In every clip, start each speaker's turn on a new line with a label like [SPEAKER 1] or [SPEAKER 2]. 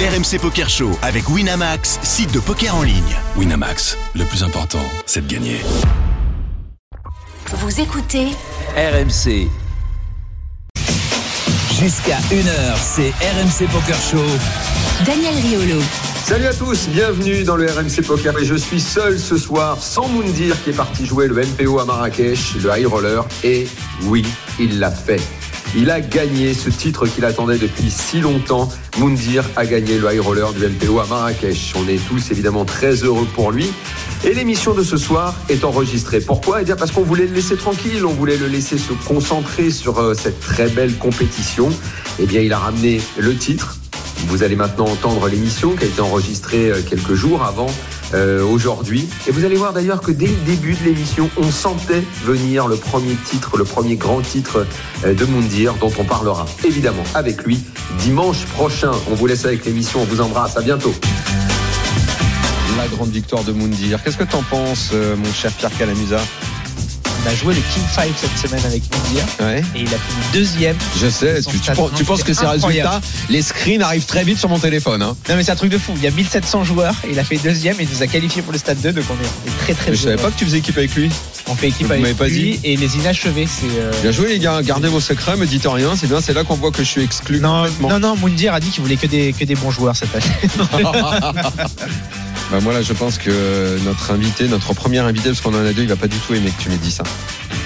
[SPEAKER 1] RMC Poker Show avec Winamax, site de poker en ligne.
[SPEAKER 2] Winamax, le plus important, c'est de gagner.
[SPEAKER 3] Vous écoutez
[SPEAKER 4] RMC. Jusqu'à 1h, c'est RMC Poker Show.
[SPEAKER 3] Daniel Riolo.
[SPEAKER 5] Salut à tous, bienvenue dans le RMC Poker et je suis seul ce soir sans Moundir qui est parti jouer le MPO à Marrakech, le High Roller et oui, il l'a fait. Il a gagné ce titre qu'il attendait depuis si longtemps. Moundir a gagné le High Roller du MPO à Marrakech. On est tous évidemment très heureux pour lui. Et l'émission de ce soir est enregistrée. Pourquoi Eh bien parce qu'on voulait le laisser tranquille, on voulait le laisser se concentrer sur euh, cette très belle compétition. Eh bien il a ramené le titre, vous allez maintenant entendre l'émission qui a été enregistrée euh, quelques jours avant euh, aujourd'hui. Et vous allez voir d'ailleurs que dès le début de l'émission, on sentait venir le premier titre, le premier grand titre euh, de Moundir, dont on parlera évidemment avec lui dimanche prochain. On vous laisse avec l'émission, on vous embrasse, à bientôt.
[SPEAKER 6] La grande victoire de Moundir. Qu'est-ce que t'en penses, euh, mon cher Pierre Calamusa
[SPEAKER 7] On a joué le King Five cette semaine avec Moundir
[SPEAKER 6] Ouais.
[SPEAKER 7] et il a fini deuxième.
[SPEAKER 6] Je sais, tu, tu penses- tu penses que ces
[SPEAKER 7] Incroyable.
[SPEAKER 6] résultats, les screens arrivent très vite sur mon téléphone. Hein.
[SPEAKER 7] Non mais c'est un truc de fou. Il y a 1700 joueurs et il a fait deuxième et il nous a qualifié pour le stade 2 donc on est, on est très très
[SPEAKER 6] Mais je savais
[SPEAKER 7] heureux.
[SPEAKER 6] pas que tu faisais équipe avec lui.
[SPEAKER 7] On fait équipe
[SPEAKER 6] Vous m'avez
[SPEAKER 7] avec
[SPEAKER 6] pas
[SPEAKER 7] lui et les inachevés c'est. euh,
[SPEAKER 6] Bien joué les gars, gardez vos secrets, me dites rien, c'est bien, c'est là qu'on voit que je suis exclu
[SPEAKER 7] Non,
[SPEAKER 6] complètement.
[SPEAKER 7] non, non, Moundir a dit qu'il voulait que des, que des bons joueurs cette année.
[SPEAKER 6] Bah moi là je pense que notre invité, notre premier invité, parce qu'on en a deux, il va pas du tout aimer que tu m'aies dit ça.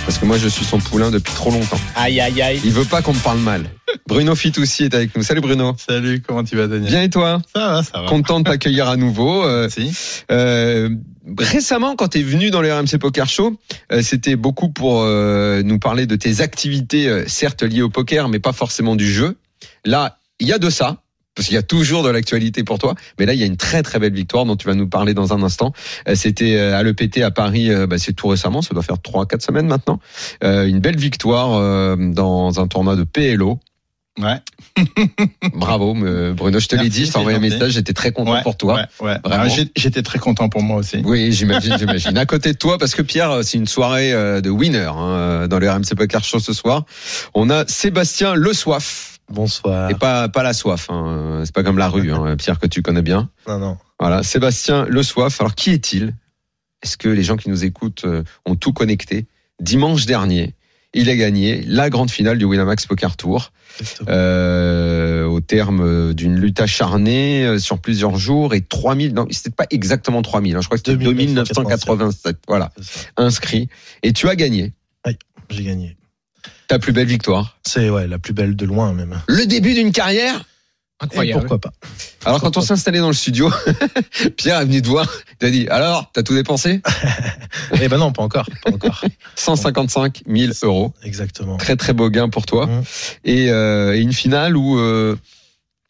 [SPEAKER 6] Parce que moi je suis son poulain depuis trop longtemps.
[SPEAKER 7] Aïe, aïe, aïe.
[SPEAKER 6] Il veut pas qu'on me parle mal. Bruno Fitoussi est avec nous. Salut Bruno.
[SPEAKER 8] Salut, comment tu vas Daniel
[SPEAKER 6] Bien et toi
[SPEAKER 8] Ça va, ça va.
[SPEAKER 6] Content de t'accueillir à nouveau. Euh,
[SPEAKER 8] Merci.
[SPEAKER 6] Euh, récemment, quand tu es venu dans le RMC Poker Show, euh, c'était beaucoup pour euh, nous parler de tes activités, euh, certes liées au poker, mais pas forcément du jeu. Là, il y a de ça. Parce qu'il y a toujours de l'actualité pour toi, mais là il y a une très très belle victoire dont tu vas nous parler dans un instant. Euh, C'était euh, à l'EPT à Paris, euh, bah, c'est tout récemment, ça doit faire trois quatre semaines maintenant. Euh, une belle victoire euh, dans un tournoi de PLO.
[SPEAKER 8] Ouais.
[SPEAKER 6] Bravo euh, Bruno, je te l'ai
[SPEAKER 8] Merci,
[SPEAKER 6] dit, je t'ai envoyé un
[SPEAKER 8] c'est gentil.
[SPEAKER 6] message, j'étais très content
[SPEAKER 8] Ouais,
[SPEAKER 6] pour toi.
[SPEAKER 8] Ouais, ouais.
[SPEAKER 6] Vraiment.
[SPEAKER 8] Ah, j'ai- J'étais très content pour moi aussi.
[SPEAKER 6] Oui, j'imagine, j'imagine. À côté de toi, parce que Pierre, euh, c'est une soirée euh, de winner hein, dans le RMC Poker Show ce soir. On a Sébastien Le Soif.
[SPEAKER 9] Bonsoir.
[SPEAKER 6] Et pas, pas la soif, hein. c'est pas comme la rue, hein, Pierre, que tu connais bien.
[SPEAKER 9] Non, non.
[SPEAKER 6] Voilà, Sébastien Le Soif. Alors, qui est-il Est-ce que les gens qui nous écoutent euh, ont tout connecté Dimanche dernier, il a gagné la grande finale du Winamax Poker Tour. Euh, au terme d'une lutte acharnée euh, sur plusieurs jours et 3000, non, c'était pas exactement 3000, hein, je crois que c'était 2987, voilà,
[SPEAKER 9] C'est ça.
[SPEAKER 6] inscrit. Et tu as gagné
[SPEAKER 9] J'ai gagné.
[SPEAKER 6] ta plus belle victoire.
[SPEAKER 9] C'est ouais, la plus belle de loin même.
[SPEAKER 6] Le début d'une carrière
[SPEAKER 9] Et
[SPEAKER 7] Incroyable.
[SPEAKER 9] pourquoi pas
[SPEAKER 6] Alors quand on s'est installé dans le studio, Pierre est venu te voir, il t'a dit, alors, t'as tout dépensé
[SPEAKER 9] Eh ben non, pas encore, pas encore.
[SPEAKER 6] 155 000 euros.
[SPEAKER 9] Exactement.
[SPEAKER 6] Très très beau gain pour toi.
[SPEAKER 9] Mm.
[SPEAKER 6] Et, euh, et une finale où... euh,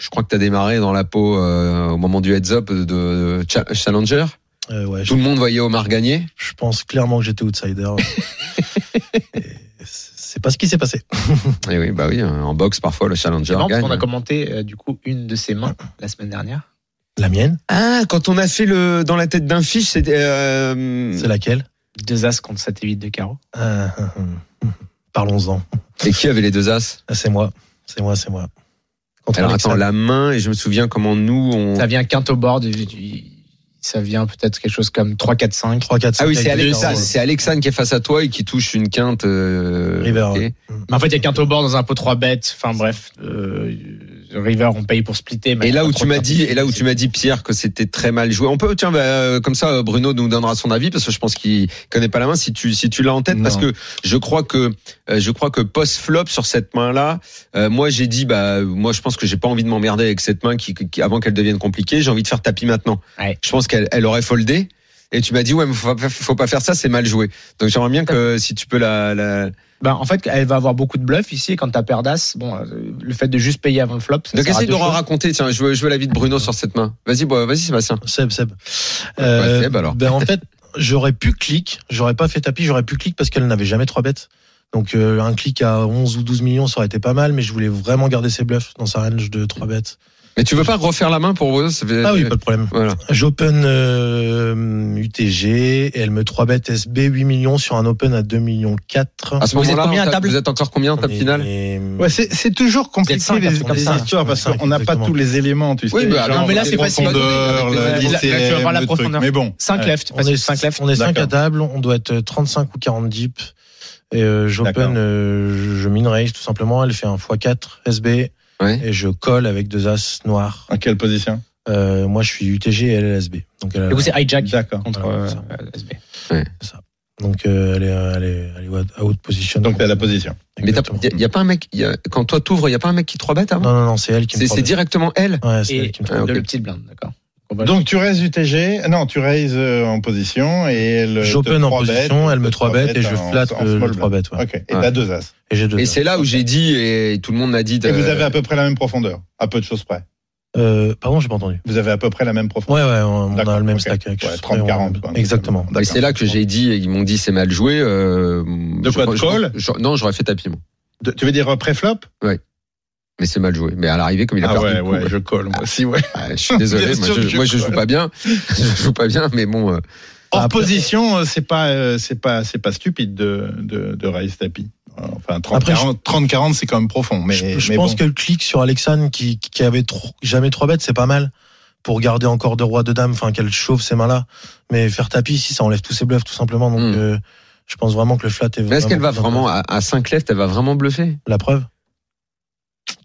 [SPEAKER 6] je crois que t'as démarré dans la peau euh, au moment du heads-up de, de Cha- Challenger.
[SPEAKER 9] Euh, ouais, je,
[SPEAKER 6] Tout le monde voyait Omar gagner.
[SPEAKER 9] je pense clairement que j'étais outsider. Et C'est pas ce qui s'est passé.
[SPEAKER 6] Et oui, bah oui, euh, en boxe parfois le
[SPEAKER 7] C'est
[SPEAKER 6] challenger
[SPEAKER 7] marrant parce
[SPEAKER 6] gagne.
[SPEAKER 7] qu'on a commenté euh, du coup une de ses mains la semaine dernière.
[SPEAKER 9] La mienne,
[SPEAKER 6] Ah, quand on a fait le dans la tête d'un fiche, c'était euh,
[SPEAKER 9] c'est laquelle
[SPEAKER 7] Deux as contre satellite de carreau.
[SPEAKER 9] Euh, hum, hum, hum. Parlons-en.
[SPEAKER 6] et qui avait les deux as
[SPEAKER 9] Ah, C'est moi, c'est moi, c'est moi. Contre
[SPEAKER 6] Alors
[SPEAKER 9] Alexa.
[SPEAKER 6] attends, la main et je me souviens comment nous on.
[SPEAKER 7] Ça vient quinte au board. du- du- Ça vient peut-être quelque chose comme 3, 4, 5.
[SPEAKER 9] 3 4
[SPEAKER 6] Ah oui,
[SPEAKER 9] 5,
[SPEAKER 6] c'est
[SPEAKER 9] avec
[SPEAKER 6] Alexan,
[SPEAKER 9] Alexandre.
[SPEAKER 6] c'est Alexandre qui est face à toi et qui touche une quinte. euh,
[SPEAKER 9] River,
[SPEAKER 6] ok.
[SPEAKER 9] ouais.
[SPEAKER 7] Mais en fait, il y a quinte au bord dans un pot 3 bêtes. Enfin bref, euh, River, on paye pour splitter. mais
[SPEAKER 6] Et là où
[SPEAKER 7] pas
[SPEAKER 6] tu
[SPEAKER 7] trop
[SPEAKER 6] m'as
[SPEAKER 7] de
[SPEAKER 6] dit, et là où tu
[SPEAKER 7] quinte.
[SPEAKER 6] m'as dit Pierre que c'était très mal joué. On peut, tiens, bah, euh, comme ça, euh, Bruno nous donnera son avis parce que je pense qu'il connaît pas la main. Si tu, si tu l'as en tête, parce
[SPEAKER 8] Non.
[SPEAKER 6] que je crois que, euh, je crois que post flop sur cette main là, moi j'ai dit, bah, moi je pense que j'ai pas envie de m'emmerder avec cette main qui, qui- avant qu'elle devienne compliquée. J'ai envie de faire tapis maintenant.
[SPEAKER 7] Ouais.
[SPEAKER 6] Je pense qu'elle, elle aurait foldé. Et tu m'as dit, ouais, mais faut, pas- faut pas faire ça, c'est mal joué. Donc j'aimerais bien que si tu peux la, la...
[SPEAKER 7] Ben, en fait, elle va avoir beaucoup de bluffs ici. Et quand t'as paire d'as, bon, euh, le fait de juste payer avant le flop. ça
[SPEAKER 6] Donc
[SPEAKER 7] sert à
[SPEAKER 6] essaye de
[SPEAKER 7] deux choses.
[SPEAKER 6] raconter. Tiens, je veux, je veux l'avis de Bruno sur cette main. Vas-y, bah, vas-y Sébastien.
[SPEAKER 9] Seb, Seb. Euh,
[SPEAKER 6] Seb, alors.
[SPEAKER 9] Ben en fait, j'aurais pu clic, j'aurais pas fait tapis, j'aurais pu clic parce qu'elle n'avait jamais trois bêtes. Donc euh, un clic à 11 ou 12 millions, ça aurait été pas mal, mais je voulais vraiment garder ses bluffs dans sa range de trois bêtes.
[SPEAKER 6] Mais tu veux pas refaire la main pour Rosa ça fait-
[SPEAKER 9] Ah oui, pas de problème.
[SPEAKER 6] Voilà.
[SPEAKER 9] J'open euh, UTG, elle me 3 bet SB 8 millions sur un open à 2 millions 4.
[SPEAKER 6] À ce
[SPEAKER 7] Vous êtes
[SPEAKER 6] moment-là,
[SPEAKER 7] combien
[SPEAKER 6] on
[SPEAKER 7] à
[SPEAKER 6] tape-
[SPEAKER 7] table
[SPEAKER 6] vous êtes encore combien en table Ah, finale
[SPEAKER 3] Ouais, c'est c'est toujours
[SPEAKER 7] Vous
[SPEAKER 3] compliqué
[SPEAKER 7] êtes cinq,
[SPEAKER 3] les,
[SPEAKER 7] hein, comme
[SPEAKER 3] les
[SPEAKER 7] ça.
[SPEAKER 3] histoires parce
[SPEAKER 9] Ouais,
[SPEAKER 3] qu'on n'a pas
[SPEAKER 9] exactement.
[SPEAKER 3] tous les éléments, tu sais.
[SPEAKER 6] Oui, mais
[SPEAKER 3] genre,
[SPEAKER 6] non, mais là,
[SPEAKER 3] la
[SPEAKER 6] c'est facile.
[SPEAKER 3] profondeur,
[SPEAKER 6] Là,
[SPEAKER 3] la
[SPEAKER 6] là, tu
[SPEAKER 7] vas
[SPEAKER 3] DCM,
[SPEAKER 7] voir la
[SPEAKER 3] le truc.
[SPEAKER 7] profondeur.
[SPEAKER 3] Mais bon,
[SPEAKER 7] 5
[SPEAKER 3] Ouais.
[SPEAKER 7] left.
[SPEAKER 9] On est,
[SPEAKER 7] 5 left.
[SPEAKER 9] on est 5 à
[SPEAKER 3] D'accord.
[SPEAKER 9] table, on doit être 35 ou 40 deep. Et euh,
[SPEAKER 3] D'accord.
[SPEAKER 9] j'open, euh, je- je mine raise tout simplement, elle fait un x4 SB
[SPEAKER 6] Ouais.
[SPEAKER 9] et je colle avec deux as noirs.
[SPEAKER 3] En quelle position
[SPEAKER 9] Euh, moi je suis UTG et elle est SB. Donc elle, a-
[SPEAKER 7] Et vous, c'est hijack
[SPEAKER 3] D'accord.
[SPEAKER 7] contre
[SPEAKER 9] Voilà,
[SPEAKER 7] euh,
[SPEAKER 9] ça.
[SPEAKER 7] euh, SB.
[SPEAKER 9] donc euh, elle est euh, elle est elle est out position.
[SPEAKER 3] Donc t'as la position.
[SPEAKER 6] Mais
[SPEAKER 9] Exactement.
[SPEAKER 6] il y a pas un mec y a- quand toi t'ouvres, il y a pas un mec qui te rebête avant
[SPEAKER 9] Non non non, c'est elle qui me
[SPEAKER 6] C'est
[SPEAKER 9] prend
[SPEAKER 6] c'est
[SPEAKER 9] des-
[SPEAKER 6] directement elle.
[SPEAKER 9] Ouais, c'est
[SPEAKER 7] Et-
[SPEAKER 9] elle qui me
[SPEAKER 3] Euh,
[SPEAKER 6] Ah, ok.
[SPEAKER 7] Le petit blind, d'accord.
[SPEAKER 3] Donc tu raises UTG, non, tu raises euh, en position et elle. euh,
[SPEAKER 9] J'open
[SPEAKER 3] te
[SPEAKER 9] en
[SPEAKER 3] trois
[SPEAKER 9] position,
[SPEAKER 3] bêtes,
[SPEAKER 9] elle me
[SPEAKER 3] te
[SPEAKER 9] 3
[SPEAKER 3] trois
[SPEAKER 9] bêtes et je
[SPEAKER 3] en-
[SPEAKER 9] flatte euh,
[SPEAKER 3] en
[SPEAKER 9] le
[SPEAKER 3] small
[SPEAKER 9] 3 bêtes. ouais.
[SPEAKER 3] Ok. Et
[SPEAKER 6] Ouais.
[SPEAKER 3] t'as deux as.
[SPEAKER 9] Et j'ai deux.
[SPEAKER 6] Et
[SPEAKER 9] as.
[SPEAKER 6] c'est là où j'ai dit et tout le monde m'a dit.
[SPEAKER 3] Et
[SPEAKER 6] euh,
[SPEAKER 3] vous avez à peu près la même profondeur, à peu de choses près.
[SPEAKER 9] Euh, pardon, j'ai pas entendu.
[SPEAKER 3] Vous avez à peu près la même profondeur.
[SPEAKER 9] Ouais ouais, on, on
[SPEAKER 3] D'accord,
[SPEAKER 9] a le même
[SPEAKER 3] ok.
[SPEAKER 9] stack avec
[SPEAKER 3] Ouais,
[SPEAKER 9] je-
[SPEAKER 3] 30-40, quoi.
[SPEAKER 9] Exactement.
[SPEAKER 6] Mais c'est là que j'ai dit, ils m'ont dit c'est mal joué. euh, je
[SPEAKER 3] quoi, de
[SPEAKER 6] pense- je pense-
[SPEAKER 3] call
[SPEAKER 6] je- Non, j'aurais fait tapis, moi.
[SPEAKER 3] De- tu veux dire euh, pré-flop
[SPEAKER 6] Mais c'est mal joué. Mais à l'arrivée, comme il a
[SPEAKER 3] Ah
[SPEAKER 6] perdu
[SPEAKER 3] ouais,
[SPEAKER 6] le coup,
[SPEAKER 3] ouais,
[SPEAKER 6] ouais.
[SPEAKER 3] je colle moi aussi, ouais.
[SPEAKER 6] Ah, je suis désolé,
[SPEAKER 3] Bien
[SPEAKER 6] moi,
[SPEAKER 3] sûr que
[SPEAKER 6] je,
[SPEAKER 3] je
[SPEAKER 6] moi, je
[SPEAKER 3] colle.
[SPEAKER 6] joue pas bien. je joue pas bien, mais bon. euh,
[SPEAKER 3] Hors
[SPEAKER 9] Après-
[SPEAKER 3] position, euh, c'est pas, euh, c'est pas, c'est pas stupide de, de, de raise tapis. Enfin, 30-40,
[SPEAKER 9] Après, je-
[SPEAKER 3] 30-40, c'est quand même profond, mais,
[SPEAKER 9] je je
[SPEAKER 3] mais
[SPEAKER 9] pense
[SPEAKER 3] bon.
[SPEAKER 9] que le clic sur Alexane qui, qui avait trop- jamais trois bêtes, c'est pas mal pour garder encore deux rois, deux dames, enfin qu'elle chauffe ces mains-là. Mais faire tapis, si ça enlève tous ses bluffs, tout simplement. Donc
[SPEAKER 6] Hmm.
[SPEAKER 9] euh, je pense vraiment que le flat est.
[SPEAKER 6] Mais est-ce qu'elle va vraiment, à, à 5 left, elle va vraiment bluffer
[SPEAKER 9] La preuve.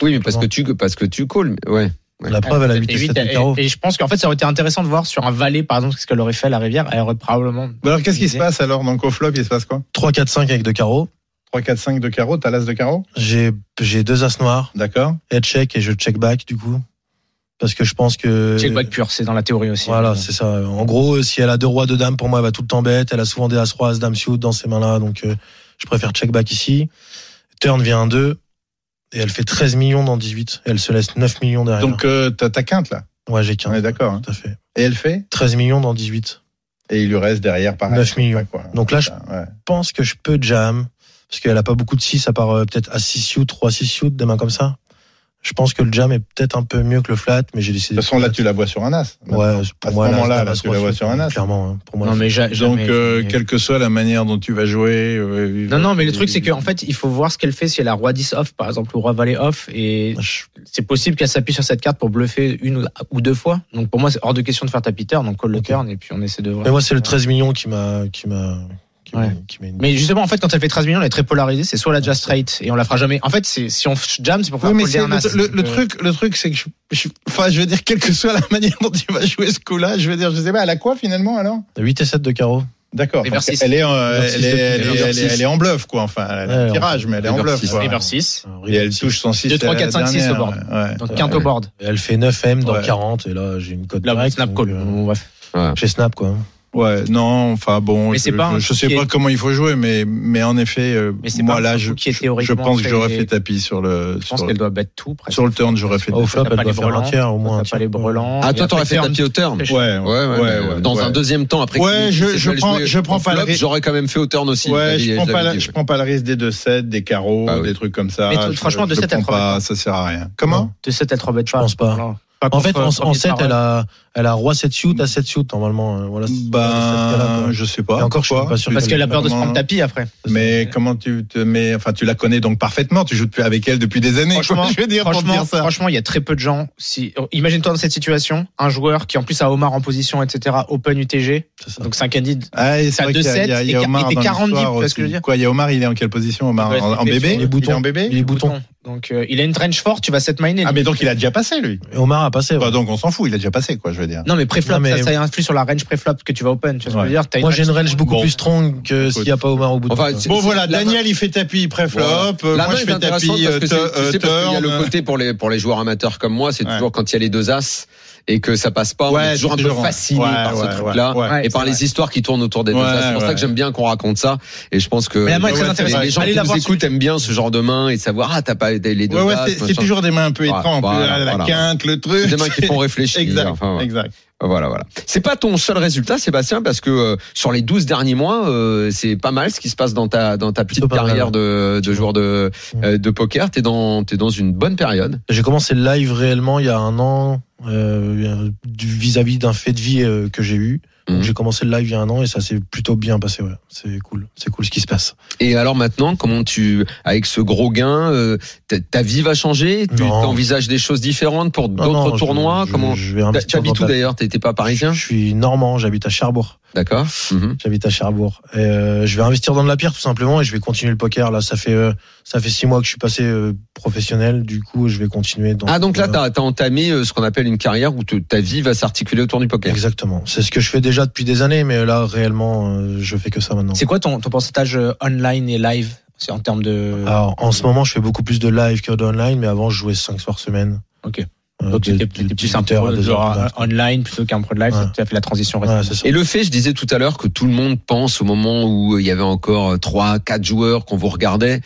[SPEAKER 6] Oui, mais parce que tu, parce que tu calls. mais- Ouais.
[SPEAKER 9] Ah, bah, La preuve, elle a 8
[SPEAKER 7] Et huit,
[SPEAKER 9] de
[SPEAKER 7] et-
[SPEAKER 9] carreau.
[SPEAKER 7] Et je pense qu'en fait, ça aurait été intéressant de voir sur un valet, par exemple, ce qu'elle aurait fait la rivière. Elle aurait probablement.
[SPEAKER 3] Bah Alors, qu'est-ce qui se passe alors Donc, au flop, il se passe quoi
[SPEAKER 9] 3, 4, 5 avec deux carreaux.
[SPEAKER 3] 3, 4, 5 de carreau, t'as l'as de carreau
[SPEAKER 9] J'ai j'ai deux as noirs.
[SPEAKER 3] D'accord.
[SPEAKER 9] Elle check et je check back du coup. Parce que je pense que.
[SPEAKER 7] Check back pur, c'est dans la théorie aussi.
[SPEAKER 9] Euh, Voilà, c'est ça. En gros, si elle a deux rois, deux dames, pour moi, elle va tout le temps bête. Elle a souvent des as rois, as dames suit dans ses mains-là. Donc, euh, je préfère check back ici. Turn vient un 2. Et elle fait 13 millions dans 18. Et elle se laisse 9 millions derrière.
[SPEAKER 3] Donc, euh, t'as ta quinte là.
[SPEAKER 9] ouais, j'ai
[SPEAKER 3] On
[SPEAKER 9] 15.
[SPEAKER 3] est d'accord. hein.
[SPEAKER 9] Tout à fait.
[SPEAKER 3] Et elle fait
[SPEAKER 9] 13 millions dans 18.
[SPEAKER 3] Et il lui reste derrière, pareil.
[SPEAKER 9] 9 millions.
[SPEAKER 3] Quoi.
[SPEAKER 9] Donc là, je
[SPEAKER 3] Ouais.
[SPEAKER 9] pense que je peux jam. Parce qu'elle a pas beaucoup de 6, à part euh, peut-être à 6 suit, 3 6 suit, des mains comme ça. Je pense que le jam est peut-être un peu mieux que le flat, mais j'ai
[SPEAKER 3] De
[SPEAKER 9] décidé.
[SPEAKER 3] toute façon, là, tu la vois sur un as.
[SPEAKER 9] Ouais,
[SPEAKER 3] À
[SPEAKER 9] pour
[SPEAKER 3] ce
[SPEAKER 9] moi, là,
[SPEAKER 3] moment-là,
[SPEAKER 9] as
[SPEAKER 3] là, tu la
[SPEAKER 9] roi
[SPEAKER 3] vois
[SPEAKER 9] suit,
[SPEAKER 3] sur un as.
[SPEAKER 9] Clairement, hein. pour moi.
[SPEAKER 7] Non, mais ja-
[SPEAKER 3] Donc,
[SPEAKER 7] jamais,
[SPEAKER 3] euh,
[SPEAKER 7] jamais.
[SPEAKER 3] quelle que soit la manière dont tu vas jouer. euh,
[SPEAKER 7] Non, non, mais le truc, c'est qu'en fait, il faut voir ce qu'elle fait si elle a roi 10 off, par exemple, ou roi valet off. Et
[SPEAKER 9] je-
[SPEAKER 7] c'est possible qu'elle s'appuie sur cette carte pour bluffer une ou deux fois. Donc, pour moi, c'est hors de question de faire tapis turn. Donc, call le
[SPEAKER 9] Ok.
[SPEAKER 7] turn et puis on essaie de voir.
[SPEAKER 9] Mais moi, c'est le 13 millions qui m'a, qui m'a, qui m'a,
[SPEAKER 7] Ouais.
[SPEAKER 9] qui m'a une-
[SPEAKER 7] Mais justement, en fait, quand elle fait 13 millions, elle est très polarisée. C'est soit la jazz straight et on la fera jamais. En fait, c'est si on jam, c'est pour faire
[SPEAKER 3] Oui, mais
[SPEAKER 7] folder
[SPEAKER 3] c'est
[SPEAKER 7] un as.
[SPEAKER 3] le, le- le
[SPEAKER 7] Donc, euh,
[SPEAKER 3] truc, le truc, c'est que je, je- enfin, je veux dire, quelle que soit la manière dont tu vas jouer ce coup-là, je veux dire, je sais pas, elle a quoi finalement alors
[SPEAKER 9] 8 et 7 de carreau.
[SPEAKER 3] D'accord.
[SPEAKER 7] Et
[SPEAKER 3] parce
[SPEAKER 7] vers six.
[SPEAKER 3] qu'elle est, en- euh,
[SPEAKER 9] Vers six
[SPEAKER 3] elle est,
[SPEAKER 9] de pique,
[SPEAKER 3] elle
[SPEAKER 9] et
[SPEAKER 3] est,
[SPEAKER 9] vers
[SPEAKER 3] elle est-
[SPEAKER 9] six.
[SPEAKER 3] elle est en bluff quoi. Enfin, elle a
[SPEAKER 9] Ouais,
[SPEAKER 3] un tirage, mais elle est en
[SPEAKER 6] vers
[SPEAKER 3] bluff.
[SPEAKER 6] six.
[SPEAKER 3] quoi.
[SPEAKER 7] euh, River 6.
[SPEAKER 3] Et elle touche son 6
[SPEAKER 7] Deux, trois, quatre, cinq, six au board.
[SPEAKER 3] Ouais.
[SPEAKER 7] Donc, quinte au
[SPEAKER 6] Ouais.
[SPEAKER 7] board.
[SPEAKER 9] Elle fait 9M dans
[SPEAKER 3] Ouais.
[SPEAKER 9] 40, et là, j'ai une cote
[SPEAKER 7] Là, on
[SPEAKER 9] directe.
[SPEAKER 7] snap
[SPEAKER 9] donc,
[SPEAKER 7] call.
[SPEAKER 9] euh,
[SPEAKER 7] On va faire-
[SPEAKER 9] J'ai snap, quoi.
[SPEAKER 3] Ouais, non, enfin bon,
[SPEAKER 7] Mais
[SPEAKER 3] je,
[SPEAKER 7] c'est pas un
[SPEAKER 3] je, je sais
[SPEAKER 7] qui
[SPEAKER 3] pas
[SPEAKER 7] est-
[SPEAKER 3] comment il faut jouer, mais mais en effet, euh,
[SPEAKER 7] Mais c'est
[SPEAKER 3] moi
[SPEAKER 7] pas un
[SPEAKER 3] là,
[SPEAKER 7] coup
[SPEAKER 3] je,
[SPEAKER 7] qui est
[SPEAKER 3] je- je
[SPEAKER 7] théoriquement
[SPEAKER 3] pense que j'aurais
[SPEAKER 7] très-
[SPEAKER 3] fait tapis sur le
[SPEAKER 7] Je
[SPEAKER 3] sur,
[SPEAKER 7] pense qu'elle doit battre tout. presque.
[SPEAKER 3] sur le turn, j'aurais fait.
[SPEAKER 9] Au
[SPEAKER 3] tapis.
[SPEAKER 9] flop,
[SPEAKER 7] t'as pas
[SPEAKER 9] elle doit
[SPEAKER 7] les
[SPEAKER 9] faire un
[SPEAKER 7] brelans,
[SPEAKER 9] tiers, au moins. un
[SPEAKER 7] T'as pas
[SPEAKER 9] tiers.
[SPEAKER 7] les brelans.
[SPEAKER 6] Ah,
[SPEAKER 7] Et
[SPEAKER 6] toi,
[SPEAKER 7] après,
[SPEAKER 6] t'aurais fait
[SPEAKER 7] turn.
[SPEAKER 6] tapis au turn.
[SPEAKER 7] Ouais,
[SPEAKER 3] Ouais,
[SPEAKER 6] Ouais,
[SPEAKER 3] ouais,
[SPEAKER 6] ouais,
[SPEAKER 3] ouais,
[SPEAKER 6] mais
[SPEAKER 3] ouais.
[SPEAKER 6] dans
[SPEAKER 3] ouais.
[SPEAKER 6] un deuxième temps après.
[SPEAKER 3] Ouais,
[SPEAKER 6] qu'il-
[SPEAKER 3] je-
[SPEAKER 6] qu'il s'est
[SPEAKER 3] je
[SPEAKER 6] mal
[SPEAKER 3] prends-
[SPEAKER 6] joué
[SPEAKER 3] je prends
[SPEAKER 6] en
[SPEAKER 3] pas le
[SPEAKER 6] flop,
[SPEAKER 3] risque.
[SPEAKER 6] J'aurais quand même fait au turn aussi.
[SPEAKER 3] Ouais,
[SPEAKER 6] je
[SPEAKER 3] je
[SPEAKER 6] l'avais-
[SPEAKER 3] prends
[SPEAKER 6] je
[SPEAKER 3] pas,
[SPEAKER 6] l'avais
[SPEAKER 3] la-
[SPEAKER 6] dit,
[SPEAKER 3] je
[SPEAKER 6] ouais.
[SPEAKER 3] prends pas le risque des deux sets, des carreaux,
[SPEAKER 6] Ah oui.
[SPEAKER 3] des trucs comme ça.
[SPEAKER 7] Mais t-
[SPEAKER 3] Je-
[SPEAKER 7] franchement, deux
[SPEAKER 3] je
[SPEAKER 7] sets, elle
[SPEAKER 3] prends
[SPEAKER 7] fera
[SPEAKER 3] pas, ça sert à rien. Comment
[SPEAKER 7] De 7 à 3 bêtes, je
[SPEAKER 9] pense pas. En fait,
[SPEAKER 7] euh,
[SPEAKER 9] en, en 7, elle a, elle a roi 7 suit, à 7 suit, normalement. euh, Voilà. c'est-
[SPEAKER 7] Bah,
[SPEAKER 9] c'est cette cas-là,
[SPEAKER 3] Ben,
[SPEAKER 9] quoi.
[SPEAKER 3] je sais pas.
[SPEAKER 9] Et encore, je suis
[SPEAKER 3] Pourquoi
[SPEAKER 9] pas sûr
[SPEAKER 3] Tu-
[SPEAKER 7] Parce qu'elle a peur de se
[SPEAKER 3] Comment
[SPEAKER 7] prendre tapis après.
[SPEAKER 3] Mais comment tu te mets Enfin, tu la connais donc parfaitement. Tu joues depuis avec elle depuis des années.
[SPEAKER 7] Franchement,
[SPEAKER 3] quoi, je veux dire, pour te
[SPEAKER 7] Franchement,
[SPEAKER 3] dire ça.
[SPEAKER 7] franchement, il y a très peu de gens. Si, imagine-toi dans cette situation, un joueur qui en plus a Omar en position, etc. Open UTG,
[SPEAKER 9] C'est ça.
[SPEAKER 7] donc 5 indies.
[SPEAKER 3] Ah, et c'est
[SPEAKER 7] T'as
[SPEAKER 3] vrai
[SPEAKER 7] deux
[SPEAKER 3] qu'il y a- il y a-
[SPEAKER 7] sets
[SPEAKER 3] il y a
[SPEAKER 7] et
[SPEAKER 3] Omar
[SPEAKER 7] t'es
[SPEAKER 3] dans
[SPEAKER 7] 40 deep,
[SPEAKER 3] l'histoire
[SPEAKER 7] tu vois ce
[SPEAKER 3] aussi.
[SPEAKER 7] que je veux dire
[SPEAKER 3] Quoi, il y a Omar, il est en quelle position Omar
[SPEAKER 7] Il doit
[SPEAKER 3] en,
[SPEAKER 7] être
[SPEAKER 3] en
[SPEAKER 7] les
[SPEAKER 3] bébé
[SPEAKER 7] boutons.
[SPEAKER 9] Les
[SPEAKER 3] Il est en
[SPEAKER 9] boutons.
[SPEAKER 3] bébé
[SPEAKER 9] Les boutons.
[SPEAKER 7] Donc euh, il a une range forte, tu vas set miner.
[SPEAKER 3] Ah, mais donc il a déjà passé lui.
[SPEAKER 9] Et Omar a passé. ouais.
[SPEAKER 3] Bah, donc on s'en fout, il a déjà passé quoi, je veux dire.
[SPEAKER 7] Non mais préflop,
[SPEAKER 9] Non, mais-
[SPEAKER 7] ça, ça influe sur la range préflop que tu vas open. Tu vois ce que je veux dire T'as
[SPEAKER 9] Moi, j'ai une range beaucoup
[SPEAKER 3] Bon.
[SPEAKER 9] plus strong que s'il n'y a pas Omar au bout de
[SPEAKER 6] Enfin, c'est-
[SPEAKER 3] Bon
[SPEAKER 6] c'est-
[SPEAKER 3] voilà,
[SPEAKER 6] la main-
[SPEAKER 3] Daniel il fait tapis pré-flop,
[SPEAKER 6] Voilà.
[SPEAKER 3] euh,
[SPEAKER 6] La
[SPEAKER 3] moi
[SPEAKER 6] main
[SPEAKER 3] je
[SPEAKER 6] est
[SPEAKER 3] fais
[SPEAKER 6] intéressante
[SPEAKER 3] tapis
[SPEAKER 6] parce que c'est- tu
[SPEAKER 3] euh, te-
[SPEAKER 6] sais,
[SPEAKER 3] euh,
[SPEAKER 6] parce qu'il y a le
[SPEAKER 3] turn.
[SPEAKER 6] côté pour les, pour les joueurs amateurs comme moi, c'est
[SPEAKER 3] Ouais.
[SPEAKER 6] toujours quand il y a les deux as, et que ça passe pas, on
[SPEAKER 8] Ouais,
[SPEAKER 6] est toujours un peu
[SPEAKER 8] toujours, hein.
[SPEAKER 6] fasciné
[SPEAKER 8] Ouais,
[SPEAKER 6] par ce
[SPEAKER 8] ouais,
[SPEAKER 6] truc-là
[SPEAKER 8] ouais, ouais,
[SPEAKER 6] et par les histoires qui tournent autour des deux
[SPEAKER 8] Ouais,
[SPEAKER 6] as. C'est pour ça
[SPEAKER 8] ouais.
[SPEAKER 6] que j'aime bien qu'on raconte ça et je pense que
[SPEAKER 7] Mais la main est
[SPEAKER 6] les-
[SPEAKER 7] très intéressante.
[SPEAKER 6] les gens
[SPEAKER 8] Allez
[SPEAKER 6] qui
[SPEAKER 8] la
[SPEAKER 6] nous
[SPEAKER 8] voir,
[SPEAKER 6] écoutent aiment bien ce genre de main et de savoir ah t'as pas les deux
[SPEAKER 8] Ouais, ouais,
[SPEAKER 6] as,
[SPEAKER 8] c'est- c'est
[SPEAKER 6] machin.
[SPEAKER 8] toujours des mains un peu
[SPEAKER 6] Voilà,
[SPEAKER 8] étranges, un peu
[SPEAKER 6] voilà,
[SPEAKER 8] la- la
[SPEAKER 6] voilà.
[SPEAKER 8] quinte, le truc.
[SPEAKER 6] C'est des mains qui font réfléchir.
[SPEAKER 8] Exact,
[SPEAKER 6] Enfin, voilà.
[SPEAKER 8] exact.
[SPEAKER 6] Voilà, voilà. C'est pas ton seul résultat, Sébastien, parce que euh, sur les 12 derniers mois, euh, c'est pas mal ce qui se passe dans ta, dans ta petite
[SPEAKER 9] Plutôt pas mal,
[SPEAKER 6] carrière de, de joueur de, euh, de poker. T'es dans, t'es dans une bonne période.
[SPEAKER 9] J'ai commencé le live réellement il y a un an euh, du- vis-à-vis d'un fait de vie euh, que j'ai eu. Donc,
[SPEAKER 6] Mhm.
[SPEAKER 9] J'ai commencé le live il y a un an et ça s'est plutôt bien passé. Ouais. C'est cool, c'est cool ce qui se passe.
[SPEAKER 6] Et alors maintenant, comment tu, avec ce gros gain, euh, ta- ta vie va changer Tu
[SPEAKER 9] Non.
[SPEAKER 6] envisages des choses différentes pour
[SPEAKER 9] Non, Ah non,
[SPEAKER 6] d'autres
[SPEAKER 9] je-
[SPEAKER 6] tournois
[SPEAKER 9] je-
[SPEAKER 6] Comment
[SPEAKER 9] je vais
[SPEAKER 6] T'as-
[SPEAKER 9] investir
[SPEAKER 6] Tu habites
[SPEAKER 9] dans
[SPEAKER 6] où
[SPEAKER 9] de la-
[SPEAKER 6] d'ailleurs T'étais pas parisien
[SPEAKER 9] Je suis normand, j'habite à Cherbourg.
[SPEAKER 6] D'accord. Mhm.
[SPEAKER 9] J'habite à Cherbourg. Et, euh, je vais investir dans de la pierre tout simplement et je vais continuer le poker. Là, ça fait euh, ça fait six mois que je suis passé euh, professionnel. Du coup, je vais continuer. Dans
[SPEAKER 6] Ah donc là,
[SPEAKER 9] dans-
[SPEAKER 6] t'as as entamé euh, ce qu'on appelle une carrière où te- ta vie va s'articuler autour du poker.
[SPEAKER 9] Exactement. C'est ce que je fais déjà depuis des années, mais là, réellement, euh, je fais que ça maintenant.
[SPEAKER 7] C'est quoi ton, ton pourcentage euh, online et live C'est en termes
[SPEAKER 6] Euh,
[SPEAKER 7] de.
[SPEAKER 3] Ah,
[SPEAKER 9] Alors, en ce moment, je fais beaucoup plus de live que d'online, mais avant, je jouais 5 soirs semaine.
[SPEAKER 7] Ok.
[SPEAKER 9] Euh,
[SPEAKER 7] Donc
[SPEAKER 9] de-
[SPEAKER 7] c'était
[SPEAKER 9] de
[SPEAKER 7] plus
[SPEAKER 9] 18
[SPEAKER 7] un
[SPEAKER 9] heures à
[SPEAKER 7] pro,
[SPEAKER 9] 2 heures
[SPEAKER 7] genre
[SPEAKER 9] du
[SPEAKER 6] euh,
[SPEAKER 9] matin.
[SPEAKER 7] un- euh, online plutôt qu'un pro de live.
[SPEAKER 9] Ouais.
[SPEAKER 7] Tu as fait la transition
[SPEAKER 9] Ouais,
[SPEAKER 7] récemment.
[SPEAKER 9] c'est ça.
[SPEAKER 6] Et le fait, je disais tout à l'heure que tout le monde pense au moment où euh, il y avait encore trois, quatre joueurs qu'on vous regardait,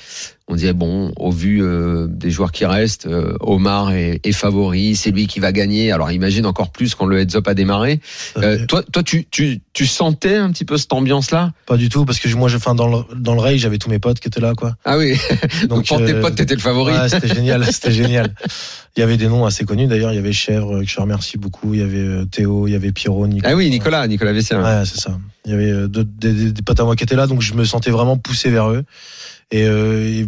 [SPEAKER 6] on disait bon, au vu euh, des joueurs qui restent, euh, Omar est, est favori, c'est lui qui va gagner. Alors imagine encore plus quand le heads up a démarré. Euh, toi, toi, tu, tu, tu sentais un petit peu cette ambiance-là
[SPEAKER 9] Pas du tout, parce que moi, je, enfin, dans le, dans le rail, j'avais tous mes potes qui étaient là, quoi.
[SPEAKER 6] Ah oui. Donc, pour tes
[SPEAKER 9] euh,
[SPEAKER 6] potes, t'étais le favori.
[SPEAKER 9] Ouais, c'était génial, c'était génial. Il y avait des noms assez connus d'ailleurs. Il y avait Chèvre, euh, que je remercie beaucoup. Il y avait euh, Théo, il y avait Pierrot, Nicolas.
[SPEAKER 6] ah oui, Nicolas, Nicolas Vessien.
[SPEAKER 9] Ouais, c'est ça. Il y avait euh, d'autres- des, des- des potes à moi qui étaient là, donc je me sentais vraiment poussé vers eux. Et, euh, et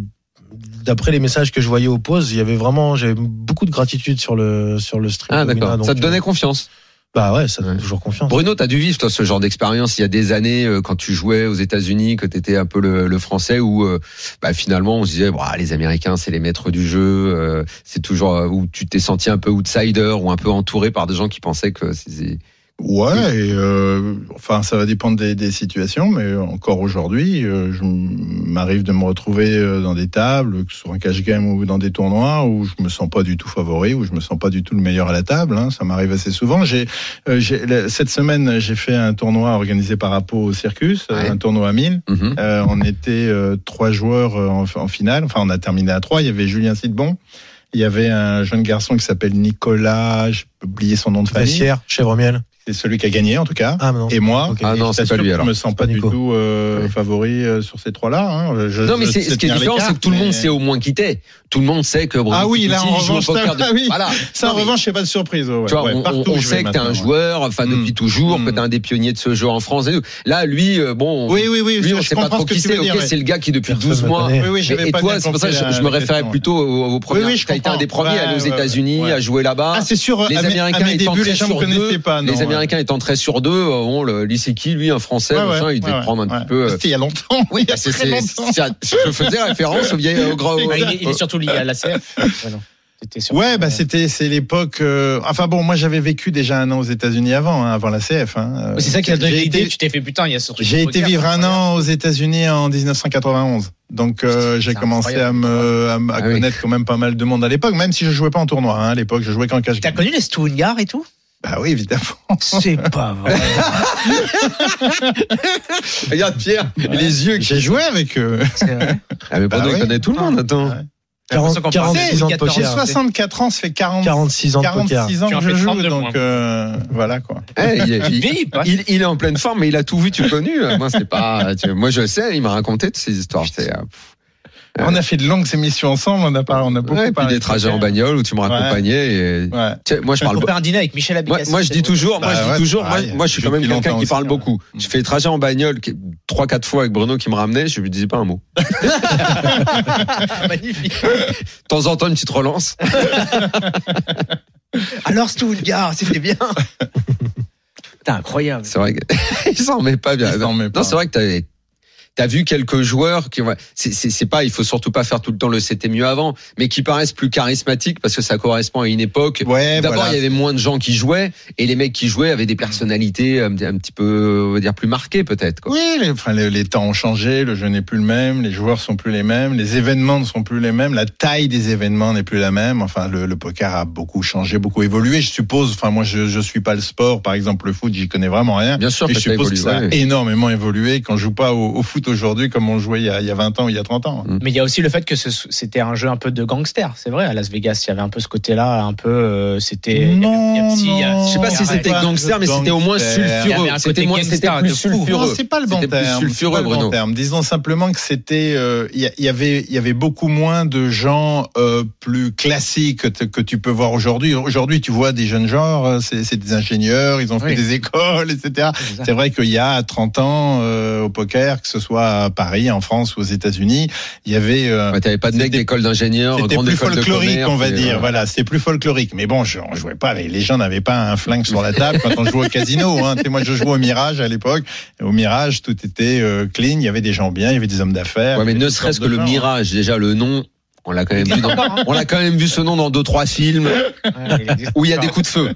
[SPEAKER 9] d'après les messages que je voyais aux pauses, il y avait vraiment, j'avais beaucoup de gratitude sur le sur le stream.
[SPEAKER 6] Ah
[SPEAKER 9] de Wina,
[SPEAKER 6] d'accord,
[SPEAKER 9] donc,
[SPEAKER 6] ça te donnait
[SPEAKER 9] euh,
[SPEAKER 6] confiance.
[SPEAKER 9] Bah ouais, ça donne
[SPEAKER 6] Ouais.
[SPEAKER 9] toujours confiance.
[SPEAKER 6] Bruno, t'as dû vivre toi ce genre d'expérience il y a des années euh, quand tu jouais aux États-Unis, que t'étais un peu le, le français où euh, bah, finalement on se disait bah, les Américains c'est les maîtres du jeu, euh, c'est toujours euh, où tu t'es senti un peu outsider ou un peu entouré par des gens qui pensaient que c'est- c'est-
[SPEAKER 3] Ouais, et, euh, enfin ça va dépendre des, des situations, mais encore aujourd'hui, euh, je m'arrive de me retrouver euh, dans des tables, que ce soit un cash game ou dans des tournois, où je me sens pas du tout favori, où je me sens pas du tout le meilleur à la table. hein, ça m'arrive assez souvent. J'ai euh, j'ai- la- cette semaine, j'ai fait un tournoi organisé par Apo au Circus, euh,
[SPEAKER 6] Ouais.
[SPEAKER 3] un tournoi à 1000.
[SPEAKER 6] Mhm.
[SPEAKER 3] Euh, on était euh, trois joueurs euh, en, en finale. Enfin, on a terminé à trois. Il y avait Julien Sidbon. Il y avait un jeune garçon qui s'appelle Nicolas. J'ai oublié son nom de famille.
[SPEAKER 9] Glacière, Chèvre Miel.
[SPEAKER 3] C'est celui qui a gagné, en tout cas.
[SPEAKER 9] Ah mais non.
[SPEAKER 3] Et moi.
[SPEAKER 9] Ok.
[SPEAKER 6] Ah
[SPEAKER 3] Et
[SPEAKER 6] non,
[SPEAKER 3] je
[SPEAKER 6] c'est pas
[SPEAKER 3] t'assure
[SPEAKER 6] lui,
[SPEAKER 3] que
[SPEAKER 6] alors.
[SPEAKER 3] Je me sens pas
[SPEAKER 9] Pas
[SPEAKER 3] du
[SPEAKER 9] Nico.
[SPEAKER 3] tout euh,
[SPEAKER 6] Ouais.
[SPEAKER 3] favori euh, sur ces trois-là. hein. Je-
[SPEAKER 6] Non
[SPEAKER 3] je
[SPEAKER 6] mais c'est
[SPEAKER 3] sais
[SPEAKER 6] ce qui est
[SPEAKER 3] tenir les
[SPEAKER 6] différent, c'est que
[SPEAKER 3] cartes,
[SPEAKER 6] tout le monde
[SPEAKER 3] mais-
[SPEAKER 6] sait au moins qui t'es. Tout le monde sait que Bruno
[SPEAKER 3] Ah oui, là,
[SPEAKER 6] Fitoussi
[SPEAKER 3] en
[SPEAKER 6] joue au
[SPEAKER 3] revanche,
[SPEAKER 6] poker
[SPEAKER 3] ça-
[SPEAKER 6] de-
[SPEAKER 3] ah oui.
[SPEAKER 6] voilà.
[SPEAKER 3] Ça, en
[SPEAKER 6] Non, mais-
[SPEAKER 3] revanche, j'ai pas de surprise. ouais,
[SPEAKER 6] Tu vois,
[SPEAKER 3] ouais,
[SPEAKER 6] on-
[SPEAKER 3] partout
[SPEAKER 6] on,
[SPEAKER 3] où
[SPEAKER 6] on
[SPEAKER 3] je vais
[SPEAKER 6] sait que t'es un
[SPEAKER 3] maintenant, ouais.
[SPEAKER 6] joueur, enfin
[SPEAKER 3] Mm.
[SPEAKER 6] depuis toujours, que
[SPEAKER 3] Mm.
[SPEAKER 6] t'es un des pionniers de ce jeu en France. et tout. Là, lui, euh, bon,
[SPEAKER 3] Oui, oui, oui.
[SPEAKER 6] lui, on
[SPEAKER 3] je
[SPEAKER 6] sait pas
[SPEAKER 3] comprends
[SPEAKER 6] trop
[SPEAKER 3] ce que
[SPEAKER 6] qui
[SPEAKER 3] tu
[SPEAKER 6] c'est.
[SPEAKER 3] veux
[SPEAKER 6] Ok,
[SPEAKER 3] dire, ouais.
[SPEAKER 6] c'est le gars qui depuis
[SPEAKER 9] Personne
[SPEAKER 6] 12
[SPEAKER 9] me
[SPEAKER 6] mois.
[SPEAKER 9] connaît.
[SPEAKER 3] Oui, oui, j'avais
[SPEAKER 6] Et
[SPEAKER 3] pas
[SPEAKER 6] toi,
[SPEAKER 3] bien
[SPEAKER 6] c'est pour ça que je,
[SPEAKER 3] compris
[SPEAKER 6] je
[SPEAKER 3] la-
[SPEAKER 6] me
[SPEAKER 3] la
[SPEAKER 6] référais
[SPEAKER 3] question,
[SPEAKER 6] plutôt aux, aux premières.
[SPEAKER 3] Oui, oui, je
[SPEAKER 6] T'as été
[SPEAKER 3] comprends.
[SPEAKER 6] un des premiers à aller aux
[SPEAKER 3] Ouais, ouais,
[SPEAKER 6] États-Unis,
[SPEAKER 3] ouais.
[SPEAKER 6] à jouer là-bas.
[SPEAKER 3] Ah, c'est sûr.
[SPEAKER 6] les
[SPEAKER 3] à mes-
[SPEAKER 6] Américains
[SPEAKER 3] à mes
[SPEAKER 6] étant
[SPEAKER 3] débuts,
[SPEAKER 6] très
[SPEAKER 3] les gens me
[SPEAKER 6] sur deux,
[SPEAKER 3] connaissaient pas. non,
[SPEAKER 6] les
[SPEAKER 3] ouais.
[SPEAKER 6] Américains étant très sur deux, euh, on le lui, c'est qui lui, un Français,
[SPEAKER 3] Ouais, ouais,
[SPEAKER 6] machin, il devait
[SPEAKER 3] ouais,
[SPEAKER 6] prendre un
[SPEAKER 3] ouais.
[SPEAKER 6] petit peu. euh, bah,
[SPEAKER 3] C'était il y a longtemps. Oui, il y a
[SPEAKER 6] c'est-
[SPEAKER 3] très
[SPEAKER 6] c'est-
[SPEAKER 3] longtemps.
[SPEAKER 6] c'est- je faisais référence au vieil au grand.
[SPEAKER 7] Ah,
[SPEAKER 6] au-
[SPEAKER 7] il, est, il est surtout lié à la CF. Ouais, non. T'étais sur-
[SPEAKER 3] Ouais, bah c'était c'est l'époque. euh, enfin bon, moi j'avais vécu déjà un an aux États-Unis avant, hein, avant la CF. hein. Euh,
[SPEAKER 7] C'est ça qui a donné
[SPEAKER 3] j'ai
[SPEAKER 7] l'idée.
[SPEAKER 3] été-
[SPEAKER 7] Tu t'es fait putain, il y a ce truc
[SPEAKER 3] J'ai
[SPEAKER 7] de
[SPEAKER 3] été
[SPEAKER 7] poker,
[SPEAKER 3] vivre un
[SPEAKER 7] incroyable.
[SPEAKER 3] an aux États-Unis en 1991. Donc euh,
[SPEAKER 7] C'est
[SPEAKER 3] j'ai commencé à
[SPEAKER 7] incroyable.
[SPEAKER 3] me à, me- à
[SPEAKER 6] Ah oui.
[SPEAKER 3] connaître quand même pas mal de monde à l'époque, même si je jouais pas en tournoi. hein, à l'époque, je jouais qu'en cash.
[SPEAKER 7] T'as
[SPEAKER 3] game.
[SPEAKER 7] connu les Stuttgart et tout
[SPEAKER 3] Bah oui, évidemment.
[SPEAKER 7] C'est pas vrai.
[SPEAKER 6] Regarde Pierre, les yeux.
[SPEAKER 3] J'ai joué avec eux.
[SPEAKER 7] C'est vrai.
[SPEAKER 6] Ah, mais
[SPEAKER 3] Bah
[SPEAKER 6] Bruno, il
[SPEAKER 3] ouais.
[SPEAKER 6] connaît tout le monde, attends.
[SPEAKER 3] Ouais.
[SPEAKER 9] 40
[SPEAKER 7] qu'on
[SPEAKER 9] 46 ans de
[SPEAKER 3] J'ai
[SPEAKER 9] poker.
[SPEAKER 3] 64 ans, ça fait 40,
[SPEAKER 9] 46 ans de poker.
[SPEAKER 3] 46 ans
[SPEAKER 7] Tu en
[SPEAKER 3] que je
[SPEAKER 7] fais
[SPEAKER 3] joue,
[SPEAKER 7] 32
[SPEAKER 3] donc
[SPEAKER 7] moins.
[SPEAKER 3] euh, voilà quoi.
[SPEAKER 6] Eh, il, est- il-
[SPEAKER 7] Vieillis
[SPEAKER 3] hein.
[SPEAKER 7] pas.
[SPEAKER 6] il- il est en pleine forme, mais il a tout vu, tu le connu. hein. Moi, c'est pas. tu- moi, je sais, il m'a raconté toutes ces histoires. C'est, euh,
[SPEAKER 3] On a fait de longues émissions ensemble, on a parlé, on a beaucoup
[SPEAKER 6] ouais, puis
[SPEAKER 3] parlé.
[SPEAKER 6] des Ah,
[SPEAKER 3] de
[SPEAKER 6] trajets
[SPEAKER 3] poker.
[SPEAKER 6] en bagnole où tu me raccompagnais. et-
[SPEAKER 3] Ouais.
[SPEAKER 6] Tu sais, Moi, je parle
[SPEAKER 7] Pour faire un dîner avec Michel
[SPEAKER 6] bah, Moi,
[SPEAKER 7] Abicassi.
[SPEAKER 6] moi, je dis toujours, moi,
[SPEAKER 3] Bah
[SPEAKER 6] je dis
[SPEAKER 3] ouais,
[SPEAKER 6] toujours, moi,
[SPEAKER 3] pareil.
[SPEAKER 6] moi, je suis
[SPEAKER 3] J'ai
[SPEAKER 6] quand même
[SPEAKER 3] depuis
[SPEAKER 6] quelqu'un
[SPEAKER 3] longtemps
[SPEAKER 6] qui parle
[SPEAKER 3] aussi, hein.
[SPEAKER 6] beaucoup.
[SPEAKER 3] ouais.
[SPEAKER 6] Je fais les trajets en bagnole qui- trois, quatre fois avec Bruno qui me ramenait, je lui disais pas un mot.
[SPEAKER 7] Ah, Magnifique.
[SPEAKER 6] De temps en temps, une petite relance.
[SPEAKER 7] Alors Stuttgart, c'était bien. Putain, incroyable.
[SPEAKER 6] C'est vrai que il s'en met pas bien.
[SPEAKER 3] Il s'en met
[SPEAKER 6] bah, Non,
[SPEAKER 3] pas.
[SPEAKER 6] c'est vrai que t'avais, T'as vu quelques joueurs qui, ouais, c'est- c'est c'est pas, il faut surtout pas faire tout le temps le c'était mieux avant, mais qui paraissent plus charismatiques parce que ça correspond à une époque.
[SPEAKER 3] Ouais,
[SPEAKER 6] D'abord,
[SPEAKER 3] voilà.
[SPEAKER 6] il y avait moins de gens qui jouaient et les mecs qui jouaient avaient des personnalités euh, un, petit peu, on va dire, plus marquées peut-être. quoi.
[SPEAKER 3] Oui, les, enfin, les, les temps ont changé, le jeu n'est plus le même, les joueurs sont plus les mêmes, les événements ne sont plus les mêmes, la taille des événements n'est plus la même. Enfin, le, le poker a beaucoup changé, beaucoup évolué, je suppose. Enfin, moi, je je suis pas le sport, par exemple le foot, j'y connais vraiment rien.
[SPEAKER 6] Bien sûr,
[SPEAKER 3] Et
[SPEAKER 6] que
[SPEAKER 3] je
[SPEAKER 6] ça
[SPEAKER 3] suppose
[SPEAKER 6] évolue.
[SPEAKER 3] que ça a
[SPEAKER 6] ouais.
[SPEAKER 3] énormément évolué quand je joue pas au, au foot aujourd'hui comme on jouait il y, a, il y a 20 ans ou il y a 30 ans.
[SPEAKER 7] Mais il y a aussi le fait que ce- c'était un jeu un peu de gangster, c'est vrai. À Las Vegas, il y avait un peu ce côté-là, un peu. euh, c'était. il y avait- il y avait- si, il y a- euh,
[SPEAKER 3] non.
[SPEAKER 6] Je sais pas si
[SPEAKER 7] Arrête.
[SPEAKER 6] c'était
[SPEAKER 3] Pas
[SPEAKER 6] gangster,
[SPEAKER 3] de
[SPEAKER 6] mais c'était au moins
[SPEAKER 3] gangster.
[SPEAKER 7] Il y avait
[SPEAKER 6] sulfureux.
[SPEAKER 7] un côté
[SPEAKER 6] C'était moins, c'était
[SPEAKER 7] gangster
[SPEAKER 6] plus
[SPEAKER 7] de fou.
[SPEAKER 3] Non,
[SPEAKER 6] sulfureux.
[SPEAKER 3] c'est pas le bon
[SPEAKER 6] C'était plus
[SPEAKER 3] terme. c'est
[SPEAKER 6] sulfureux,
[SPEAKER 3] pas le bon
[SPEAKER 6] Bruno.
[SPEAKER 3] terme. Disons simplement que c'était, euh, il y, a- il y avait, il y avait beaucoup moins de gens euh, plus classiques que, t- que tu peux voir aujourd'hui. Aujourd'hui, tu vois des jeunes genres, euh, c'est c'est des ingénieurs, ils ont fait
[SPEAKER 7] Oui.
[SPEAKER 3] des écoles, etc. C'est vrai qu'il y a 30 ans euh, au poker, que ce soit à Paris, en France ou aux États-Unis, il y avait euh,
[SPEAKER 6] Ouais, T'avais pas de mec
[SPEAKER 3] C'était-
[SPEAKER 6] d'école d'ingénieur,
[SPEAKER 3] c'était
[SPEAKER 6] grande
[SPEAKER 3] plus
[SPEAKER 6] école de
[SPEAKER 3] folklorique,
[SPEAKER 6] commerce,
[SPEAKER 3] on va
[SPEAKER 6] mais,
[SPEAKER 3] dire.
[SPEAKER 6] euh,
[SPEAKER 3] Voilà, c'était plus folklorique. Mais bon, je, on jouait pas. avec- Les gens n'avaient pas un flingue sur la table quand on jouait au casino. Hein. Tu sais, Moi, je jouais au Mirage à l'époque. Et Au Mirage, tout était euh, clean. Il y avait des gens bien, il y avait des hommes d'affaires.
[SPEAKER 6] Ouais, mais
[SPEAKER 3] il y avait
[SPEAKER 6] ne
[SPEAKER 3] toutes
[SPEAKER 6] serait-ce que
[SPEAKER 3] sortes de
[SPEAKER 6] le
[SPEAKER 3] gens.
[SPEAKER 6] mirage, déjà le nom, on l'a quand même vu. Dans, on l'a quand même vu ce nom dans deux trois films
[SPEAKER 7] Ouais, il existe
[SPEAKER 6] où il y a des
[SPEAKER 7] encore.
[SPEAKER 6] coups de feu,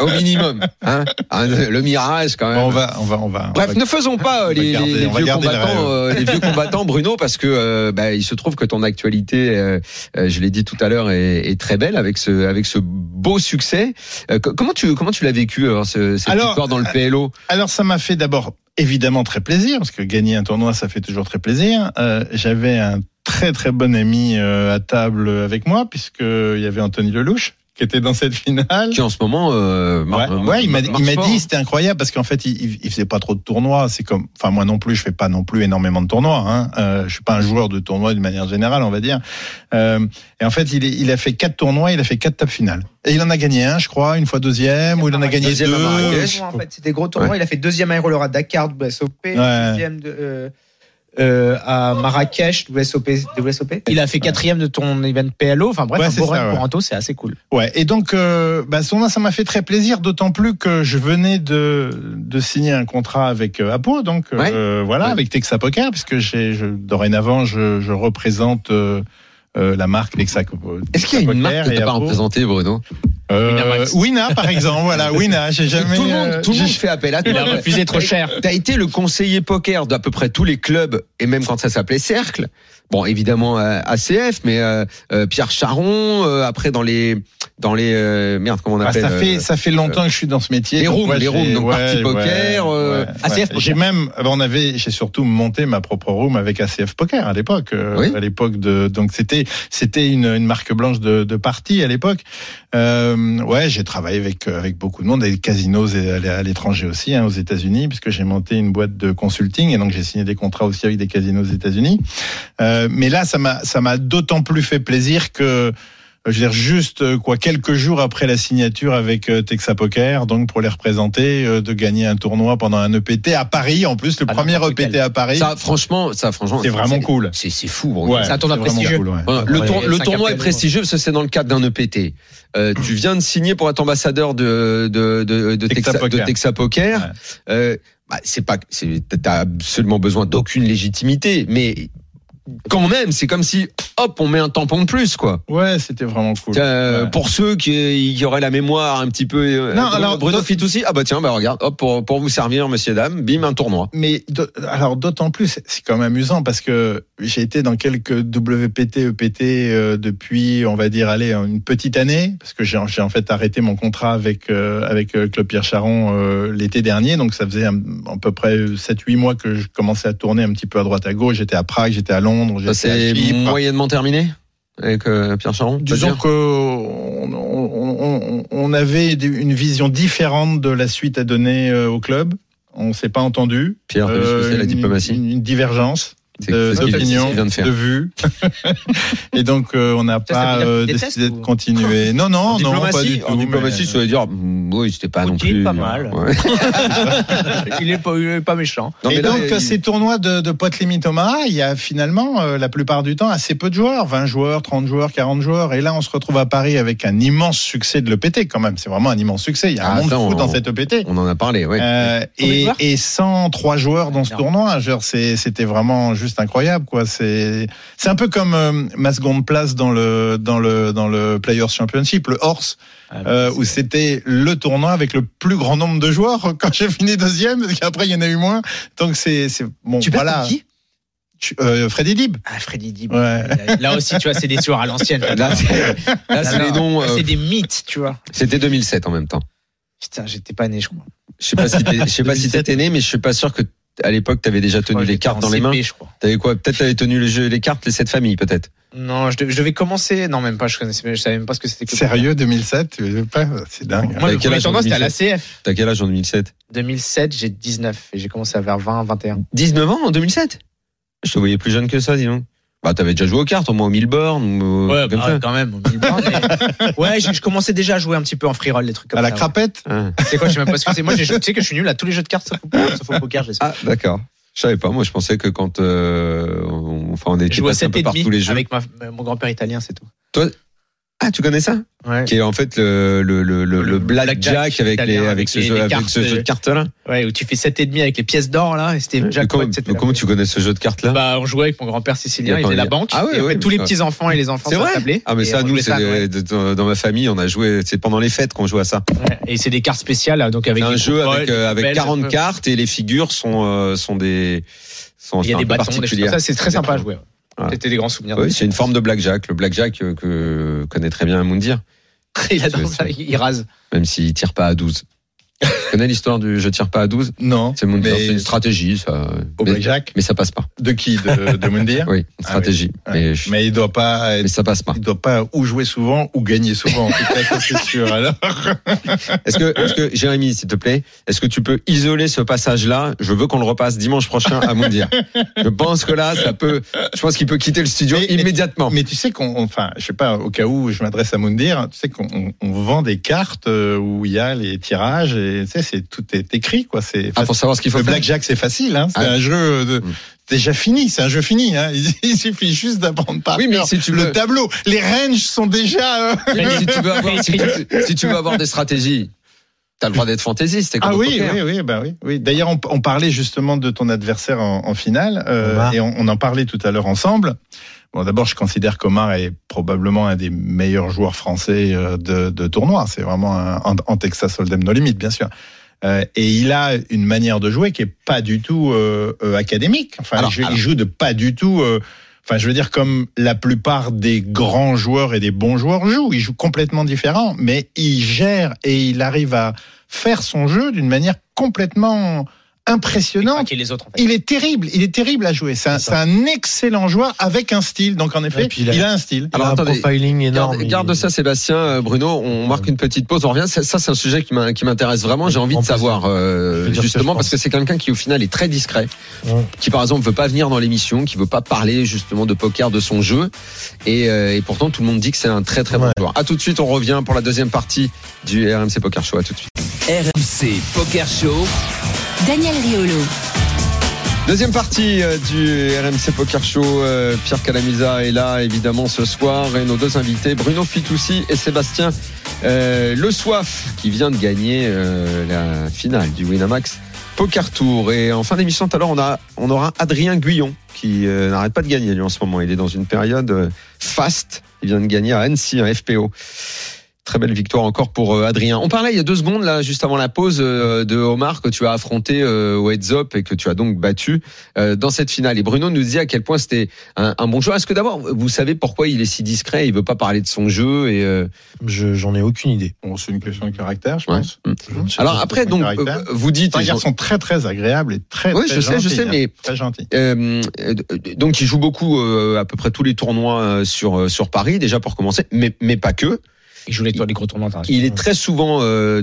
[SPEAKER 6] au minimum. hein. Hein, le mirage quand même.
[SPEAKER 3] Bon, on va, on va, on va.
[SPEAKER 6] Bref,
[SPEAKER 3] on va-
[SPEAKER 6] ne faisons pas euh,
[SPEAKER 3] on va
[SPEAKER 6] les,
[SPEAKER 3] garder-
[SPEAKER 6] les
[SPEAKER 3] on va
[SPEAKER 6] vieux
[SPEAKER 3] garder la
[SPEAKER 6] combattants,
[SPEAKER 3] rêve.
[SPEAKER 6] euh, les vieux combattants, Bruno, parce que euh, bah, il se trouve que ton actualité, euh, euh, je l'ai dit tout à l'heure, est, est très belle avec ce avec ce beau succès. Euh, co- comment tu comment tu l'as vécu alors, euh, ce, cette
[SPEAKER 3] Alors,
[SPEAKER 6] victoire dans le PLO
[SPEAKER 3] Alors, ça m'a fait d'abord évidemment très plaisir parce que gagner un tournoi, ça fait toujours très plaisir. Euh, J'avais un très très bon ami euh, à table avec moi puisque il y avait Anthony Lelouch qui était dans cette finale.
[SPEAKER 6] qui en ce moment euh,
[SPEAKER 3] Ouais,
[SPEAKER 6] mar- mar-
[SPEAKER 3] ouais, il m'a il
[SPEAKER 6] marche
[SPEAKER 3] m'a
[SPEAKER 6] fort,
[SPEAKER 3] dit
[SPEAKER 6] hein.
[SPEAKER 3] c'était incroyable parce qu'en fait il, il- il faisait pas trop de tournois. C'est comme, enfin moi non plus je fais pas non plus énormément de tournois. Hein. Euh, je suis pas un joueur de tournoi d'une manière générale on va dire. Euh, et en fait il, est- il a fait quatre tournois, il a fait quatre tables finales. Et il en a gagné un je crois, une fois deuxième ou il en a gagné
[SPEAKER 6] Deuxième à
[SPEAKER 3] deux.
[SPEAKER 6] Marrakech.
[SPEAKER 10] Gros tournois, en fait. C'était gros tournoi. Il a fait deuxième à Roller à Dakar, WSOP. Deuxième de, euh, euh, à Marrakech, WSOP. WSOP.
[SPEAKER 7] Il a fait quatrième de ton event PLO. Enfin bref,
[SPEAKER 3] Ouais,
[SPEAKER 7] un
[SPEAKER 3] c'est
[SPEAKER 7] beau
[SPEAKER 3] ça,
[SPEAKER 7] run
[SPEAKER 3] ouais.
[SPEAKER 7] pour Anto, c'est assez cool.
[SPEAKER 3] Ouais, et donc, euh, bah, son nom, ça m'a fait très plaisir, d'autant plus que je venais de, de signer un contrat avec euh, Apo, donc
[SPEAKER 6] Ouais.
[SPEAKER 3] euh, voilà,
[SPEAKER 6] Ouais.
[SPEAKER 3] avec Texa Poker, puisque j'ai, je, dorénavant, je, je représente euh, euh, la marque Texa,
[SPEAKER 6] Est-ce qu'il y a une marque que
[SPEAKER 3] et
[SPEAKER 6] t'as pas
[SPEAKER 3] Apo.
[SPEAKER 6] représentée, Bruno
[SPEAKER 3] Euh, Wina, par exemple, voilà, Wina, j'ai jamais...
[SPEAKER 6] Tout le monde,
[SPEAKER 3] euh,
[SPEAKER 6] tout le
[SPEAKER 3] j'ai-
[SPEAKER 6] monde fait appel à toi.
[SPEAKER 7] Il a refusé trop cher.
[SPEAKER 6] T'as été le conseiller poker d'à peu près tous les clubs et même quand ça s'appelait Cercle. Bon, évidemment euh, ACF, mais euh, euh, Pierre Charon. euh, après dans les dans les euh, merde comment on
[SPEAKER 3] Ah,
[SPEAKER 6] appelle
[SPEAKER 3] ça, fait,
[SPEAKER 6] euh,
[SPEAKER 3] ça fait longtemps que je suis dans ce métier.
[SPEAKER 6] les
[SPEAKER 3] donc
[SPEAKER 6] rooms,
[SPEAKER 3] moi,
[SPEAKER 6] les
[SPEAKER 3] j'ai-
[SPEAKER 6] rooms, donc partie poker, euh, ACF poker.
[SPEAKER 3] J'ai même, alors, on avait, j'ai surtout monté ma propre room avec ACF Poker à l'époque. euh,
[SPEAKER 6] Oui.
[SPEAKER 3] À l'époque de, donc c'était, c'était une, une marque blanche de, de partie à l'époque. Euh, ouais, j'ai travaillé avec euh, avec beaucoup de monde, des casinos et à l'é- à l'étranger aussi, hein, aux États-Unis, puisque j'ai monté une boîte de consulting et donc j'ai signé des contrats aussi avec des casinos aux États-Unis. Euh, mais là, ça m'a ça m'a d'autant plus fait plaisir que euh, je veux dire juste euh, quoi quelques jours après la signature avec euh, Texa Poker, donc pour les représenter, euh, de gagner un tournoi pendant un EPT à Paris, en plus le
[SPEAKER 7] À
[SPEAKER 3] premier
[SPEAKER 7] n'importe
[SPEAKER 3] EPT
[SPEAKER 7] quel.
[SPEAKER 3] à Paris,
[SPEAKER 6] ça franchement ça franchement
[SPEAKER 3] c'est vraiment cool.
[SPEAKER 6] C'est c'est fou. Bruno.
[SPEAKER 3] Ouais,
[SPEAKER 7] c'est un tournoi
[SPEAKER 3] vraiment
[SPEAKER 7] prestigieux.
[SPEAKER 3] cool, ouais.
[SPEAKER 6] Voilà, le,
[SPEAKER 9] Ouais,
[SPEAKER 6] tour-
[SPEAKER 7] il y a
[SPEAKER 6] le
[SPEAKER 7] cinq
[SPEAKER 6] tournoi est
[SPEAKER 7] appels.
[SPEAKER 6] prestigieux parce que c'est dans le cadre d'un EPT. Euh, tu viens de signer pour être ambassadeur de de de, de
[SPEAKER 3] Texas
[SPEAKER 6] Texa,
[SPEAKER 3] Poker.
[SPEAKER 6] de Texa Poker. Euh, bah, c'est pas, c'est- t'as absolument besoin d'aucune légitimité, mais quand même, c'est comme si hop, on met un tampon de plus quoi.
[SPEAKER 3] Ouais, c'était vraiment cool.
[SPEAKER 6] Euh,
[SPEAKER 3] Ouais.
[SPEAKER 6] Pour ceux qui, qui auraient la mémoire un petit peu. euh,
[SPEAKER 3] Non,
[SPEAKER 6] Bruno-
[SPEAKER 3] alors,
[SPEAKER 6] Bruno
[SPEAKER 3] d'autres-
[SPEAKER 6] Fitoussi, ah bah tiens, bah regarde, hop pour pour vous servir, messieurs dames, bim un tournoi.
[SPEAKER 3] Mais d'au- alors d'autant plus, c'est quand même amusant parce que j'ai été dans quelques WPT, EPT euh, depuis, on va dire, allez, une petite année, parce que j'ai j'ai en fait arrêté mon contrat avec euh, avec euh, Claude Pierre Charon euh, l'été dernier, donc ça faisait un- à peu près 7-8 mois que je commençais à tourner un petit peu à droite à gauche. J'étais à Prague, j'étais à Londres,
[SPEAKER 6] Ça
[SPEAKER 3] j'étais à
[SPEAKER 6] c'est
[SPEAKER 3] Chypre.
[SPEAKER 6] moyennement terminé avec euh, Pierre Charon. peut
[SPEAKER 3] Disons
[SPEAKER 6] dire
[SPEAKER 3] qu'on on, on- on avait des- une vision différente de la suite à donner euh, au club. On s'est pas entendu.
[SPEAKER 6] Pierre,
[SPEAKER 3] Euh,
[SPEAKER 6] je sais, la
[SPEAKER 3] une-
[SPEAKER 6] diplomatie.
[SPEAKER 3] Une, une divergence.
[SPEAKER 6] C'est-
[SPEAKER 3] de-
[SPEAKER 7] Euh,
[SPEAKER 6] c'est ce qu'il-
[SPEAKER 3] d'opinion,
[SPEAKER 6] c'est ce qu'il vient de faire.
[SPEAKER 3] de vue. et donc, euh, on n'a
[SPEAKER 10] Ça, ça
[SPEAKER 3] pas
[SPEAKER 10] veut dire que
[SPEAKER 3] euh,
[SPEAKER 10] tu
[SPEAKER 3] décidé
[SPEAKER 10] détestes
[SPEAKER 3] de
[SPEAKER 10] ou-
[SPEAKER 3] continuer. Non, non,
[SPEAKER 6] En
[SPEAKER 3] non, pas du
[SPEAKER 6] diplomatie,
[SPEAKER 3] tout.
[SPEAKER 6] en diplomatie,
[SPEAKER 3] mais-
[SPEAKER 6] je voulais dire, mm, oui, c'était pas non
[SPEAKER 7] euh, Poutine,
[SPEAKER 6] plus.
[SPEAKER 7] pas mal.
[SPEAKER 6] Ouais.
[SPEAKER 7] il est pas, il est pas méchant.
[SPEAKER 6] Non, mais
[SPEAKER 3] et
[SPEAKER 6] là,
[SPEAKER 3] Ah, donc,
[SPEAKER 6] il-
[SPEAKER 3] ces tournois de, de potes limite au Mara, il y a finalement, euh, la plupart du temps, assez peu de joueurs. 20 joueurs, 30 joueurs, 40 joueurs. Et là, on se retrouve à Paris avec un immense succès de l'EPT quand même. C'est vraiment un immense succès. Il y a
[SPEAKER 6] Ah,
[SPEAKER 3] un monde
[SPEAKER 6] ça,
[SPEAKER 3] fou
[SPEAKER 6] on-
[SPEAKER 3] dans cette E EPT.
[SPEAKER 6] On en a parlé, ouais.
[SPEAKER 3] Euh,
[SPEAKER 7] Combien de
[SPEAKER 3] et,
[SPEAKER 7] joueurs
[SPEAKER 3] et 103 joueurs dans ce
[SPEAKER 7] Énorme.
[SPEAKER 3] tournoi, genre, c'est- c'était vraiment juste incroyable quoi. C'est c'est un peu comme euh, ma seconde place dans le dans le dans le Players Championship, le Horse,
[SPEAKER 6] Ah,
[SPEAKER 3] euh, où c'était le tournoi avec le plus grand nombre de joueurs. Quand j'ai fini deuxième, parce qu'après il y en a eu moins. Donc c'est c'est bon
[SPEAKER 10] Tu parles
[SPEAKER 3] voilà.
[SPEAKER 10] de qui
[SPEAKER 3] Tu- euh, Freddy Dib.
[SPEAKER 10] Ah, Freddy Dib.
[SPEAKER 3] Ouais.
[SPEAKER 7] Là aussi, tu vois, c'est des tueurs à l'ancienne.
[SPEAKER 6] Là, c'est là, c'est
[SPEAKER 7] Non,
[SPEAKER 6] les noms.
[SPEAKER 7] là,
[SPEAKER 6] euh,
[SPEAKER 7] c'est des mythes, tu vois.
[SPEAKER 6] C'était 2007 en même temps.
[SPEAKER 10] Putain, j'étais pas né, je crois.
[SPEAKER 6] Je sais pas si t'es- je sais pas si t'étais né, mais je suis pas sûr que t- à l'époque t'avais déjà tenu
[SPEAKER 7] Ouais,
[SPEAKER 6] les
[SPEAKER 7] j'étais
[SPEAKER 6] cartes
[SPEAKER 7] en
[SPEAKER 6] dans les
[SPEAKER 7] CP,
[SPEAKER 6] mains.
[SPEAKER 7] je crois.
[SPEAKER 6] T'avais quoi Peut-être t'avais tenu les jeux, les cartes, les sept familles, peut-être.
[SPEAKER 7] Non, je dev- je devais, commencer. Non, même pas. Je connaissais, je savais même pas ce que c'était. que-
[SPEAKER 3] Sérieux 2007, tu veux pas c'est dingue.
[SPEAKER 7] Moi,
[SPEAKER 6] T'avais
[SPEAKER 7] le
[SPEAKER 6] quel
[SPEAKER 7] premier
[SPEAKER 6] âge en
[SPEAKER 7] tournoi, c'était à l'ACF.
[SPEAKER 6] T'as quel âge en 2007
[SPEAKER 7] 2007, j'ai 19 et j'ai commencé à vers 20, 21.
[SPEAKER 6] 19 ans en 2007 Je te voyais plus jeune que ça, dis donc. Bah t'avais déjà joué aux cartes, au moins au Milborn, ou euh, comme ça.
[SPEAKER 7] bah, quand même. au milieu de bord, mais- Ouais, j'ai- je commençais déjà à jouer un petit peu en free roll, des trucs comme
[SPEAKER 3] À la
[SPEAKER 7] ça.
[SPEAKER 3] crapette,
[SPEAKER 6] Ah.
[SPEAKER 7] C'est quoi, je sais même pas ce que c'est. Moi, j'ai- tu sais que je suis nul à tous les jeux de cartes sauf au, sauf au poker, j'espère.
[SPEAKER 6] Ah, d'accord. Je savais pas. Moi, je pensais que quand, euh, on, enfin, on
[SPEAKER 7] je
[SPEAKER 6] était
[SPEAKER 7] joue à
[SPEAKER 6] passé un peu par tous les
[SPEAKER 7] 7,5
[SPEAKER 6] jeux.
[SPEAKER 7] avec ma- mon grand-père italien, c'est tout.
[SPEAKER 6] Ah, tu connais ça
[SPEAKER 7] Ouais.
[SPEAKER 6] Qui est en fait le le le le, le
[SPEAKER 7] Le
[SPEAKER 6] blackjack
[SPEAKER 7] blackjack
[SPEAKER 6] avec les
[SPEAKER 7] italien,
[SPEAKER 6] avec
[SPEAKER 7] avec
[SPEAKER 6] ce
[SPEAKER 7] les-
[SPEAKER 6] jeu
[SPEAKER 7] les
[SPEAKER 6] avec
[SPEAKER 7] cartes,
[SPEAKER 6] ce jeu de
[SPEAKER 7] euh,
[SPEAKER 6] cartes là.
[SPEAKER 7] Ouais, où tu fais 7,5 avec les pièces d'or, là, et c'était
[SPEAKER 6] Mais
[SPEAKER 7] Jack
[SPEAKER 6] comment,
[SPEAKER 7] White, c'était
[SPEAKER 6] mais
[SPEAKER 7] la-
[SPEAKER 6] comment tu connais ce jeu de cartes là
[SPEAKER 7] Bah, on jouait avec mon grand-père sicilien, il
[SPEAKER 6] D'accord,
[SPEAKER 7] faisait la
[SPEAKER 6] il-
[SPEAKER 7] banque.
[SPEAKER 6] Ah ouais,
[SPEAKER 7] et après,
[SPEAKER 6] ouais,
[SPEAKER 7] tous les
[SPEAKER 6] mais-
[SPEAKER 7] petts enfants et les enfants
[SPEAKER 6] C'est vrai
[SPEAKER 7] s'attablaient.
[SPEAKER 6] Ah mais
[SPEAKER 7] et
[SPEAKER 6] ça
[SPEAKER 7] on
[SPEAKER 6] nous
[SPEAKER 7] jouait
[SPEAKER 6] c'est
[SPEAKER 7] ouais.
[SPEAKER 6] des- dans dans ma famille on a joué c'est pendant les fêtes qu'on joue à ça.
[SPEAKER 7] Ouais, Et c'est des cartes spéciales, donc
[SPEAKER 6] C'est
[SPEAKER 7] avec
[SPEAKER 6] un
[SPEAKER 7] des
[SPEAKER 6] jeu
[SPEAKER 7] contrôles,
[SPEAKER 6] avec euh,
[SPEAKER 7] des
[SPEAKER 6] avec
[SPEAKER 7] belles,
[SPEAKER 6] 40
[SPEAKER 7] euh,
[SPEAKER 6] cartes et les figures sont euh, sont des sont
[SPEAKER 7] Il y a
[SPEAKER 6] sont
[SPEAKER 7] des
[SPEAKER 6] un peu
[SPEAKER 7] bâtons, des choses comme
[SPEAKER 6] particulières.
[SPEAKER 7] ça. C'est très sympa à jouer.
[SPEAKER 6] Ouais.
[SPEAKER 7] C'était des grands souvenirs.
[SPEAKER 6] Oui, c'est une forme de blackjack, le blackjack euh, que connaît très bien Moundir,
[SPEAKER 7] Il adore
[SPEAKER 6] C'est-
[SPEAKER 7] ça, il rase.
[SPEAKER 6] même s'il tire pas à 12. Tu connais l'histoire du je tire pas à 12
[SPEAKER 3] non.
[SPEAKER 6] C'est Moundir,
[SPEAKER 3] Mais-
[SPEAKER 6] c'est une stratégie ça.
[SPEAKER 3] Au
[SPEAKER 6] Mais,
[SPEAKER 3] blackjack,
[SPEAKER 6] mais ça passe pas.
[SPEAKER 3] de qui De, de Mundir
[SPEAKER 6] Oui, une
[SPEAKER 3] Ah
[SPEAKER 6] stratégie.
[SPEAKER 3] Ouais.
[SPEAKER 6] mais, je-
[SPEAKER 3] Mais il doit pas
[SPEAKER 6] mais
[SPEAKER 3] être
[SPEAKER 6] ça passe pas.
[SPEAKER 3] Il ne doit pas ou jouer souvent ou gagner souvent. En tout cas, ça, c'est sûr. Alors,
[SPEAKER 6] Est-ce que, est-ce que Jérémy, s'il te plaît, est-ce que tu peux isoler ce passage-là Je veux qu'on le repasse dimanche prochain à Moundir. Je pense que là, ça peut. Je pense qu'il peut quitter le studio
[SPEAKER 3] Mais- mais-
[SPEAKER 6] immédiatement.
[SPEAKER 3] mais tu sais qu'on, enfin, je sais pas, au cas où je m'adresse à Moundir, tu sais qu'on on- on vend des cartes euh, où il y a les tirages et tu sais, c'est tout est écrit quoi. C'est
[SPEAKER 6] Ah, pour savoir ce qu'il faut
[SPEAKER 3] le
[SPEAKER 6] faire.
[SPEAKER 3] blackjack, c'est facile. Hein, c'est
[SPEAKER 6] Ah.
[SPEAKER 3] un jeu de-
[SPEAKER 6] Mm.
[SPEAKER 3] déjà fini. C'est un jeu fini. Hein, il, il suffit juste d'apprendre par
[SPEAKER 6] Oui, mais
[SPEAKER 3] cœur
[SPEAKER 6] si tu
[SPEAKER 3] le
[SPEAKER 6] veux-
[SPEAKER 3] tableau. Les ranges sont déjà. euh,
[SPEAKER 6] Oui, mais si tu veux avoir, si tu, si tu veux avoir des stratégies, t'as le droit d'être fantaisiste. c'est comme
[SPEAKER 3] Ah
[SPEAKER 6] au
[SPEAKER 3] oui,
[SPEAKER 6] poker.
[SPEAKER 3] oui, oui, bah oui. oui. D'ailleurs, on, on parlait justement de ton adversaire en, en finale, euh,
[SPEAKER 9] Omar.
[SPEAKER 3] et on, on en parlait tout à l'heure ensemble. Bon, d'abord, je considère qu'Omar est probablement un des meilleurs joueurs français euh, de, de tournoi. C'est vraiment un, en, en Texas Hold'em No Limit, bien sûr. Euh, et il a une manière de jouer qui est pas du tout euh, euh, académique. Enfin,
[SPEAKER 6] Alors,
[SPEAKER 3] il joue-
[SPEAKER 6] alors.
[SPEAKER 3] il joue de pas du tout. euh, Enfin, je veux dire, comme la plupart des grands joueurs et des bons joueurs jouent, ils jouent complètement différent, mais il gère et il arrive à faire son jeu d'une manière complètement impressionnante.
[SPEAKER 7] Et les autres, en fait.
[SPEAKER 3] Il est terrible, il est terrible à jouer. C'est un,
[SPEAKER 9] C'est ça.
[SPEAKER 3] c'est un excellent joueur avec un style. Donc en effet,
[SPEAKER 9] Et puis
[SPEAKER 3] il
[SPEAKER 9] il
[SPEAKER 3] a,
[SPEAKER 9] a-
[SPEAKER 3] un style.
[SPEAKER 9] Alors,
[SPEAKER 6] Alors,
[SPEAKER 9] un
[SPEAKER 6] attendez,
[SPEAKER 9] profiling énorme.
[SPEAKER 6] Garde, garde
[SPEAKER 9] il-
[SPEAKER 6] ça, Sébastien, euh, Bruno. On marque une petite pause. On revient. Ça, ça, c'est un sujet qui m'in- qui m'intéresse vraiment. J'ai envie
[SPEAKER 9] En
[SPEAKER 6] de
[SPEAKER 9] plus,
[SPEAKER 6] savoir
[SPEAKER 9] je
[SPEAKER 6] euh,
[SPEAKER 9] vais dire ce que je
[SPEAKER 6] justement
[SPEAKER 9] pense.
[SPEAKER 6] parce que c'est quelqu'un qui au final est très discret,
[SPEAKER 9] Ouais.
[SPEAKER 6] qui par exemple veut pas venir dans l'émission, qui veut pas parler justement de poker, de son jeu, et, euh, et pourtant tout le monde dit que c'est un très très bon
[SPEAKER 9] Ouais.
[SPEAKER 6] joueur. À tout de suite. On revient pour la deuxième partie du RMC Poker Show. À tout de suite.
[SPEAKER 4] RMC Poker Show.
[SPEAKER 11] Daniel Riolo.
[SPEAKER 6] Deuxième partie euh, du RMC Poker Show. euh, Pierre Calamusa est là évidemment ce soir et nos deux invités Bruno Fitoussi et Sébastien euh, Le Soif qui vient de gagner euh, la finale du Winamax Poker Tour. Et en fin d'émission tout à l'heure on, a, on aura Adrien Guyon qui euh, n'arrête pas de gagner lui en ce moment. Il est dans une période euh, faste. Il vient de gagner à Annecy un FPO. Très belle victoire encore pour euh, Adrien. On parlait il y a deux secondes, là, juste avant la pause, euh, de Omar que tu as affronté euh, au Heads Up et que tu as donc battu euh, dans cette finale. Et Bruno nous disait à quel point c'était un, un bon joueur. Est-ce que d'abord, vous savez pourquoi il est si discret Il veut pas parler de son jeu et. euh,
[SPEAKER 9] Je- J'en ai aucune idée.
[SPEAKER 3] Bon, c'est une question de caractère, je
[SPEAKER 6] ouais.
[SPEAKER 3] pense.
[SPEAKER 6] Mm.
[SPEAKER 9] Je ne sais
[SPEAKER 6] Alors
[SPEAKER 9] pas.
[SPEAKER 6] après,
[SPEAKER 3] de
[SPEAKER 6] donc,
[SPEAKER 3] caractère.
[SPEAKER 6] euh, vous dites.
[SPEAKER 3] C'est un garçon très très agréable et très.
[SPEAKER 6] Oui,
[SPEAKER 3] très
[SPEAKER 6] je sais, je
[SPEAKER 3] gentil,
[SPEAKER 6] sais,
[SPEAKER 3] hein.
[SPEAKER 6] mais-
[SPEAKER 3] très gentil.
[SPEAKER 6] Euh, euh, donc il joue beaucoup euh, à peu près tous les tournois euh, sur euh, sur Paris déjà pour commencer, mais mais pas que.
[SPEAKER 7] Il joue les tours des gros tournois internationaux.
[SPEAKER 6] Il est très souvent euh,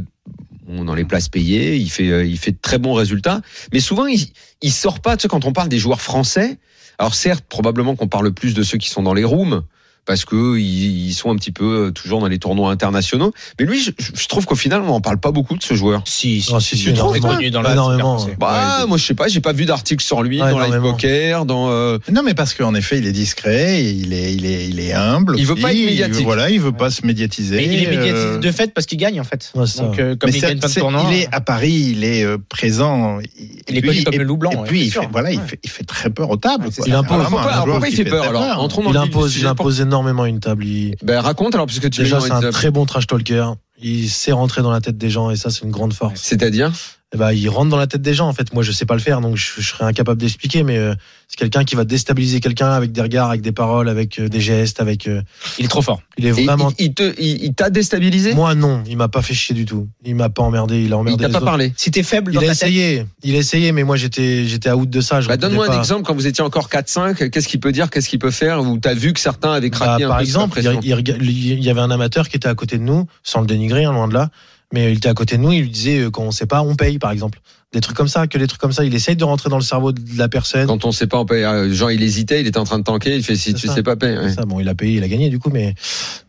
[SPEAKER 6] bon, dans les places payées, il fait, euh, il fait de très bons résultats, mais souvent il, il sort pas. Tu sais, quand on parle des joueurs français, Alors certes, probablement qu'on parle plus de ceux qui sont dans les rooms parce que ils ils sont un petit peu euh, toujours dans les tournois internationaux. Mais lui, je, je trouve qu'au final, on en parle pas beaucoup de ce joueur.
[SPEAKER 7] Si,
[SPEAKER 9] Non, si, si,
[SPEAKER 7] tu
[SPEAKER 9] énormément.
[SPEAKER 7] trouves connu dans le
[SPEAKER 9] Énormément.
[SPEAKER 7] super français.
[SPEAKER 6] Bah, moi, je sais pas, j'ai pas vu d'article sur lui
[SPEAKER 9] Ouais,
[SPEAKER 6] dans Live
[SPEAKER 9] énormément.
[SPEAKER 6] Poker, dans. euh,
[SPEAKER 3] Non, mais parce qu'en effet, il est discret, il est, il est, il est humble.
[SPEAKER 6] Il veut
[SPEAKER 3] aussi,
[SPEAKER 6] pas être médiatique.
[SPEAKER 3] Il, voilà, il veut pas se médiatiser.
[SPEAKER 7] Mais il est
[SPEAKER 3] euh,
[SPEAKER 7] médiatisé de fait parce qu'il gagne en fait.
[SPEAKER 9] Ouais, c'est
[SPEAKER 7] Donc
[SPEAKER 9] ça.
[SPEAKER 7] euh, comme
[SPEAKER 3] mais
[SPEAKER 7] il
[SPEAKER 3] ça,
[SPEAKER 7] gagne plein de
[SPEAKER 3] c'est-
[SPEAKER 7] tournois.
[SPEAKER 3] il est à Paris, il est euh, présent.
[SPEAKER 7] Il est connu comme le loup blanc,
[SPEAKER 3] Et
[SPEAKER 7] ouais,
[SPEAKER 3] puis,
[SPEAKER 7] c'est
[SPEAKER 3] il
[SPEAKER 7] sûr.
[SPEAKER 3] fait, voilà, il,
[SPEAKER 7] Ouais.
[SPEAKER 3] fait, il fait très peur aux tables.
[SPEAKER 7] Ouais, c'est
[SPEAKER 9] ça.
[SPEAKER 3] quoi.
[SPEAKER 9] Il impose. hein.
[SPEAKER 3] C'est vraiment
[SPEAKER 6] Pourquoi, Ah,
[SPEAKER 3] un
[SPEAKER 6] alors,
[SPEAKER 3] joueur
[SPEAKER 6] pourquoi il
[SPEAKER 3] qui
[SPEAKER 6] fait
[SPEAKER 3] fait
[SPEAKER 6] peur,
[SPEAKER 3] très
[SPEAKER 6] alors
[SPEAKER 3] peur.
[SPEAKER 6] Entrons dans
[SPEAKER 9] Il
[SPEAKER 6] le vif du
[SPEAKER 9] impose, il
[SPEAKER 6] sujet.
[SPEAKER 9] impose énormément une table. Il-
[SPEAKER 6] Ben, raconte alors, puisque tu euh,
[SPEAKER 9] Déjà,
[SPEAKER 6] mets
[SPEAKER 9] c'est
[SPEAKER 6] dans les
[SPEAKER 9] un
[SPEAKER 6] tables.
[SPEAKER 9] très bon trash talker. Il sait rentrer dans la tête des gens et ça, c'est une grande force.
[SPEAKER 6] C'est-à-dire
[SPEAKER 9] Eh ben, il rentre dans la tête des gens. En fait, moi, je sais pas le faire, donc je, je serais incapable d'expliquer. Mais euh, c'est quelqu'un qui va déstabiliser quelqu'un avec des regards, avec des paroles, avec euh, des gestes, avec. euh,
[SPEAKER 7] Il est trop fort.
[SPEAKER 9] il est
[SPEAKER 6] Et
[SPEAKER 9] vraiment.
[SPEAKER 6] Il, il te, il, il t'a déstabilisé
[SPEAKER 9] Moi, non, il m'a pas fait chier du tout. Il m'a pas emmerdé. Il a
[SPEAKER 6] Il
[SPEAKER 9] emmerdé.
[SPEAKER 6] t'a
[SPEAKER 9] les
[SPEAKER 6] pas
[SPEAKER 9] autres.
[SPEAKER 6] parlé
[SPEAKER 7] Si t'es faible dans
[SPEAKER 9] Il a
[SPEAKER 7] ta tête,
[SPEAKER 9] essayé. Il a essayé, mais moi, j'étais, j'étais à out de ça. Je
[SPEAKER 6] bah,
[SPEAKER 9] répondais
[SPEAKER 6] Donne-moi un
[SPEAKER 9] pas.
[SPEAKER 6] exemple quand vous étiez encore 4-5. Qu'est-ce qu'il peut dire Qu'est-ce qu'il peut faire Ou t'as vu que certains avaient
[SPEAKER 9] Bah,
[SPEAKER 6] craqué un
[SPEAKER 9] par
[SPEAKER 6] peu sous la
[SPEAKER 9] exemple, il,
[SPEAKER 6] pression
[SPEAKER 9] il rega- il y avait un amateur qui était à côté de nous, sans le dénigrer, hein, loin de là, mais il était à côté de nous, il lui disait euh, quand on sait pas, on paye, par exemple. Des trucs comme ça, que des trucs comme ça, il essaye de rentrer dans le cerveau de la personne.
[SPEAKER 6] Quand on sait pas, on peut, euh, genre il hésitait, il était en train de tanker. Il fait si
[SPEAKER 9] C'est
[SPEAKER 6] tu
[SPEAKER 9] ça.
[SPEAKER 6] sais pas, paye. Ouais.
[SPEAKER 9] Ça, bon, il a payé, il a gagné du coup, mais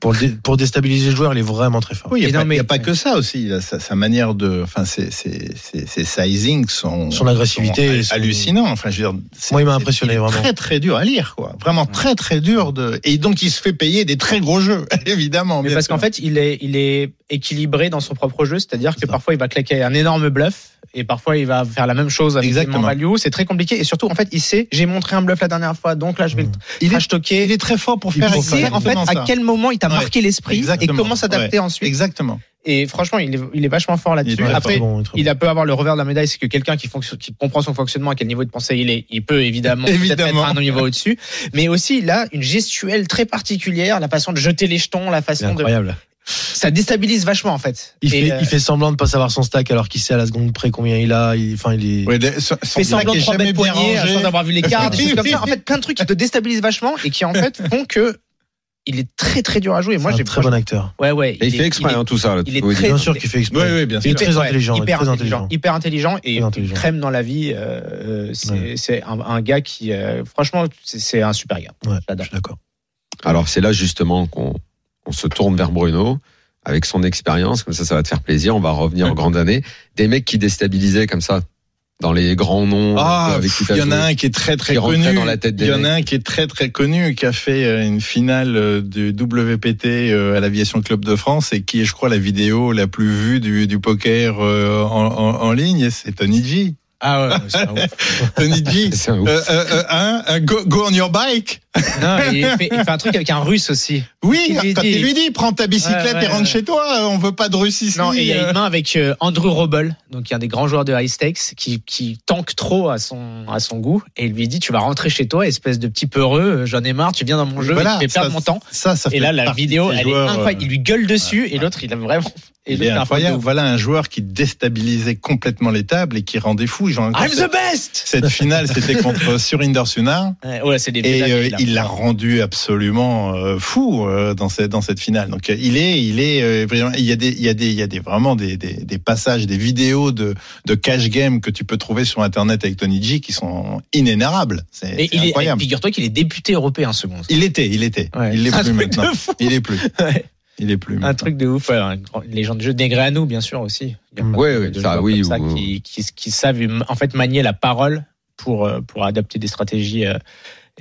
[SPEAKER 9] pour, le dé- pour déstabiliser le joueur, il est vraiment très fort.
[SPEAKER 3] Oui, il n'y
[SPEAKER 7] Et
[SPEAKER 3] a,
[SPEAKER 7] non,
[SPEAKER 3] pas-
[SPEAKER 7] mais-
[SPEAKER 3] il y a pas que ça aussi. il a sa, sa manière de. Enfin, ses, ses, ses, ses sizing sont.
[SPEAKER 9] Son agressivité
[SPEAKER 3] sont
[SPEAKER 9] et son-
[SPEAKER 3] hallucinants. Enfin, je veux dire. c'est-
[SPEAKER 9] Moi, il m'a
[SPEAKER 3] c'est-
[SPEAKER 9] impressionné,
[SPEAKER 3] est
[SPEAKER 9] vraiment.
[SPEAKER 3] Très, très dur à lire, quoi. Vraiment très, très dur. De... Et donc, il se fait payer des très gros jeux, évidemment.
[SPEAKER 7] mais
[SPEAKER 3] bien
[SPEAKER 7] parce
[SPEAKER 3] sûr.
[SPEAKER 7] qu'en fait, il est, il est équilibré dans son propre jeu, c'est-à-dire que
[SPEAKER 9] C'est ça.
[SPEAKER 7] parfois il va claquer un énorme bluff et parfois il va faire la même chose avec
[SPEAKER 3] Exactement.
[SPEAKER 7] Exactement. value. C'est très compliqué et surtout, en fait, il sait, j'ai montré un bluff la dernière fois, donc là je vais
[SPEAKER 9] Mm.
[SPEAKER 7] le
[SPEAKER 3] Il est-
[SPEAKER 7] trash talker.
[SPEAKER 3] il est très fort pour
[SPEAKER 9] Il
[SPEAKER 3] faire
[SPEAKER 9] faut
[SPEAKER 7] Il sait
[SPEAKER 9] faire
[SPEAKER 7] en fait
[SPEAKER 3] exactement
[SPEAKER 7] à
[SPEAKER 3] ça.
[SPEAKER 7] quel moment il t'a
[SPEAKER 3] Ouais.
[SPEAKER 7] marqué l'esprit et
[SPEAKER 3] Exactement.
[SPEAKER 7] comment s'adapter ensuite.
[SPEAKER 3] Exactement.
[SPEAKER 7] Et franchement, il est, il est vachement fort là-dessus.
[SPEAKER 3] Il est très
[SPEAKER 7] Après,
[SPEAKER 9] Très bon, très bon.
[SPEAKER 7] il a peut avoir le revers de la médaille, c'est que quelqu'un qui, fonctionne- qui comprend son fonctionnement, à quel niveau de pensée il est, il peut évidemment, peut-être
[SPEAKER 3] Évidemment.
[SPEAKER 7] être un niveau au-dessus. Mais aussi, il a une gestuelle très particulière, la façon de jeter les jetons, la
[SPEAKER 9] C'est
[SPEAKER 7] façon de.
[SPEAKER 9] incroyable.
[SPEAKER 7] Ça déstabilise vachement en fait.
[SPEAKER 9] Il
[SPEAKER 7] Et,
[SPEAKER 9] fait,
[SPEAKER 7] euh,
[SPEAKER 9] il fait semblant de pas savoir son stack alors qu'il sait à la seconde près combien il a. Il- Enfin, il est.
[SPEAKER 3] Ouais, de- son- son
[SPEAKER 7] fait semblant
[SPEAKER 3] sac
[SPEAKER 7] de
[SPEAKER 3] est
[SPEAKER 7] prendre
[SPEAKER 3] jamais
[SPEAKER 7] des
[SPEAKER 3] bien
[SPEAKER 7] poignées
[SPEAKER 3] rangé.
[SPEAKER 9] euh,
[SPEAKER 7] sans avoir vu les cartes, des
[SPEAKER 3] Oui,
[SPEAKER 7] choses comme
[SPEAKER 3] oui.
[SPEAKER 7] ça. En fait, plein de trucs qui te déstabilisent vachement et qui en fait font que il est très très dur à jouer. Moi,
[SPEAKER 9] c'est
[SPEAKER 7] j'ai
[SPEAKER 9] un très bon acteur.
[SPEAKER 7] Ouais, ouais.
[SPEAKER 6] Et il, fait
[SPEAKER 7] est-
[SPEAKER 6] exprès
[SPEAKER 7] il est-
[SPEAKER 6] hein, tout ça. Là,
[SPEAKER 7] il est
[SPEAKER 6] tout- oui,
[SPEAKER 7] très-
[SPEAKER 9] Bien sûr qu'il fait exprès.
[SPEAKER 3] Oui, oui, bien
[SPEAKER 9] Il est
[SPEAKER 3] sûr.
[SPEAKER 9] très
[SPEAKER 7] ouais,
[SPEAKER 9] intelligent. il est
[SPEAKER 7] hyper
[SPEAKER 9] très intelligent.
[SPEAKER 7] hyper intelligent et
[SPEAKER 9] Très intelligent.
[SPEAKER 7] une crème dans la vie. euh, euh, c'est
[SPEAKER 9] Ouais.
[SPEAKER 7] c'est un, un gars qui, euh, franchement, c'est c'est un super gars.
[SPEAKER 9] Ouais, je
[SPEAKER 7] J'adore.
[SPEAKER 9] suis d'accord.
[SPEAKER 6] Alors c'est là justement qu'on on se tourne vers Bruno avec son expérience, comme ça ça va te faire plaisir, on va revenir aux grandes années. Des mecs qui déstabilisaient comme ça dans les grands noms euh,
[SPEAKER 3] Ah,
[SPEAKER 6] avec qui
[SPEAKER 3] pff,
[SPEAKER 6] t'as
[SPEAKER 3] il y en a
[SPEAKER 6] joué.
[SPEAKER 3] un qui est très très
[SPEAKER 6] qui rentrait
[SPEAKER 3] connu.
[SPEAKER 6] dans la tête des
[SPEAKER 3] Il y en a
[SPEAKER 6] mecs.
[SPEAKER 3] un qui est très très connu, qui a fait euh, une finale euh, du WPT euh, à l'Aviation Club de France et qui est, je crois, la vidéo la plus vue du, du poker euh, en, en- en ligne. et C'est Tony G.
[SPEAKER 7] Ah ouais, c'est un ouf.
[SPEAKER 3] Tony G.
[SPEAKER 6] C'est un ouf.
[SPEAKER 3] Euh, euh, euh, hein, euh, go, go on your bike.
[SPEAKER 7] Non, et il, fait, il fait un truc avec un russe aussi.
[SPEAKER 3] Oui,
[SPEAKER 7] Il lui
[SPEAKER 3] quand
[SPEAKER 7] dit-
[SPEAKER 3] il lui dit, prends ta bicyclette
[SPEAKER 7] Ouais, ouais,
[SPEAKER 3] et rentre
[SPEAKER 7] ouais.
[SPEAKER 3] chez toi. euh, On veut pas de Russie. ici.
[SPEAKER 7] Non, et il y a
[SPEAKER 3] euh.
[SPEAKER 7] une main avec euh, Andrew Roble, donc un des grands joueurs de high stakes, qui, qui tank trop à son, à son goût. Et il lui dit Tu vas rentrer chez toi, espèce de petit peureux, euh, j'en ai marre, tu viens dans mon jeu, et
[SPEAKER 3] Voilà,
[SPEAKER 7] tu fais perdre
[SPEAKER 3] ça,
[SPEAKER 7] mon temps.
[SPEAKER 3] Ça, ça
[SPEAKER 7] Et
[SPEAKER 3] fait
[SPEAKER 7] là, la
[SPEAKER 3] partie de
[SPEAKER 7] vidéo,
[SPEAKER 3] ces
[SPEAKER 7] elle
[SPEAKER 3] joueurs,
[SPEAKER 7] est
[SPEAKER 3] euh,
[SPEAKER 7] incroyable. Il lui gueule dessus, et
[SPEAKER 3] ouais.
[SPEAKER 7] l'autre, il a vraiment. Et
[SPEAKER 3] Il
[SPEAKER 7] l'autre,
[SPEAKER 3] est
[SPEAKER 7] il a un fan de
[SPEAKER 3] incroyable.
[SPEAKER 7] ouf.
[SPEAKER 3] Voilà un joueur qui déstabilisait complètement les tables et qui rendait fou. J'ai encore
[SPEAKER 7] I'm
[SPEAKER 3] cette-
[SPEAKER 7] the best
[SPEAKER 3] Cette finale, c'était contre Surinder Sunar.
[SPEAKER 7] Ouais, ouais, c'est des
[SPEAKER 3] Et
[SPEAKER 7] vrais
[SPEAKER 3] euh,
[SPEAKER 7] amis, là.
[SPEAKER 3] il l'a rendu absolument euh, fou euh, dans cette dans cette finale. Donc euh, il est il est euh, vraiment- il y a des il y a des il y a des vraiment des des, des passages des vidéos de de cash game que tu peux trouver sur internet avec Tony G qui sont inénarrables. C'est
[SPEAKER 7] Et
[SPEAKER 3] c'est
[SPEAKER 7] il est,
[SPEAKER 3] incroyable.
[SPEAKER 7] figure-toi qu'il est député européen, ce second.
[SPEAKER 3] Il était il était
[SPEAKER 7] Ouais.
[SPEAKER 3] il l'est
[SPEAKER 7] C'est un
[SPEAKER 3] plus
[SPEAKER 7] truc de
[SPEAKER 3] maintenant.
[SPEAKER 7] fou.
[SPEAKER 3] Il est plus
[SPEAKER 7] Ouais.
[SPEAKER 3] il est plus.
[SPEAKER 7] Un
[SPEAKER 3] maintenant.
[SPEAKER 7] truc de ouf, ouais, un grand- les gens de jeu dégré à nous, bien sûr aussi. Il y a
[SPEAKER 9] Mm.
[SPEAKER 7] pas
[SPEAKER 6] Ouais,
[SPEAKER 7] de-
[SPEAKER 6] ouais,
[SPEAKER 7] de
[SPEAKER 6] ça,
[SPEAKER 7] joueurs comme
[SPEAKER 6] oui,
[SPEAKER 7] ça
[SPEAKER 6] ou-
[SPEAKER 7] qui, qui, qui savent hum- en fait manier la parole pour euh, pour adapter des stratégies euh,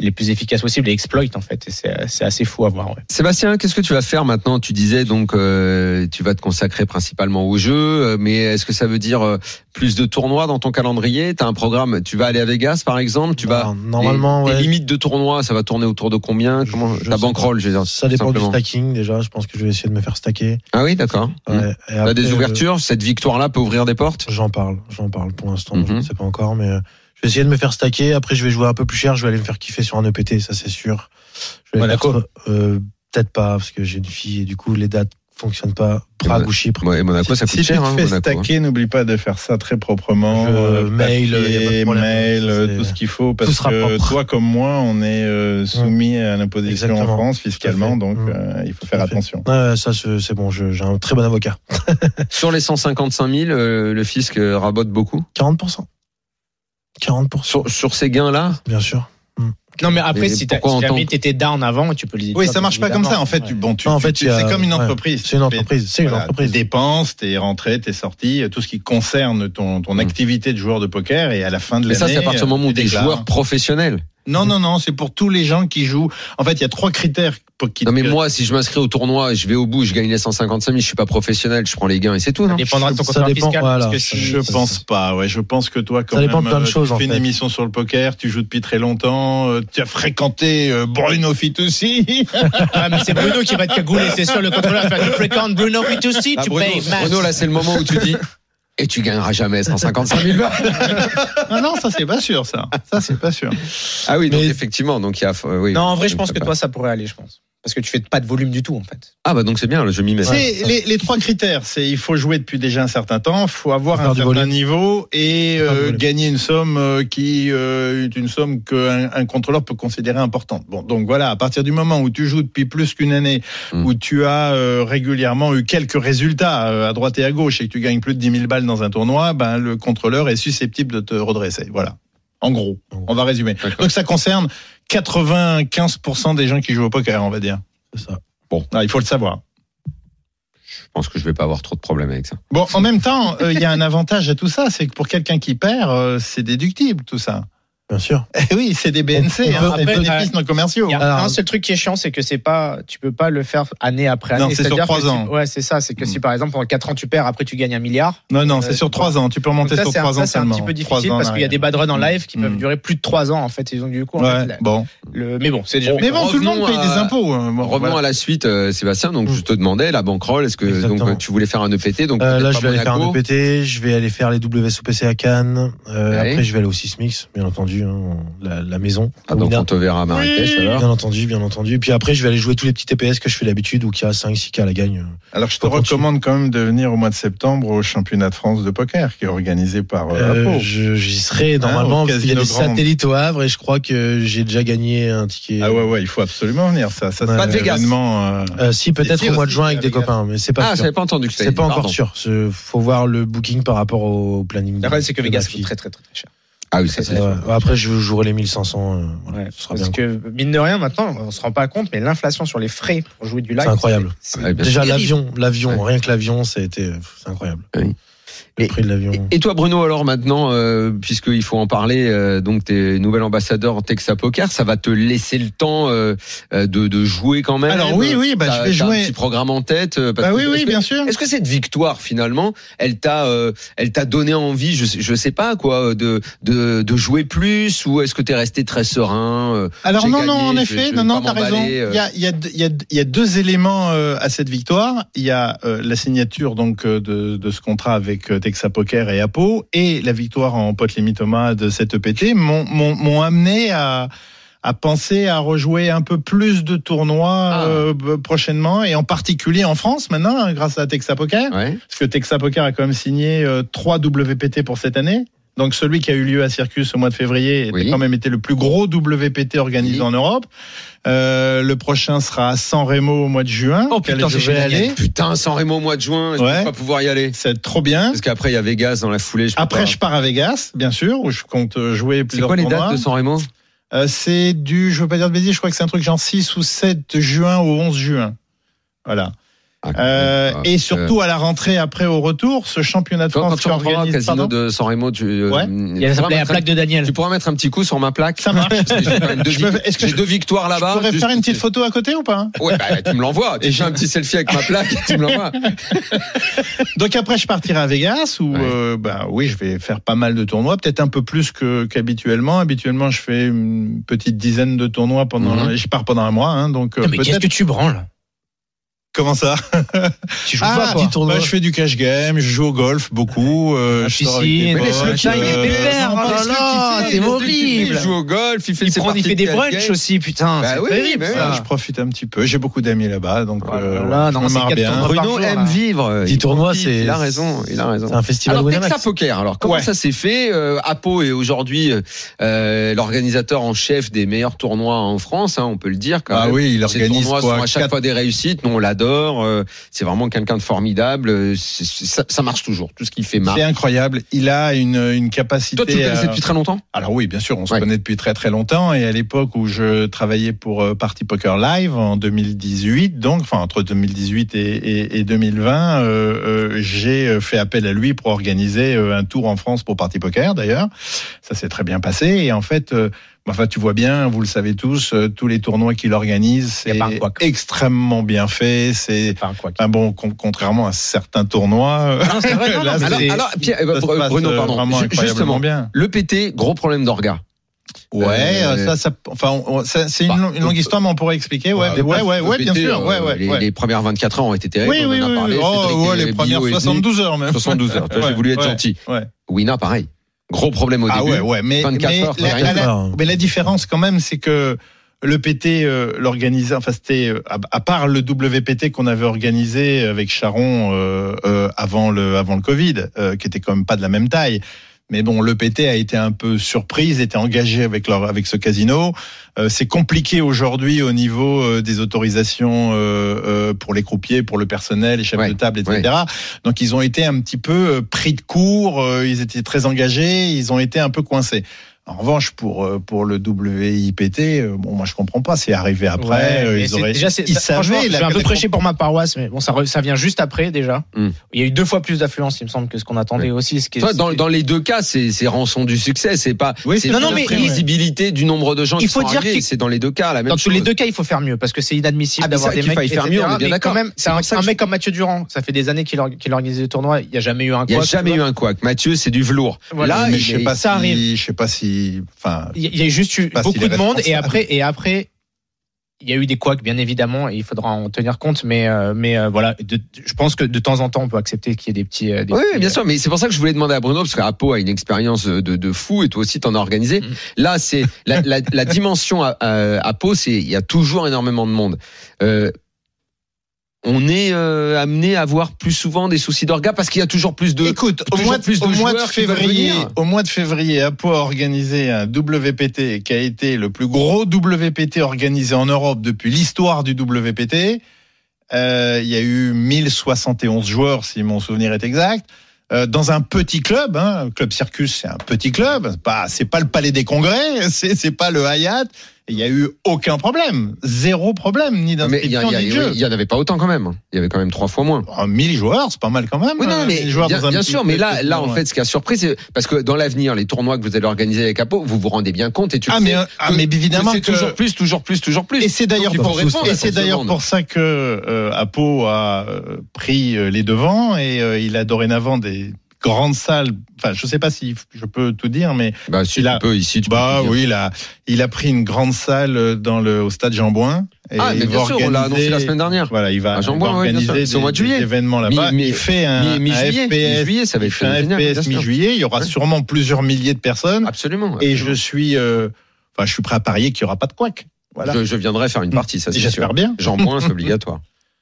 [SPEAKER 7] les plus efficaces possibles et exploit en fait. Et c'est c'est assez fou à voir. ouais.
[SPEAKER 6] Sébastien, qu'est-ce que tu vas faire maintenant Tu disais donc euh, tu vas te consacrer principalement au jeu, euh, mais est-ce que ça veut dire euh, plus de tournois dans ton calendrier Tu as un programme, tu vas aller à Vegas par exemple, tu vas
[SPEAKER 9] Alors, normalement,
[SPEAKER 6] les,
[SPEAKER 9] ouais.
[SPEAKER 6] limites de tournois, ça va tourner autour de combien
[SPEAKER 9] Je-
[SPEAKER 6] Comment
[SPEAKER 9] je
[SPEAKER 6] ta
[SPEAKER 9] sais
[SPEAKER 6] bankroll, je veux dire,
[SPEAKER 9] Ça
[SPEAKER 6] tout
[SPEAKER 9] dépend
[SPEAKER 6] simplement.
[SPEAKER 9] du stacking déjà. Je pense que je vais essayer de me faire stacker.
[SPEAKER 6] Ah oui, d'accord.
[SPEAKER 9] Ouais.
[SPEAKER 6] Mmh.
[SPEAKER 9] Et
[SPEAKER 6] T'as
[SPEAKER 9] après,
[SPEAKER 6] des
[SPEAKER 9] euh,
[SPEAKER 6] ouvertures, cette victoire-là peut ouvrir des portes
[SPEAKER 9] J'en parle, j'en parle pour l'instant, je
[SPEAKER 6] Mhm.
[SPEAKER 9] ne sais pas encore, mais euh, je vais essayer de me faire stacker. Après, je vais jouer un peu plus cher, je vais aller me faire kiffer sur un EPT, ça c'est sûr. Je vais
[SPEAKER 7] Monaco.
[SPEAKER 9] faire, euh, Peut-être pas, parce que j'ai une fille et du coup, les dates fonctionnent pas. Prague
[SPEAKER 6] Ouais.
[SPEAKER 9] ou Chypre.
[SPEAKER 6] Ouais, et Monaco, ça
[SPEAKER 3] si
[SPEAKER 6] coûte
[SPEAKER 3] tu
[SPEAKER 6] cher,
[SPEAKER 3] te
[SPEAKER 6] hein,
[SPEAKER 3] fais
[SPEAKER 6] Monaco. hein.
[SPEAKER 3] stacker, n'oublie pas de faire ça très proprement. euh,
[SPEAKER 9] Je- mail, euh,
[SPEAKER 3] papier,
[SPEAKER 9] y a pas de problème. hein,
[SPEAKER 3] mail, euh,
[SPEAKER 9] C'est- euh,
[SPEAKER 3] tout ce qu'il faut.
[SPEAKER 9] tout
[SPEAKER 3] Parce
[SPEAKER 9] sera
[SPEAKER 3] que
[SPEAKER 9] propre.
[SPEAKER 3] toi, comme moi, on est euh, soumis à l'imposition en
[SPEAKER 9] Exactement.
[SPEAKER 3] France
[SPEAKER 9] Tout
[SPEAKER 3] fiscalement,
[SPEAKER 9] à fait.
[SPEAKER 3] donc
[SPEAKER 9] Mm.
[SPEAKER 3] euh, il faut
[SPEAKER 9] à
[SPEAKER 3] faire
[SPEAKER 9] fait.
[SPEAKER 3] attention.
[SPEAKER 9] Ouais, ça c'est c'est bon, je- j'ai un très bon avocat.
[SPEAKER 6] Sur les 155 000, euh, le fisc euh, rabote beaucoup.
[SPEAKER 9] 40%. 40%,
[SPEAKER 6] Sur, sur ces gains-là,
[SPEAKER 9] bien sûr. Mm.
[SPEAKER 7] Non, mais après,
[SPEAKER 6] Et
[SPEAKER 7] si, t'as-
[SPEAKER 6] pourquoi
[SPEAKER 7] si
[SPEAKER 6] on
[SPEAKER 7] jamais
[SPEAKER 6] tente
[SPEAKER 7] t'étais down avant, tu peux le dire.
[SPEAKER 3] Oui, ça marche pas comme ça. En fait, tu- bon, tu,
[SPEAKER 9] Non, en
[SPEAKER 3] tu-
[SPEAKER 9] fait,
[SPEAKER 3] tu-
[SPEAKER 9] il y a-
[SPEAKER 3] c'est comme une
[SPEAKER 9] ouais.
[SPEAKER 3] entreprise.
[SPEAKER 9] C'est une entreprise, c'est une
[SPEAKER 3] Voilà,
[SPEAKER 9] entreprise.
[SPEAKER 3] Tes dépenses, tes rentrées, tes sorties, euh, tout ce qui concerne ton,
[SPEAKER 9] Mm.
[SPEAKER 3] ton activité de joueur de poker et à la fin de
[SPEAKER 6] Mais
[SPEAKER 3] l'année. euh,
[SPEAKER 6] ça, c'est à partir du moment où
[SPEAKER 3] tu
[SPEAKER 6] des
[SPEAKER 3] déclares.
[SPEAKER 6] joueurs professionnels.
[SPEAKER 3] Non, non, non, c'est pour tous les gens qui jouent. En fait, il y a trois critères pour qui.
[SPEAKER 6] Non, mais moi, si je m'inscris au tournoi, je vais au bout, je gagne les 155 000, je suis pas professionnel, je prends les gains et c'est tout, non
[SPEAKER 7] Ça dépendra de ton
[SPEAKER 9] Ça
[SPEAKER 7] contrat
[SPEAKER 9] dépend,
[SPEAKER 7] fiscal.
[SPEAKER 9] voilà.
[SPEAKER 7] parce que
[SPEAKER 9] Ah,
[SPEAKER 7] si-
[SPEAKER 9] Ça-
[SPEAKER 3] Je pense pas. Ouais, je pense que toi, quand
[SPEAKER 9] Ça
[SPEAKER 3] même,
[SPEAKER 9] dépend de plein de
[SPEAKER 3] euh,
[SPEAKER 9] choses,
[SPEAKER 3] tu
[SPEAKER 9] en
[SPEAKER 3] fais une
[SPEAKER 9] fait.
[SPEAKER 3] émission sur le poker, tu joues depuis très longtemps, euh, tu as fréquenté euh, Bruno Fitoussi.
[SPEAKER 7] Ah, mais c'est Bruno qui va te cagouler, c'est sûr. Le contrôleur va faire fréquent Bruno B2C,
[SPEAKER 6] Ah,
[SPEAKER 7] tu
[SPEAKER 6] Bruno,
[SPEAKER 7] payes max.
[SPEAKER 6] Bruno, là, c'est le moment où tu dis. Et tu gagneras jamais 155 000 balles.
[SPEAKER 3] non, non, ça c'est pas sûr, ça. Ça c'est pas sûr.
[SPEAKER 6] Ah oui, donc
[SPEAKER 9] Mais-
[SPEAKER 6] effectivement, donc il y a. euh, oui,
[SPEAKER 7] Non, en vrai, je pense
[SPEAKER 6] ça
[SPEAKER 7] que
[SPEAKER 6] peut-
[SPEAKER 7] toi, ça pourrait aller, je pense. Parce que tu fais pas de volume du tout, en fait.
[SPEAKER 6] Ah bah donc c'est bien, je m'y mets.
[SPEAKER 3] C'est les, les trois critères. C'est il faut jouer depuis déjà un certain temps, faut avoir
[SPEAKER 9] Faut
[SPEAKER 3] un
[SPEAKER 9] faire du
[SPEAKER 3] certain niveau et
[SPEAKER 9] Faut faire du
[SPEAKER 3] euh,
[SPEAKER 9] volume.
[SPEAKER 3] gagner une somme euh, qui euh, est une somme qu'un un contrôleur peut considérer importante. Bon, donc voilà, à partir du moment où tu joues depuis plus qu'une année,
[SPEAKER 6] Mm.
[SPEAKER 3] où tu as euh, régulièrement eu quelques résultats euh, à droite et à gauche et que tu gagnes plus de 10 000 balles dans un tournoi, ben le contrôleur est susceptible de te redresser. Voilà. En gros,
[SPEAKER 9] En gros.
[SPEAKER 3] on va résumer.
[SPEAKER 6] D'accord.
[SPEAKER 3] Donc ça concerne 95% des gens qui jouent au poker, on va dire.
[SPEAKER 9] C'est ça.
[SPEAKER 3] Bon, ah, il faut le savoir.
[SPEAKER 6] Je pense que je vais pas avoir trop de problèmes avec ça.
[SPEAKER 3] Bon, en même temps, euh, il y a un avantage à tout ça, c'est que pour quelqu'un qui perd, euh, c'est déductible tout ça.
[SPEAKER 9] Bien sûr.
[SPEAKER 3] Eh oui, c'est des BNC,
[SPEAKER 9] On
[SPEAKER 3] hein,
[SPEAKER 9] peut-
[SPEAKER 3] c'est
[SPEAKER 7] on
[SPEAKER 3] des
[SPEAKER 7] peut-
[SPEAKER 3] bénéfices non commerciaux.
[SPEAKER 7] Il y a
[SPEAKER 9] Alors-
[SPEAKER 7] un seul truc qui est chiant, c'est que c'est pas, tu peux pas le faire année après année.
[SPEAKER 3] Non, c'est sur
[SPEAKER 7] C'est-à-dire
[SPEAKER 3] trois
[SPEAKER 7] que
[SPEAKER 3] ans. Hmm.
[SPEAKER 7] si- Ouais, c'est ça. C'est que si par exemple pendant 4 ans tu perds, après tu gagnes un milliard.
[SPEAKER 3] Non, non,
[SPEAKER 7] Euh,
[SPEAKER 3] c'est sur trois ans. Tu peux
[SPEAKER 7] Donc
[SPEAKER 3] remonter
[SPEAKER 7] ça,
[SPEAKER 3] sur
[SPEAKER 7] c'est un,
[SPEAKER 3] trois ans
[SPEAKER 7] ça, c'est un
[SPEAKER 3] seulement.
[SPEAKER 7] petit peu
[SPEAKER 3] Trois
[SPEAKER 7] difficile
[SPEAKER 3] ans
[SPEAKER 7] parce qu'il y a
[SPEAKER 3] en
[SPEAKER 7] des bad runs en live qui peuvent
[SPEAKER 3] Mm.
[SPEAKER 7] durer plus de 3 ans en fait. Ils ont du coup. en
[SPEAKER 3] arrière.
[SPEAKER 7] fait,
[SPEAKER 3] Ouais, bon.
[SPEAKER 7] le- Mais bon, c'est déjà.
[SPEAKER 3] Mais bon, tout le monde
[SPEAKER 6] revenons
[SPEAKER 3] paye des
[SPEAKER 6] à-
[SPEAKER 3] impôts. hein. Bon,
[SPEAKER 6] Revenons
[SPEAKER 3] voilà.
[SPEAKER 6] à la suite, euh, Sébastien. Donc, je te demandais la banquerolle. Est-ce que
[SPEAKER 9] Exactement.
[SPEAKER 6] donc, euh, tu voulais faire un EPT donc
[SPEAKER 9] Euh,
[SPEAKER 6] peut-être
[SPEAKER 9] là,
[SPEAKER 6] pas
[SPEAKER 9] je vais aller faire un
[SPEAKER 6] Monaco.
[SPEAKER 9] EPT, je vais aller faire les WSOPC à Cannes. euh,
[SPEAKER 6] Ouais.
[SPEAKER 9] Après, je vais aller au Sismix, bien entendu, hein, la, la maison.
[SPEAKER 6] Ah, donc, on te verra à Marrakech alors.
[SPEAKER 9] Bien entendu, bien entendu. Puis après, je vais aller jouer tous les petits TPS que je fais d'habitude ou qui a 5-6K à la gagne.
[SPEAKER 3] Alors, je te
[SPEAKER 9] Faut continuer.
[SPEAKER 3] recommande quand même de venir au mois de septembre au championnat de France de poker qui est organisé par euh, la
[SPEAKER 9] Euh,
[SPEAKER 3] Pau.
[SPEAKER 9] je- J'y serai normalement
[SPEAKER 3] au
[SPEAKER 9] parce qu'il y a des
[SPEAKER 3] Casino Grand.
[SPEAKER 9] satellites au Havre et je crois que j'ai déjà gagné un ticket.
[SPEAKER 3] Ah ouais, ouais, il faut absolument venir. Ça, ça
[SPEAKER 9] Ouais.
[SPEAKER 3] c'est
[SPEAKER 9] Pas
[SPEAKER 3] un
[SPEAKER 9] de
[SPEAKER 6] Vegas.
[SPEAKER 3] événement, euh,
[SPEAKER 9] Euh, si, peut-être
[SPEAKER 3] Si,
[SPEAKER 9] au mois de
[SPEAKER 3] aussi,
[SPEAKER 9] juin avec des
[SPEAKER 3] avec-
[SPEAKER 9] copains, mais c'est pas
[SPEAKER 6] Ah,
[SPEAKER 9] sûr.
[SPEAKER 6] j'avais pas entendu que
[SPEAKER 9] C'est pas encore
[SPEAKER 6] Pardon.
[SPEAKER 9] sûr. C'est- Faut voir le booking par rapport au planning.
[SPEAKER 7] Après, c'est que
[SPEAKER 9] de ma
[SPEAKER 7] Vegas
[SPEAKER 9] fille.
[SPEAKER 7] coûte très très très très cher.
[SPEAKER 6] Ah oui, ça c'est.
[SPEAKER 9] Ouais, ouais, Après, je jouerai les 1500. euh, voilà,
[SPEAKER 7] Ouais,
[SPEAKER 9] ce sera
[SPEAKER 7] parce
[SPEAKER 9] bien.
[SPEAKER 7] que mine de rien, maintenant, on se rend pas compte, mais l'inflation sur les frais pour jouer du live,
[SPEAKER 9] C'est incroyable.
[SPEAKER 7] c'est-
[SPEAKER 6] Ouais, bien sûr.
[SPEAKER 9] Déjà,
[SPEAKER 7] terrible.
[SPEAKER 9] l'avion, l'avion,
[SPEAKER 6] Ouais.
[SPEAKER 9] rien que l'avion, ça a été euh, pff, c'est incroyable.
[SPEAKER 6] Oui.
[SPEAKER 9] Le
[SPEAKER 6] Et-
[SPEAKER 9] prix de l'avion.
[SPEAKER 6] Et toi, Bruno, alors maintenant, euh, puisqu'il faut en parler, euh, donc t'es nouvel ambassadeur en Texas Poker, ça va te laisser le temps euh, euh, de, de jouer quand même.
[SPEAKER 3] Alors oui, oui, bah,
[SPEAKER 6] T'as-
[SPEAKER 3] je vais
[SPEAKER 6] t'as
[SPEAKER 3] jouer.
[SPEAKER 6] Un petit programme en tête. euh, parce
[SPEAKER 3] Bah
[SPEAKER 6] que-
[SPEAKER 3] oui,
[SPEAKER 6] est-ce
[SPEAKER 3] oui,
[SPEAKER 6] que-
[SPEAKER 3] bien sûr.
[SPEAKER 6] Est-ce que cette victoire finalement, elle t'a, euh, elle t'a donné envie, je, sais- je sais pas quoi, euh, de de, de jouer plus ou est-ce que t'es resté très serein euh,
[SPEAKER 3] Alors
[SPEAKER 6] J'ai
[SPEAKER 3] non,
[SPEAKER 6] gagné,
[SPEAKER 3] non, en
[SPEAKER 6] je-
[SPEAKER 3] effet,
[SPEAKER 6] je
[SPEAKER 3] non,
[SPEAKER 6] vais
[SPEAKER 3] non,
[SPEAKER 6] pas
[SPEAKER 3] t'as raison.
[SPEAKER 6] m'emballer, euh.
[SPEAKER 3] Il y a, il y a deux- il y a- il y a deux éléments euh, à cette victoire. Il y a euh, la signature donc euh, de, de ce contrat avec euh, Texas Poker et Apo, et la victoire en pote limitoma de cette EPT m'ont- m'ont m'ont amené à à penser à rejouer un peu plus de tournois
[SPEAKER 6] Ah.
[SPEAKER 3] euh, b- prochainement et en particulier en France maintenant hein, grâce à Texas Poker
[SPEAKER 6] Ouais.
[SPEAKER 3] parce que Texas Poker a quand même signé euh, 3 WPT pour cette année. Donc celui qui a eu lieu à Circus au mois de février était
[SPEAKER 6] Oui.
[SPEAKER 3] quand même été le plus gros WPT organisé
[SPEAKER 6] Oui.
[SPEAKER 3] en Europe. Euh, le prochain sera à San Remo au mois de juin.
[SPEAKER 6] Oh
[SPEAKER 3] auquel
[SPEAKER 6] putain,
[SPEAKER 3] je
[SPEAKER 6] c'est
[SPEAKER 3] vais
[SPEAKER 6] génial.
[SPEAKER 3] aller.
[SPEAKER 6] Putain, San Remo au mois de juin, je
[SPEAKER 3] Ouais.
[SPEAKER 6] vais pas pouvoir y aller.
[SPEAKER 3] C'est trop bien.
[SPEAKER 6] Parce qu'après il y a Vegas dans la foulée. Je peux
[SPEAKER 3] Après,
[SPEAKER 6] pas.
[SPEAKER 3] je pars à Vegas, bien sûr, où je compte jouer
[SPEAKER 6] c'est
[SPEAKER 3] plusieurs
[SPEAKER 6] quoi les
[SPEAKER 3] tournois.
[SPEAKER 6] dates de San Remo
[SPEAKER 3] Euh, c'est du, je veux pas dire de bêtises, je crois que c'est un truc genre 6 ou 7 juin au 11 juin. Voilà.
[SPEAKER 6] Ah,
[SPEAKER 3] Euh,
[SPEAKER 6] ah,
[SPEAKER 3] et
[SPEAKER 6] euh,
[SPEAKER 3] surtout à la rentrée après au retour, ce championnat de
[SPEAKER 6] Toi, quand
[SPEAKER 3] France
[SPEAKER 6] tu
[SPEAKER 3] qui
[SPEAKER 6] rentreras au
[SPEAKER 3] organise.
[SPEAKER 6] casino
[SPEAKER 3] Pardon
[SPEAKER 6] de San Remo, tu, euh,
[SPEAKER 3] Ouais.
[SPEAKER 7] Il y a
[SPEAKER 6] tu,
[SPEAKER 7] la
[SPEAKER 6] pourras
[SPEAKER 7] la
[SPEAKER 6] mettre un-
[SPEAKER 7] plaque de Daniel.
[SPEAKER 6] tu pourras mettre un petit coup sur ma plaque.
[SPEAKER 3] Ça marche.
[SPEAKER 6] Parce que j'ai quand même deux
[SPEAKER 3] Je me-
[SPEAKER 6] vic-
[SPEAKER 3] est-ce que
[SPEAKER 6] J'ai
[SPEAKER 3] je-
[SPEAKER 6] deux victoires
[SPEAKER 3] Je
[SPEAKER 6] là-bas.
[SPEAKER 3] pourrais
[SPEAKER 6] Juste-
[SPEAKER 3] bah, faire une petite photo à côté ou pas hein
[SPEAKER 6] Ouais, bah, tu me l'envoies. Et j'ai un petit selfie avec ma plaque. Tu me l'envoies.
[SPEAKER 3] Donc après, je partirai à Vegas où,
[SPEAKER 6] Ouais.
[SPEAKER 3] euh, bah oui, je vais faire pas mal de tournois, peut-être un peu plus que qu'habituellement. Habituellement, je fais une petite dizaine de tournois pendant.
[SPEAKER 6] Mhm.
[SPEAKER 3] et Je pars pendant un mois, hein, donc euh,
[SPEAKER 7] Non, mais qu'est-ce
[SPEAKER 3] peut-être.
[SPEAKER 7] que tu branles
[SPEAKER 3] Comment ça
[SPEAKER 7] Tu joues
[SPEAKER 3] Ah,
[SPEAKER 7] pas quoi.
[SPEAKER 3] petit tournoi. Bah, je fais du cash game, je joue au golf beaucoup. euh,
[SPEAKER 7] La
[SPEAKER 3] je sors avec
[SPEAKER 7] piscine,
[SPEAKER 3] des
[SPEAKER 7] mais
[SPEAKER 3] potes,
[SPEAKER 7] laisse-le
[SPEAKER 3] euh,
[SPEAKER 7] tailler, pépère,
[SPEAKER 3] non,
[SPEAKER 7] oh là
[SPEAKER 3] laisse-le
[SPEAKER 7] là,
[SPEAKER 3] kiffer,
[SPEAKER 7] c'est
[SPEAKER 3] laisse-le
[SPEAKER 7] horrible.
[SPEAKER 3] kiffer.
[SPEAKER 6] Il joue au golf, il fait
[SPEAKER 7] Il
[SPEAKER 6] ses
[SPEAKER 7] prend, il
[SPEAKER 6] parties
[SPEAKER 7] fait des
[SPEAKER 6] de
[SPEAKER 7] brunchs
[SPEAKER 6] cash.
[SPEAKER 7] aussi, putain.
[SPEAKER 6] Bah
[SPEAKER 7] c'est
[SPEAKER 6] oui,
[SPEAKER 7] terrible,
[SPEAKER 6] bah oui.
[SPEAKER 7] ça.
[SPEAKER 3] Je profite un petit peu. J'ai beaucoup d'amis là-bas, donc
[SPEAKER 7] Oh là
[SPEAKER 3] Ah. euh,
[SPEAKER 7] là,
[SPEAKER 3] je
[SPEAKER 7] non,
[SPEAKER 3] me
[SPEAKER 7] c'est
[SPEAKER 3] marre
[SPEAKER 7] quatre
[SPEAKER 3] bien.
[SPEAKER 7] tournois.
[SPEAKER 6] Bruno
[SPEAKER 7] Par jour,
[SPEAKER 6] aime
[SPEAKER 7] hein, là.
[SPEAKER 3] euh,
[SPEAKER 6] vivre.
[SPEAKER 9] Petit
[SPEAKER 6] Il
[SPEAKER 9] tournoi,
[SPEAKER 6] profite,
[SPEAKER 9] c'est.
[SPEAKER 6] Il a raison, il a raison.
[SPEAKER 9] C'est un festival
[SPEAKER 6] Alors
[SPEAKER 9] Winamax.
[SPEAKER 6] Texas Poker, alors comment
[SPEAKER 3] Ouais.
[SPEAKER 6] ça s'est fait euh, Apo est aujourd'hui euh, l'organisateur en chef des meilleurs tournois en France, hein, on peut le dire. Quand
[SPEAKER 3] Ah
[SPEAKER 6] même.
[SPEAKER 3] oui, il
[SPEAKER 6] Ces
[SPEAKER 3] organise
[SPEAKER 6] tournois
[SPEAKER 3] quoi,
[SPEAKER 6] sont à chaque
[SPEAKER 3] quatre-
[SPEAKER 6] fois des réussites. Nous on j'adore. euh, c'est vraiment quelqu'un de formidable. euh, c'est- c'est- ça, ça marche toujours. Tout ce qu'il fait marche.
[SPEAKER 3] C'est incroyable. Il a une, une capacité.
[SPEAKER 6] Toi, tu le connaissais
[SPEAKER 3] à-
[SPEAKER 6] depuis très longtemps
[SPEAKER 3] Alors oui, bien sûr, on se
[SPEAKER 6] Ouais.
[SPEAKER 3] connaît depuis très très longtemps. Et à l'époque où je travaillais pour euh, Party Poker Live en 2018, donc enfin entre 2018 et, et- et 2020, euh, euh, j'ai fait appel à lui pour organiser euh, un tour en France pour Party Poker. D'ailleurs, ça s'est très bien passé. Et en fait. euh, Enfin, tu vois bien, vous le savez tous, euh, tous les tournois qu'il organise,
[SPEAKER 7] Y a
[SPEAKER 3] c'est
[SPEAKER 7] pas un couac.
[SPEAKER 3] extrêmement bien fait. C'est
[SPEAKER 7] Enfin, quoi.
[SPEAKER 3] Enfin bon, con- contrairement à certains tournois,
[SPEAKER 6] Non, c'est vrai, non, non,
[SPEAKER 3] Là,
[SPEAKER 6] mais alors,
[SPEAKER 3] Ah, c'est-
[SPEAKER 6] alors, Pierre, eh ben,
[SPEAKER 3] ça se
[SPEAKER 6] Br-
[SPEAKER 3] passe,
[SPEAKER 6] Bruno,
[SPEAKER 3] euh,
[SPEAKER 6] pardon.
[SPEAKER 3] vraiment
[SPEAKER 6] Ju-
[SPEAKER 3] incroyablement
[SPEAKER 6] justement,
[SPEAKER 3] bien.
[SPEAKER 6] le PT, gros problème d'orga.
[SPEAKER 3] Ouais,
[SPEAKER 6] Euh,
[SPEAKER 3] ça, ça, enfin, on- on- ça, c'est une,
[SPEAKER 6] bah,
[SPEAKER 3] long- une longue
[SPEAKER 6] donc,
[SPEAKER 3] histoire, mais on pourrait expliquer. Ouais,
[SPEAKER 6] Bah,
[SPEAKER 3] ouais, ouais,
[SPEAKER 6] le
[SPEAKER 3] ouais,
[SPEAKER 6] PT,
[SPEAKER 3] bien sûr.
[SPEAKER 6] euh,
[SPEAKER 3] Ouais, ouais,
[SPEAKER 6] les,
[SPEAKER 3] ouais.
[SPEAKER 6] les premières 24 heures ont été terribles.
[SPEAKER 3] Oui,
[SPEAKER 6] on
[SPEAKER 3] oui,
[SPEAKER 6] en a
[SPEAKER 3] oui,
[SPEAKER 6] parlé.
[SPEAKER 3] oui. Oh,
[SPEAKER 6] Cédric,
[SPEAKER 3] ouais,
[SPEAKER 6] euh,
[SPEAKER 3] les premières
[SPEAKER 6] Bio est venu.
[SPEAKER 3] 72 heures, même.
[SPEAKER 6] 72 heures. Toi, j'ai
[SPEAKER 3] Ouais,
[SPEAKER 6] voulu être
[SPEAKER 3] ouais,
[SPEAKER 6] gentil.
[SPEAKER 3] Ouais.
[SPEAKER 6] Wina, pareil. Gros problème au
[SPEAKER 3] Ah
[SPEAKER 6] début.
[SPEAKER 3] ouais, ouais, mais,
[SPEAKER 6] 24
[SPEAKER 3] mais
[SPEAKER 6] heures,
[SPEAKER 3] la,
[SPEAKER 6] rien.
[SPEAKER 3] la- la- mais la différence quand même, c'est que le PT, euh, l'organisé, enfin c'était euh, à, à part le WPT qu'on avait organisé avec Charon euh, euh, avant le avant le Covid, euh, qui était quand même pas de la même taille. Mais bon, le PT a été un peu surprise, était engagé avec leur avec ce casino. Euh, c'est compliqué aujourd'hui au niveau euh, des autorisations euh, euh, pour les croupiers, pour le personnel, les chefs
[SPEAKER 6] Ouais,
[SPEAKER 3] de table, etc.
[SPEAKER 6] ouais.
[SPEAKER 3] Donc ils ont été un petit peu euh, pris de court, euh, ils étaient très engagés, ils ont été un peu coincés. En revanche, pour euh, pour le WIPT, euh, bon, moi je comprends pas. C'est arrivé après.
[SPEAKER 7] Ouais,
[SPEAKER 3] euh,
[SPEAKER 7] mais
[SPEAKER 3] ils
[SPEAKER 7] c'est-
[SPEAKER 3] auraient.
[SPEAKER 7] déjà, c'est-
[SPEAKER 3] ils
[SPEAKER 7] ça- franchement,
[SPEAKER 3] savaient.
[SPEAKER 7] Je
[SPEAKER 3] la-
[SPEAKER 7] vais un peu
[SPEAKER 3] la-
[SPEAKER 7] prêcher pour ma paroisse, mais bon, ça, re- ça vient juste après déjà.
[SPEAKER 6] Hmm.
[SPEAKER 7] Il y a eu deux fois plus d'affluence, il me semble, que ce qu'on attendait aussi. Ce qui est-
[SPEAKER 6] Toi, dans, dans les deux cas, c'est c'est rançon du succès. C'est pas
[SPEAKER 3] Oui,
[SPEAKER 6] c'est
[SPEAKER 3] c'est-
[SPEAKER 7] non,
[SPEAKER 6] la
[SPEAKER 7] non, mais-
[SPEAKER 6] prévisibilité du nombre de gens
[SPEAKER 7] Il
[SPEAKER 6] qui
[SPEAKER 7] faut
[SPEAKER 6] sont
[SPEAKER 7] dire
[SPEAKER 6] arrivés.
[SPEAKER 7] qu'il-
[SPEAKER 6] C'est dans les deux cas la même
[SPEAKER 7] Dans tous
[SPEAKER 6] chose.
[SPEAKER 7] les deux cas, il faut faire mieux parce que c'est inadmissible
[SPEAKER 6] Ah, mais
[SPEAKER 7] d'avoir
[SPEAKER 6] ça,
[SPEAKER 7] des
[SPEAKER 6] qu'il
[SPEAKER 7] mecs.
[SPEAKER 6] faille faire
[SPEAKER 7] etc.,
[SPEAKER 6] mieux, on est bien
[SPEAKER 7] mais
[SPEAKER 6] d'accord.
[SPEAKER 7] Quand même, c'est un,
[SPEAKER 6] pour ça que
[SPEAKER 7] un
[SPEAKER 6] je-
[SPEAKER 7] mec comme Mathieu Durand. Ça fait des années qu'il or- qu'il organise des tournois. Il n'y a jamais eu un.
[SPEAKER 6] Il n'y a jamais eu un couac. Mathieu, c'est du velour.
[SPEAKER 7] Voilà,
[SPEAKER 6] Là,
[SPEAKER 3] mais
[SPEAKER 6] il
[SPEAKER 3] je sais
[SPEAKER 6] est-
[SPEAKER 3] pas
[SPEAKER 7] ça
[SPEAKER 3] si,
[SPEAKER 7] arrive.
[SPEAKER 3] Je sais pas si. Enfin.
[SPEAKER 7] Il y a- il y a juste eu
[SPEAKER 3] Parce qu'il
[SPEAKER 7] beaucoup
[SPEAKER 3] est
[SPEAKER 7] de monde et
[SPEAKER 3] responsable.
[SPEAKER 7] après et après il y a eu des couacs bien évidemment et il faudra en tenir compte mais euh, mais euh, voilà de- je pense que de temps en temps on peut accepter qu'il y ait des petits euh, des
[SPEAKER 6] Oui,
[SPEAKER 7] petits,
[SPEAKER 6] bien
[SPEAKER 7] euh,
[SPEAKER 6] sûr, mais c'est pour ça que je voulais demander à Bruno, parce qu'Apo a une expérience de, de fou et toi aussi t'en as organisé.
[SPEAKER 7] Mhm.
[SPEAKER 6] Là, c'est la, la- la dimension à- à- Apo, c'est il y a toujours énormément de monde. Euh, on est euh, amené à avoir plus souvent des soucis d'orga parce qu'il y a toujours plus de.
[SPEAKER 3] Écoute, au
[SPEAKER 6] toujours
[SPEAKER 3] mois, de,
[SPEAKER 6] plus de
[SPEAKER 3] au mois de
[SPEAKER 6] joueurs qui veulent
[SPEAKER 3] février,
[SPEAKER 6] venir.
[SPEAKER 3] au mois de février, Apo a organisé un WPT qui a été le plus gros WPT organisé en Europe depuis l'histoire du WPT. Euh, Il y a eu 1071 joueurs, si mon souvenir est exact. Euh, dans un petit club, hein, Club Circus, c'est un petit club. C'est pas, c'est pas le Palais des Congrès, c'est, c'est pas le Hayat. Il y a eu aucun problème, zéro problème, ni
[SPEAKER 6] Ah, Mais il y, a-
[SPEAKER 3] d'inscription
[SPEAKER 6] il y a-
[SPEAKER 3] ni de jeu.
[SPEAKER 6] il y en avait pas autant quand même. Il y avait quand même trois fois moins.
[SPEAKER 3] Oh, 1000 joueurs, c'est pas mal quand même.
[SPEAKER 6] Oui, non,
[SPEAKER 3] hein,
[SPEAKER 6] mais
[SPEAKER 3] 1000 joueurs
[SPEAKER 6] bien,
[SPEAKER 3] dans un
[SPEAKER 6] bien
[SPEAKER 3] petit
[SPEAKER 6] sûr, mais là,
[SPEAKER 3] club,
[SPEAKER 6] là, en
[SPEAKER 3] ouais.
[SPEAKER 6] fait, ce qui a surpris, c'est parce que dans l'avenir, les tournois que vous allez organiser avec Apo, vous vous rendez bien compte et tu
[SPEAKER 3] Ah,
[SPEAKER 6] le
[SPEAKER 3] mais,
[SPEAKER 6] sais
[SPEAKER 3] euh, ah,
[SPEAKER 6] que-
[SPEAKER 3] mais
[SPEAKER 6] que
[SPEAKER 3] évidemment
[SPEAKER 6] c'est
[SPEAKER 3] que-
[SPEAKER 6] toujours plus, toujours plus, toujours plus.
[SPEAKER 3] Et c'est d'ailleurs
[SPEAKER 6] Donc, il faut
[SPEAKER 3] pour,
[SPEAKER 6] répondre
[SPEAKER 3] et
[SPEAKER 6] à
[SPEAKER 3] c'est
[SPEAKER 6] cette
[SPEAKER 3] d'ailleurs
[SPEAKER 6] demande.
[SPEAKER 3] pour ça que euh, Apo a euh, pris euh, les devants et euh, il a dorénavant des grandes salles. Enfin, je sais pas si je peux tout dire, mais
[SPEAKER 6] Bah, si
[SPEAKER 3] Il a-
[SPEAKER 6] tu peux, ici, tu
[SPEAKER 3] bah
[SPEAKER 6] peux le dire.
[SPEAKER 3] oui, il a il a pris une grande salle euh, dans le au stade Jean Bouin. Et
[SPEAKER 6] Ah, mais
[SPEAKER 3] il
[SPEAKER 6] bien
[SPEAKER 3] va
[SPEAKER 6] sûr, on l'a annoncé
[SPEAKER 3] organiser-
[SPEAKER 6] la semaine dernière.
[SPEAKER 3] Voilà, il va,
[SPEAKER 6] À Jean
[SPEAKER 3] il va
[SPEAKER 6] Bouin, ouais, bien
[SPEAKER 3] organiser
[SPEAKER 6] sûr. C'est au mois de
[SPEAKER 3] des- des
[SPEAKER 6] juillet.
[SPEAKER 3] événements là-bas.
[SPEAKER 6] Mi- mi-
[SPEAKER 3] il fait un,
[SPEAKER 6] Mi- Mi-juillet,
[SPEAKER 3] un FPS,
[SPEAKER 6] mi-juillet, ça va
[SPEAKER 3] il
[SPEAKER 6] être
[SPEAKER 3] fait un
[SPEAKER 6] génial, bien
[SPEAKER 3] FPS
[SPEAKER 6] sûr.
[SPEAKER 3] mi-juillet. Il y aura
[SPEAKER 6] Ouais. Ah,
[SPEAKER 3] sûrement plusieurs milliers de personnes.
[SPEAKER 6] Absolument.
[SPEAKER 3] et
[SPEAKER 6] absolument.
[SPEAKER 3] je suis, euh, enfin, je suis prêt à parier qu'il y aura pas de couac. Voilà. Hmm.
[SPEAKER 6] je, je viendrai faire une partie, ça c'est
[SPEAKER 3] J'espère
[SPEAKER 6] sûr.
[SPEAKER 3] bien.
[SPEAKER 6] Jean Boin, c'est obligatoire.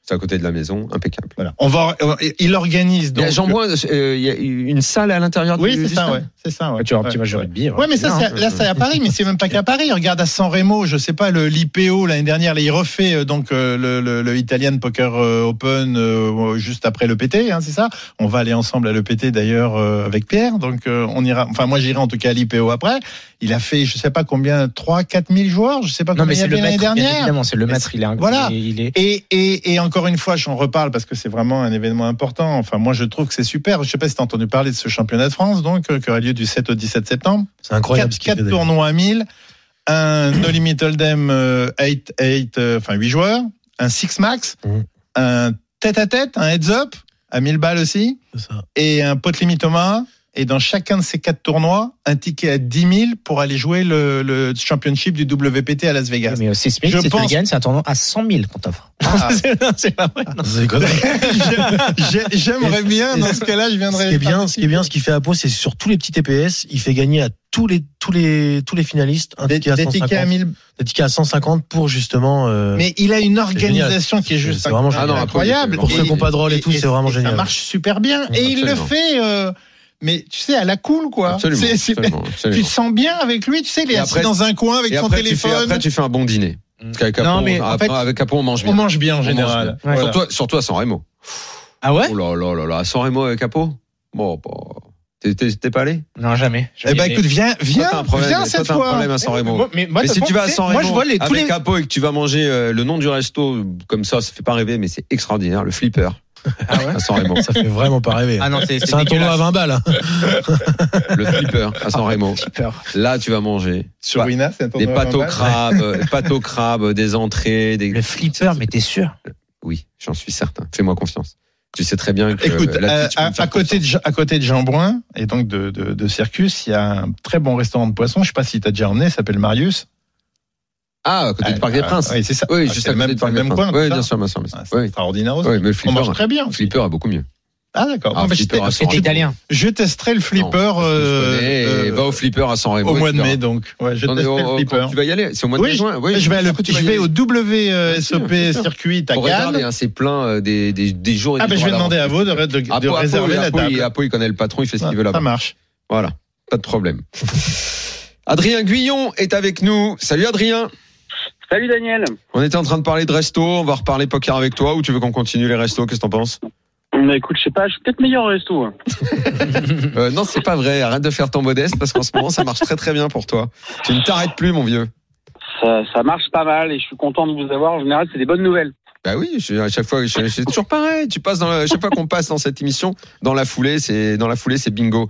[SPEAKER 6] C'est à côté de la maison, impeccable.
[SPEAKER 3] Voilà. On va, euh, il organise
[SPEAKER 6] Il y
[SPEAKER 3] donc.
[SPEAKER 6] a Jean Boin, euh, il y a une salle à
[SPEAKER 7] hein,
[SPEAKER 6] l'intérieur
[SPEAKER 3] Oui,
[SPEAKER 6] du
[SPEAKER 3] c'est
[SPEAKER 6] du
[SPEAKER 3] ça,
[SPEAKER 6] stade.
[SPEAKER 3] ouais. C'est ça, ouais.
[SPEAKER 7] Ah, tu vois un petit
[SPEAKER 3] Ouais.
[SPEAKER 7] match de
[SPEAKER 3] Ouais.
[SPEAKER 7] rugby
[SPEAKER 3] Ouais, mais ça, c'est- là, c'est à Paris, mais c'est même pas qu'à Paris. Regarde à San Remo, je sais pas, le l'IPO l'année dernière, là, il refait euh, donc euh, le, le, le Italian Poker euh, Open euh, juste après le PT, hein, c'est ça. On va aller ensemble à le PT d'ailleurs euh, avec Pierre, donc euh, on ira. Enfin, moi, j'irai en tout cas à l'IPO après. Il a fait, je sais pas combien, 3 quatre 000 joueurs, je sais pas
[SPEAKER 7] non
[SPEAKER 3] combien
[SPEAKER 7] mais
[SPEAKER 3] il y
[SPEAKER 7] c'est
[SPEAKER 3] avait
[SPEAKER 7] le
[SPEAKER 3] l'année
[SPEAKER 7] maître bien
[SPEAKER 3] dernière.
[SPEAKER 7] évidemment c'est le
[SPEAKER 3] Mais
[SPEAKER 7] maître il est un-
[SPEAKER 3] voilà.
[SPEAKER 7] il est- il est
[SPEAKER 3] Et, et, et encore une fois, j'en reparle parce que c'est vraiment un événement important. Enfin, moi, je trouve que c'est super. Je sais pas si tu as entendu parler de ce championnat de France, donc, euh, qui aura lieu du 7 au 17 septembre.
[SPEAKER 9] C'est incroyable ce
[SPEAKER 3] Quatre
[SPEAKER 9] qu'il fait.
[SPEAKER 3] quatre
[SPEAKER 9] d'ailleurs.
[SPEAKER 3] tournois à 1000, un No Limit Hold'em euh, 8, 8, euh, enfin 8 joueurs, un Six Max,
[SPEAKER 9] Mhm.
[SPEAKER 3] un tête-à-tête, un Heads Up à 1000 balles aussi,
[SPEAKER 9] C'est ça.
[SPEAKER 3] et un pot limit au main. Et dans chacun de ces quatre tournois, un ticket à 10 000 pour aller jouer le, le championship du WPT à Las Vegas.
[SPEAKER 7] mais euh, c'est Smith,
[SPEAKER 3] Je
[SPEAKER 7] si tu le
[SPEAKER 3] pense-
[SPEAKER 7] gagnes, c'est un tournoi à 100 000 qu'on t'offre.
[SPEAKER 3] Ah.
[SPEAKER 7] Non, c'est pas vrai. non.
[SPEAKER 9] C'est déconnant.
[SPEAKER 3] J'ai- J'aimerais bien, dans ce cas-là, je
[SPEAKER 9] Ce
[SPEAKER 3] viendrais.
[SPEAKER 9] qui est bien, ce qui est bien, ce qu'il fait à Pau, c'est sur tous les petits TPS, il fait gagner à tous les tous les tous les finalistes un
[SPEAKER 3] Des,
[SPEAKER 9] ticket à
[SPEAKER 3] des tickets à
[SPEAKER 9] 150,
[SPEAKER 3] 1000.
[SPEAKER 9] des tickets à 150 pour justement. euh,
[SPEAKER 3] Mais il a une
[SPEAKER 9] génial.
[SPEAKER 3] organisation qui est juste
[SPEAKER 9] C'est vraiment génial.
[SPEAKER 6] Ah non,
[SPEAKER 3] incroyable.
[SPEAKER 9] pour ceux qui n'ont pas de rôle et, tout,
[SPEAKER 3] Et-
[SPEAKER 9] c'est vraiment
[SPEAKER 3] et
[SPEAKER 9] génial.
[SPEAKER 3] Ça marche super bien et il le
[SPEAKER 6] Absolument.
[SPEAKER 3] fait, euh, mais tu sais, à la cool quoi.
[SPEAKER 6] Absolument.
[SPEAKER 3] C'est- c'est-
[SPEAKER 6] absolument,
[SPEAKER 3] Tu
[SPEAKER 6] absolument.
[SPEAKER 3] te sens bien avec lui, tu sais, il est
[SPEAKER 6] Et
[SPEAKER 3] assis
[SPEAKER 6] après-
[SPEAKER 3] dans un coin avec
[SPEAKER 6] Et
[SPEAKER 3] son
[SPEAKER 6] après tu, fais,
[SPEAKER 3] téléphone. Hmm.
[SPEAKER 6] après, tu fais un bon dîner. Parce qu'avec Capon,
[SPEAKER 7] Non, mais
[SPEAKER 6] on-
[SPEAKER 7] en
[SPEAKER 6] après,
[SPEAKER 7] fait,
[SPEAKER 6] avec Capon, on mange bien.
[SPEAKER 3] On mange bien en
[SPEAKER 6] mange
[SPEAKER 3] général.
[SPEAKER 6] bien.
[SPEAKER 3] Voilà.
[SPEAKER 6] Surtout, surtout à San Remo.
[SPEAKER 7] Ah ouais
[SPEAKER 6] Oh là là là là, à San Remo avec Capot Bon, bon. T'es- T'es t'es pas allé
[SPEAKER 7] Non, jamais. Je vais
[SPEAKER 3] Eh
[SPEAKER 7] y
[SPEAKER 3] ben
[SPEAKER 7] aller.
[SPEAKER 3] écoute, viens,
[SPEAKER 6] Toi, t'as
[SPEAKER 3] viens,
[SPEAKER 6] un problème,
[SPEAKER 3] viens
[SPEAKER 6] toi,
[SPEAKER 3] cette
[SPEAKER 6] t'as un
[SPEAKER 3] fois.
[SPEAKER 6] problème à San Remo.
[SPEAKER 7] Moi- mais moi,
[SPEAKER 6] mais
[SPEAKER 7] de
[SPEAKER 6] si
[SPEAKER 7] toute
[SPEAKER 6] tu vas à
[SPEAKER 7] façon,
[SPEAKER 6] San
[SPEAKER 7] moi, je
[SPEAKER 6] Remo
[SPEAKER 7] vois les- tous
[SPEAKER 6] avec
[SPEAKER 7] les-
[SPEAKER 6] Capot et que tu vas manger euh, le nom du resto comme ça, ça fait pas rêver, mais c'est extraordinaire. Le flipper
[SPEAKER 7] Ah ouais
[SPEAKER 6] à San Remo.
[SPEAKER 9] Ça fait vraiment pas rêver.
[SPEAKER 7] Ah non, c'est
[SPEAKER 9] C'est un tournoi à 20 balles. hein.
[SPEAKER 6] le flipper à San Remo.
[SPEAKER 7] Peur.
[SPEAKER 6] Là, tu vas manger
[SPEAKER 3] Sur
[SPEAKER 6] Pas-
[SPEAKER 3] Ina, c'est un
[SPEAKER 6] des
[SPEAKER 3] tournoi à
[SPEAKER 6] pâtes au
[SPEAKER 3] 20 balles.
[SPEAKER 6] crabe, euh, pâtes au crabe, des entrées, des.
[SPEAKER 7] Le flipper, mais t'es sûr
[SPEAKER 6] Oui, j'en suis certain. Fais-moi confiance. Tu sais très bien que.
[SPEAKER 3] Écoute,
[SPEAKER 6] euh, là-dessus,
[SPEAKER 3] euh,
[SPEAKER 6] tu peux
[SPEAKER 3] à,
[SPEAKER 6] me faire
[SPEAKER 3] à côté de, Ja- à côté de Jean Bruin et donc de, de, de Circus, il y a un très bon restaurant de poissons. Je sais pas si t'as déjà emmené, ça s'appelle Marius.
[SPEAKER 6] Ah, à côté du Parc des
[SPEAKER 3] Ah,
[SPEAKER 6] Princes.
[SPEAKER 3] Oui, c'est ça.
[SPEAKER 6] Oui,
[SPEAKER 3] Ah,
[SPEAKER 6] juste
[SPEAKER 3] c'est
[SPEAKER 6] à
[SPEAKER 3] le
[SPEAKER 6] côté
[SPEAKER 3] même,
[SPEAKER 6] du Parc
[SPEAKER 3] c'est
[SPEAKER 6] des
[SPEAKER 3] le même
[SPEAKER 6] Princes.
[SPEAKER 3] coin.
[SPEAKER 6] Oui,
[SPEAKER 3] ça
[SPEAKER 6] bien sûr, bien sûr. bien sûr.
[SPEAKER 3] Ah, c'est
[SPEAKER 6] Oui,
[SPEAKER 3] extraordinaire aussi.
[SPEAKER 6] oui, mais le
[SPEAKER 3] On
[SPEAKER 6] flipper,
[SPEAKER 3] mange très bien.
[SPEAKER 6] le
[SPEAKER 3] aussi.
[SPEAKER 6] flipper a beaucoup mieux.
[SPEAKER 3] Ah d'accord.
[SPEAKER 6] Ah,
[SPEAKER 3] Bon, bah,
[SPEAKER 6] flipper
[SPEAKER 3] j'étais-
[SPEAKER 6] à San
[SPEAKER 7] C'était
[SPEAKER 6] Remo.
[SPEAKER 7] italien.
[SPEAKER 3] je testerai le flipper
[SPEAKER 6] Non,
[SPEAKER 3] euh,
[SPEAKER 6] je connais,
[SPEAKER 3] euh,
[SPEAKER 6] va au flipper à San Remo.
[SPEAKER 3] au mois de
[SPEAKER 6] etc.
[SPEAKER 3] mai donc. Ouais, je
[SPEAKER 6] Non, mais
[SPEAKER 3] testerai
[SPEAKER 6] au-
[SPEAKER 3] le
[SPEAKER 6] au-
[SPEAKER 3] flipper.
[SPEAKER 6] Tu vas y aller C'est au mois de
[SPEAKER 3] Oui,
[SPEAKER 6] mai, juin. Oui,
[SPEAKER 3] je vais, à le-
[SPEAKER 6] tu
[SPEAKER 3] je
[SPEAKER 6] vas y
[SPEAKER 3] vais
[SPEAKER 6] aller.
[SPEAKER 3] au WSOP
[SPEAKER 6] Bien sûr.
[SPEAKER 3] circuit à
[SPEAKER 6] Pour
[SPEAKER 3] Cannes.
[SPEAKER 6] regarder, hein, c'est plein euh, des, des, des jours. et
[SPEAKER 3] Ah
[SPEAKER 6] des
[SPEAKER 3] ben je
[SPEAKER 6] jours
[SPEAKER 3] vais
[SPEAKER 6] à l'avance.
[SPEAKER 3] demander à Vaud de, de- de
[SPEAKER 6] Apo, Apo,
[SPEAKER 3] réserver
[SPEAKER 6] il-
[SPEAKER 3] la
[SPEAKER 6] Apo, il-
[SPEAKER 3] table. Ah,
[SPEAKER 6] Apo, il connaît le patron, il fait ce qu'il veut
[SPEAKER 3] Ça
[SPEAKER 6] là-bas.
[SPEAKER 3] marche.
[SPEAKER 6] Voilà, pas de problème. Adrien Guyon est avec nous. Salut Adrien.
[SPEAKER 12] Salut Daniel.
[SPEAKER 6] On était en train de parler de resto, on va reparler poker avec toi ou tu veux qu'on continue les restos Qu'est-ce que t'en penses
[SPEAKER 12] Mais écoute, je sais pas, je suis peut-être meilleur au resto. hein.
[SPEAKER 6] Euh, Non, c'est pas vrai. Arrête de faire ton modeste parce qu'en ce moment ça marche très très bien pour toi. Tu ne t'arrêtes plus, mon vieux.
[SPEAKER 12] Ça, ça marche pas mal et je suis content de vous avoir. En général, c'est des bonnes nouvelles.
[SPEAKER 6] Bah oui, je- à chaque fois, je- c'est toujours pareil. Tu passes dans la- à chaque fois qu'on passe dans cette émission, dans la foulée, c'est dans la foulée, c'est bingo.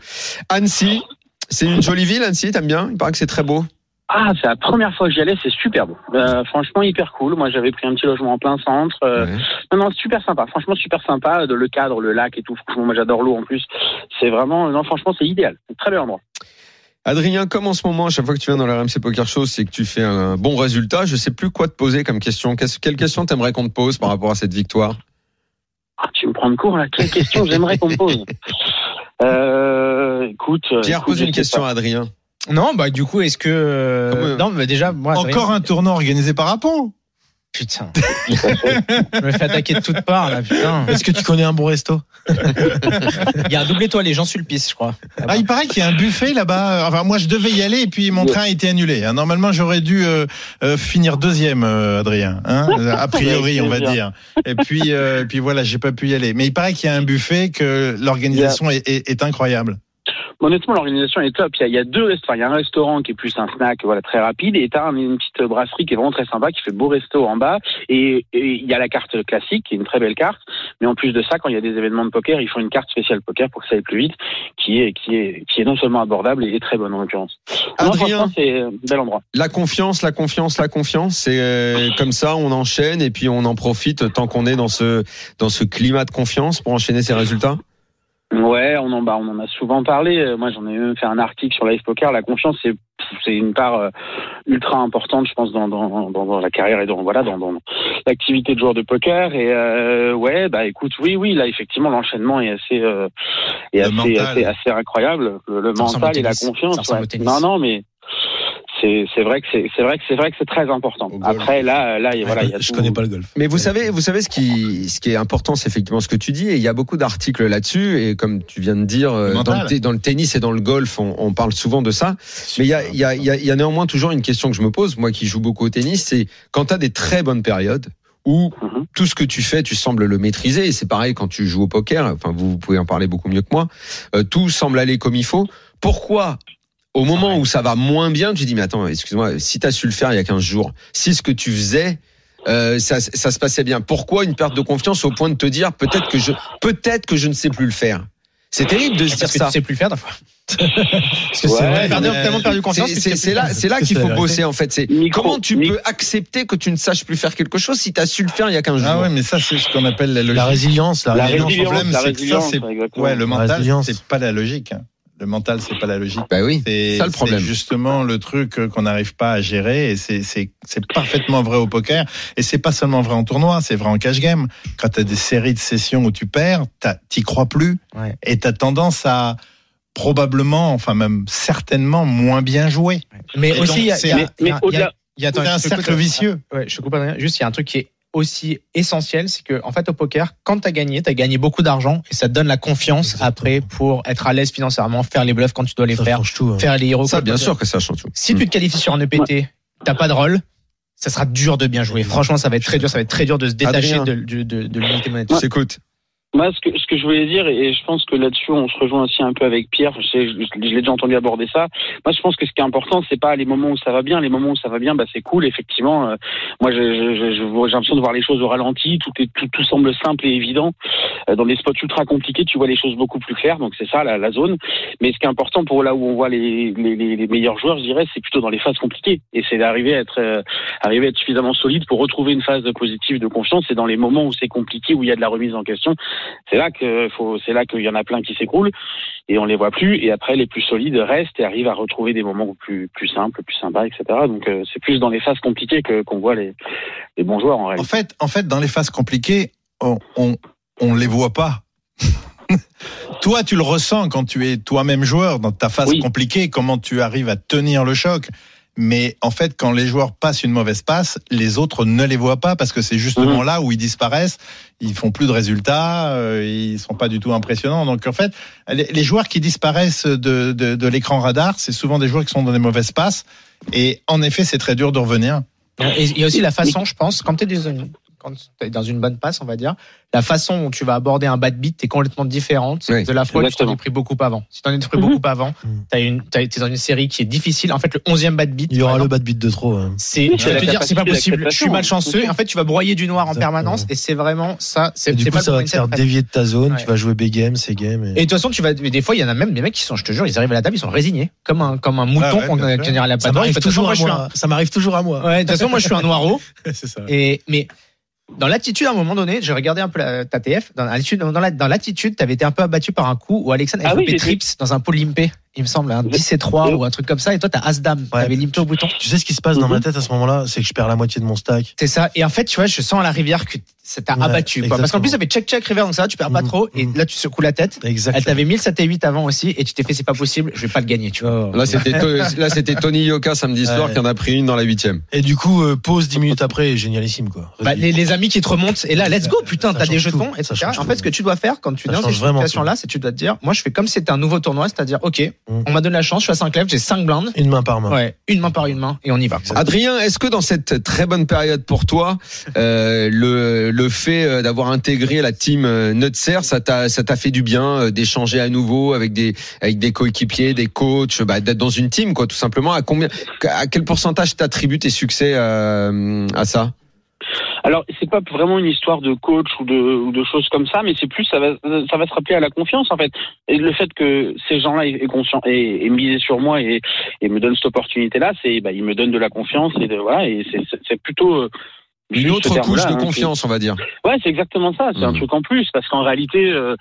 [SPEAKER 6] Annecy, c'est une jolie ville. Annecy, t'aimes bien Il paraît que c'est très beau.
[SPEAKER 12] Ah, c'est la première fois que j'y allais, c'est super beau. Euh, franchement, hyper cool. Moi, j'avais pris un petit logement en plein centre. Euh,
[SPEAKER 6] Ouais.
[SPEAKER 12] Non, non, super sympa. Franchement, super sympa. euh, De- Le cadre, le lac et tout. Franchement, moi, j'adore l'eau en plus. C'est vraiment, euh, non, franchement, c'est idéal. C'est un très bel endroit.
[SPEAKER 6] Adrien, comme en ce moment, à chaque fois que tu viens dans la RMC Poker Show, c'est que tu fais un bon résultat. Je sais plus quoi te poser comme question. Qu'est-ce- Quelle question t'aimerais qu'on te pose par rapport à cette victoire
[SPEAKER 12] Ah, tu me prends de court là. Quelle question j'aimerais qu'on me pose euh, Écoute. euh,
[SPEAKER 6] Pierre,
[SPEAKER 12] écoute,
[SPEAKER 6] pose
[SPEAKER 12] je
[SPEAKER 6] une
[SPEAKER 12] sais
[SPEAKER 6] question
[SPEAKER 12] pas.
[SPEAKER 6] à Adrien.
[SPEAKER 7] Non, bah du coup, est-ce que. euh,
[SPEAKER 6] Comment-
[SPEAKER 7] Non, mais déjà, moi. Adrien,
[SPEAKER 3] Encore un tournoi organisé par Apo.
[SPEAKER 7] Putain. je me fais attaquer de toutes parts, là, putain.
[SPEAKER 9] Est-ce que tu connais un bon resto
[SPEAKER 7] Il y a un double étoilé, Jean Sulpice, je crois.
[SPEAKER 3] Ah, il paraît qu'il y a un buffet là-bas. Enfin, moi, je devais y aller et puis mon train a été annulé. hein. Normalement, j'aurais dû euh, euh, finir deuxième, euh, Adrien. hein, a priori, on va dire. Et puis, euh, et puis voilà, j'ai pas pu y aller. Mais il paraît qu'il y a un buffet que l'organisation est, est- est incroyable.
[SPEAKER 12] Honnêtement, l'organisation est top. Il y, a, il y a deux restaurants. Il y a un restaurant qui est plus un snack, voilà, très rapide, et t'as un- une petite brasserie qui est vraiment très sympa, qui fait beau resto en bas. Et et il y a la carte classique, qui est une très belle carte. Mais en plus de ça, quand il y a des événements de poker, ils font une carte spéciale poker pour que ça aille plus vite, qui est qui est qui est non seulement abordable et, et très bonne en l'occurrence. Non,
[SPEAKER 6] Adrien.
[SPEAKER 12] franchement, c'est un bel endroit.
[SPEAKER 6] La confiance, la confiance, la confiance. C'est euh, comme ça, on enchaîne et puis on en profite tant qu'on est dans ce dans ce climat de confiance pour enchaîner ses résultats.
[SPEAKER 12] Ouais, on en, bah, on en a souvent parlé. Euh, Moi, j'en ai même fait un article sur Live Poker. La confiance, c'est c'est une part euh, ultra importante, je pense, dans, dans, dans, dans la carrière et dans voilà, dans, dans l'activité de joueur de poker. Et euh, ouais, bah écoute, oui, oui, là, effectivement, l'enchaînement est assez, euh, est
[SPEAKER 3] Le
[SPEAKER 12] assez,
[SPEAKER 3] mental.
[SPEAKER 12] assez, assez incroyable. Le, le
[SPEAKER 7] Ça ressemble
[SPEAKER 12] mental
[SPEAKER 7] au
[SPEAKER 12] et la
[SPEAKER 7] tennis. Ça
[SPEAKER 12] confiance.
[SPEAKER 7] ressemble
[SPEAKER 12] ouais.
[SPEAKER 7] au tennis.
[SPEAKER 12] Non, non, mais c'est c'est vrai que c'est c'est vrai que c'est vrai que c'est très important.
[SPEAKER 3] Au golf.
[SPEAKER 12] Après, là, là, et voilà, il y a
[SPEAKER 9] Je
[SPEAKER 12] tout-
[SPEAKER 9] connais pas le golf.
[SPEAKER 6] Mais vous savez, vous savez ce qui ce qui est important, c'est effectivement ce que tu dis. Et il y a beaucoup d'articles là-dessus. Et comme tu viens de dire, euh,
[SPEAKER 3] Mental.
[SPEAKER 6] dans le, té- dans le tennis et dans le golf, on, on parle souvent de ça. Mais il y a, il y, a, il y, a, il y a néanmoins toujours une question que je me pose, moi qui joue beaucoup au tennis, c'est quand tu as des très bonnes périodes où
[SPEAKER 12] Mhm.
[SPEAKER 6] tout ce que tu fais, tu sembles le maîtriser, et c'est pareil quand tu joues au poker, enfin vous, vous pouvez en parler beaucoup mieux que moi, euh, tout semble aller comme il faut. Pourquoi au moment où ça va moins bien, tu dis mais attends, excuse-moi, si t'as su le faire il y a 15 jours, si ce que tu faisais euh, ça, ça se passait bien. Pourquoi une perte de confiance au point de te dire peut-être que je peut-être que je ne sais plus le faire. C'est terrible de se dire
[SPEAKER 7] Ah, Parce que
[SPEAKER 6] ça.
[SPEAKER 7] tu sais plus le faire, des fois.
[SPEAKER 9] Parce que
[SPEAKER 12] Ouais,
[SPEAKER 9] c'est vrai.
[SPEAKER 12] mais-
[SPEAKER 9] mais-
[SPEAKER 7] T'as tellement perdu confiance.
[SPEAKER 6] C'est-
[SPEAKER 7] que tu
[SPEAKER 6] C'est
[SPEAKER 7] sais
[SPEAKER 6] c'est
[SPEAKER 7] plus le
[SPEAKER 6] là,
[SPEAKER 7] faire.
[SPEAKER 6] c'est là
[SPEAKER 9] Parce que
[SPEAKER 6] qu'il
[SPEAKER 9] c'est
[SPEAKER 6] faut
[SPEAKER 9] la vérité.
[SPEAKER 6] bosser en fait. C'est
[SPEAKER 12] Micro,
[SPEAKER 6] comment tu
[SPEAKER 12] micro.
[SPEAKER 6] peux accepter que tu ne saches plus faire quelque chose si tu as su le faire il y a 15 jours.
[SPEAKER 3] Ah ouais, mais ça, c'est ce qu'on appelle la
[SPEAKER 9] La
[SPEAKER 3] logique.
[SPEAKER 9] résilience, la,
[SPEAKER 12] La
[SPEAKER 9] résilience.
[SPEAKER 12] résilience,
[SPEAKER 3] problème,
[SPEAKER 12] la
[SPEAKER 3] c'est que ça,
[SPEAKER 12] résilience,
[SPEAKER 3] c'est-
[SPEAKER 12] exactement.
[SPEAKER 3] Ouais, le
[SPEAKER 9] La
[SPEAKER 3] mental,
[SPEAKER 9] résilience.
[SPEAKER 3] c'est pas la logique. hein. Le mental, c'est pas la logique.
[SPEAKER 6] Bah oui.
[SPEAKER 3] C'est
[SPEAKER 6] ça, le problème.
[SPEAKER 3] c'est justement le truc euh, qu'on n'arrive pas à gérer et c'est- c'est c'est parfaitement vrai au poker et c'est pas seulement vrai en tournoi, c'est vrai en cash game. Quand t'as des séries de sessions où tu perds, t'as- t'y crois plus
[SPEAKER 7] Ouais.
[SPEAKER 3] et t'as tendance à probablement, enfin même certainement moins bien jouer.
[SPEAKER 7] Mais
[SPEAKER 3] Et donc,
[SPEAKER 7] aussi, il y a-
[SPEAKER 3] c'est-
[SPEAKER 7] il y a-
[SPEAKER 3] mais-
[SPEAKER 7] il y a- il y
[SPEAKER 12] mais
[SPEAKER 7] a-
[SPEAKER 12] au-delà-
[SPEAKER 7] il y a attends,
[SPEAKER 3] C'est un
[SPEAKER 7] je te coupe,
[SPEAKER 3] cercle
[SPEAKER 7] euh,
[SPEAKER 3] vicieux.
[SPEAKER 7] Ouais, je te coupe Adrien. Juste, il y a un truc qui est aussi essentiel, c'est que en fait au poker, quand t'as gagné, t'as gagné beaucoup d'argent et ça te donne la confiance
[SPEAKER 9] Exactement.
[SPEAKER 7] après pour être à l'aise financièrement, faire les bluffs quand tu dois les
[SPEAKER 9] Ça
[SPEAKER 7] faire,
[SPEAKER 9] change tout. hein.
[SPEAKER 7] faire les héros.
[SPEAKER 6] Ça,
[SPEAKER 7] quand
[SPEAKER 6] bien
[SPEAKER 7] tu-
[SPEAKER 6] sûr que ça change tout.
[SPEAKER 7] Si tu te qualifies sur un EPT, t'as pas de rôle. ça sera dur de bien jouer. Franchement, ça va être très dur. Ça va être très dur de se détacher de, de, de, de l'unité monétaire.
[SPEAKER 6] J'écoute.
[SPEAKER 12] Moi, ce que, ce que je voulais dire, et je pense que là-dessus, on se rejoint aussi un peu avec Pierre, je, sais, je, je l'ai déjà entendu aborder ça. Moi, je pense que ce qui est important, c'est pas les moments où ça va bien. Les moments où ça va bien, bah, c'est cool, effectivement. Euh, moi, j'ai je, je, l'impression de voir les choses au ralenti, tout, est, tout, tout semble simple et évident. Euh, dans des spots ultra compliqués, tu vois les choses beaucoup plus claires, donc c'est ça, la, la, zone. Mais ce qui est important pour là où on voit les, les, les, les meilleurs joueurs, je dirais, c'est plutôt dans les phases compliquées. Et c'est d'arriver à, être, euh, arriver à être suffisamment solide pour retrouver une phase de positive, de confiance. Et dans les moments où c'est compliqué, où il y a de la remise en question, c'est là que faut, c'est là qu'il y en a plein qui s'écroulent et on les voit plus. Et après, les plus solides restent et arrivent à retrouver des moments plus plus simples, plus sympas, etc. Donc euh, c'est plus dans les phases compliquées que qu'on voit les, les bons joueurs en réalité.
[SPEAKER 3] En fait, en fait, dans les phases compliquées, on on, on les voit pas. toi, tu le ressens quand tu es toi-même joueur dans ta phase oui. compliquée. Comment tu arrives à tenir le choc? Mais en fait, quand les joueurs passent une mauvaise passe, les autres ne les voient pas parce que c'est justement mmh.
[SPEAKER 7] Mhm.
[SPEAKER 3] là où ils disparaissent. Ils font plus de résultats, euh, ils sont pas du tout impressionnants. Donc en fait, les, joueurs qui disparaissent de, de, de l'écran radar, c'est souvent des joueurs qui sont dans des mauvaises passes. Et en effet, c'est très dur de revenir.
[SPEAKER 7] Il y a aussi la façon, je pense, quand tu es désolé quand tu es dans une bonne passe, on va dire, la façon dont tu vas aborder un bad beat est complètement différente oui, de la fois où tu t'en es pris beaucoup avant. Si t'en es pris mm -hmm. beaucoup avant, tu es dans une série qui est difficile. En fait, le 11e bad beat.
[SPEAKER 9] Il y aura exemple, le bad beat de trop. Hein.
[SPEAKER 7] C'est, oui, je vais te dire, c'est pas possible. Je suis malchanceux. En fait, tu vas broyer du noir en Exactement. permanence et c'est vraiment ça. C'est,
[SPEAKER 9] du coup, pas ça va te faire dévier de ta zone. Ouais. Tu vas jouer B game, C game.
[SPEAKER 7] Et... et... de toute façon, tu vas, mais des fois, il y en a même des mecs qui sont, je te jure, ils arrivent à la table, ils sont résignés. Comme un, comme un mouton qu'on a à la
[SPEAKER 9] Ah, Ça m'arrive toujours à moi.
[SPEAKER 7] de toute façon, moi, je suis un noiro. C'est ça. Et, mais, dans l'attitude, à un moment donné, j'ai regardé un peu la, ta TF. Dans l'attitude, dans, la, dans t'avais été un peu abattu par un coup où Alexandre avait ah oui, trips dans un pot limpé, il me semble, un 10 et 3 ou un truc comme ça. Et toi, t'as as dame, t'avais limpé
[SPEAKER 9] tu,
[SPEAKER 7] au bouton.
[SPEAKER 9] Tu sais ce qui se passe dans ma tête à ce moment-là, c'est que je perds la moitié de mon stack.
[SPEAKER 7] C'est ça. Et en fait, tu vois, je sens à la rivière que ça t'a ouais, Mhm, abattu. Quoi. Parce qu'en plus, ça fait check check river, donc ça, tu perds pas trop. Et là, tu secoues la tête.
[SPEAKER 9] Exactement.
[SPEAKER 7] Elle t'avait 1007 et 8 avant aussi, et tu t'es fait, c'est pas possible, je vais pas le gagner. Tu vois.
[SPEAKER 6] Là, c'était là, c'était Tony Yoka samedi ouais. soir qui en a pris une dans la huitième.
[SPEAKER 9] Et du coup, euh, pause 10 minutes après, génialissime quoi.
[SPEAKER 7] Bah, les, les, amis qui te remontent, et là, let's go, putain, t'as des jetons, et En tout. fait, ce que tu dois faire quand tu es dans cette situation-là, c'est tu dois te dire, moi, je fais comme si c'était un nouveau tournoi, c'est-à-dire, ok, on m'a donné la chance, je suis à 5 lèvres, j'ai 5 blindes.
[SPEAKER 9] Une main par main.
[SPEAKER 7] Mhm. Ouais, une main par une main, et on y va.
[SPEAKER 6] Adrien, est-ce que dans cette très bonne période pour toi, euh, le le fait euh, d'avoir intégré la team Nutser, ça t'a ça t'a fait du bien euh, d'échanger à nouveau avec des avec des coéquipiers, des coachs, bah, d'être dans une team quoi, tout simplement. À combien, à quel pourcentage t'attribues tes succès à, à ça?
[SPEAKER 12] Alors, c'est pas vraiment une histoire de coach ou de, ou de choses comme ça, mais c'est plus ça va, ça va se rappeler à la confiance en fait, et le fait que ces gens-là aient conscience et, et misé sur moi et, et me donnent cette opportunité-là, c'est bah, ils me donnent de la confiance et de voilà, et c'est plutôt euh,
[SPEAKER 6] une Juste autre couche de hein, confiance, on va dire.
[SPEAKER 12] Ouais, c'est exactement ça. C'est mmh. un truc en plus parce qu'en réalité, euh,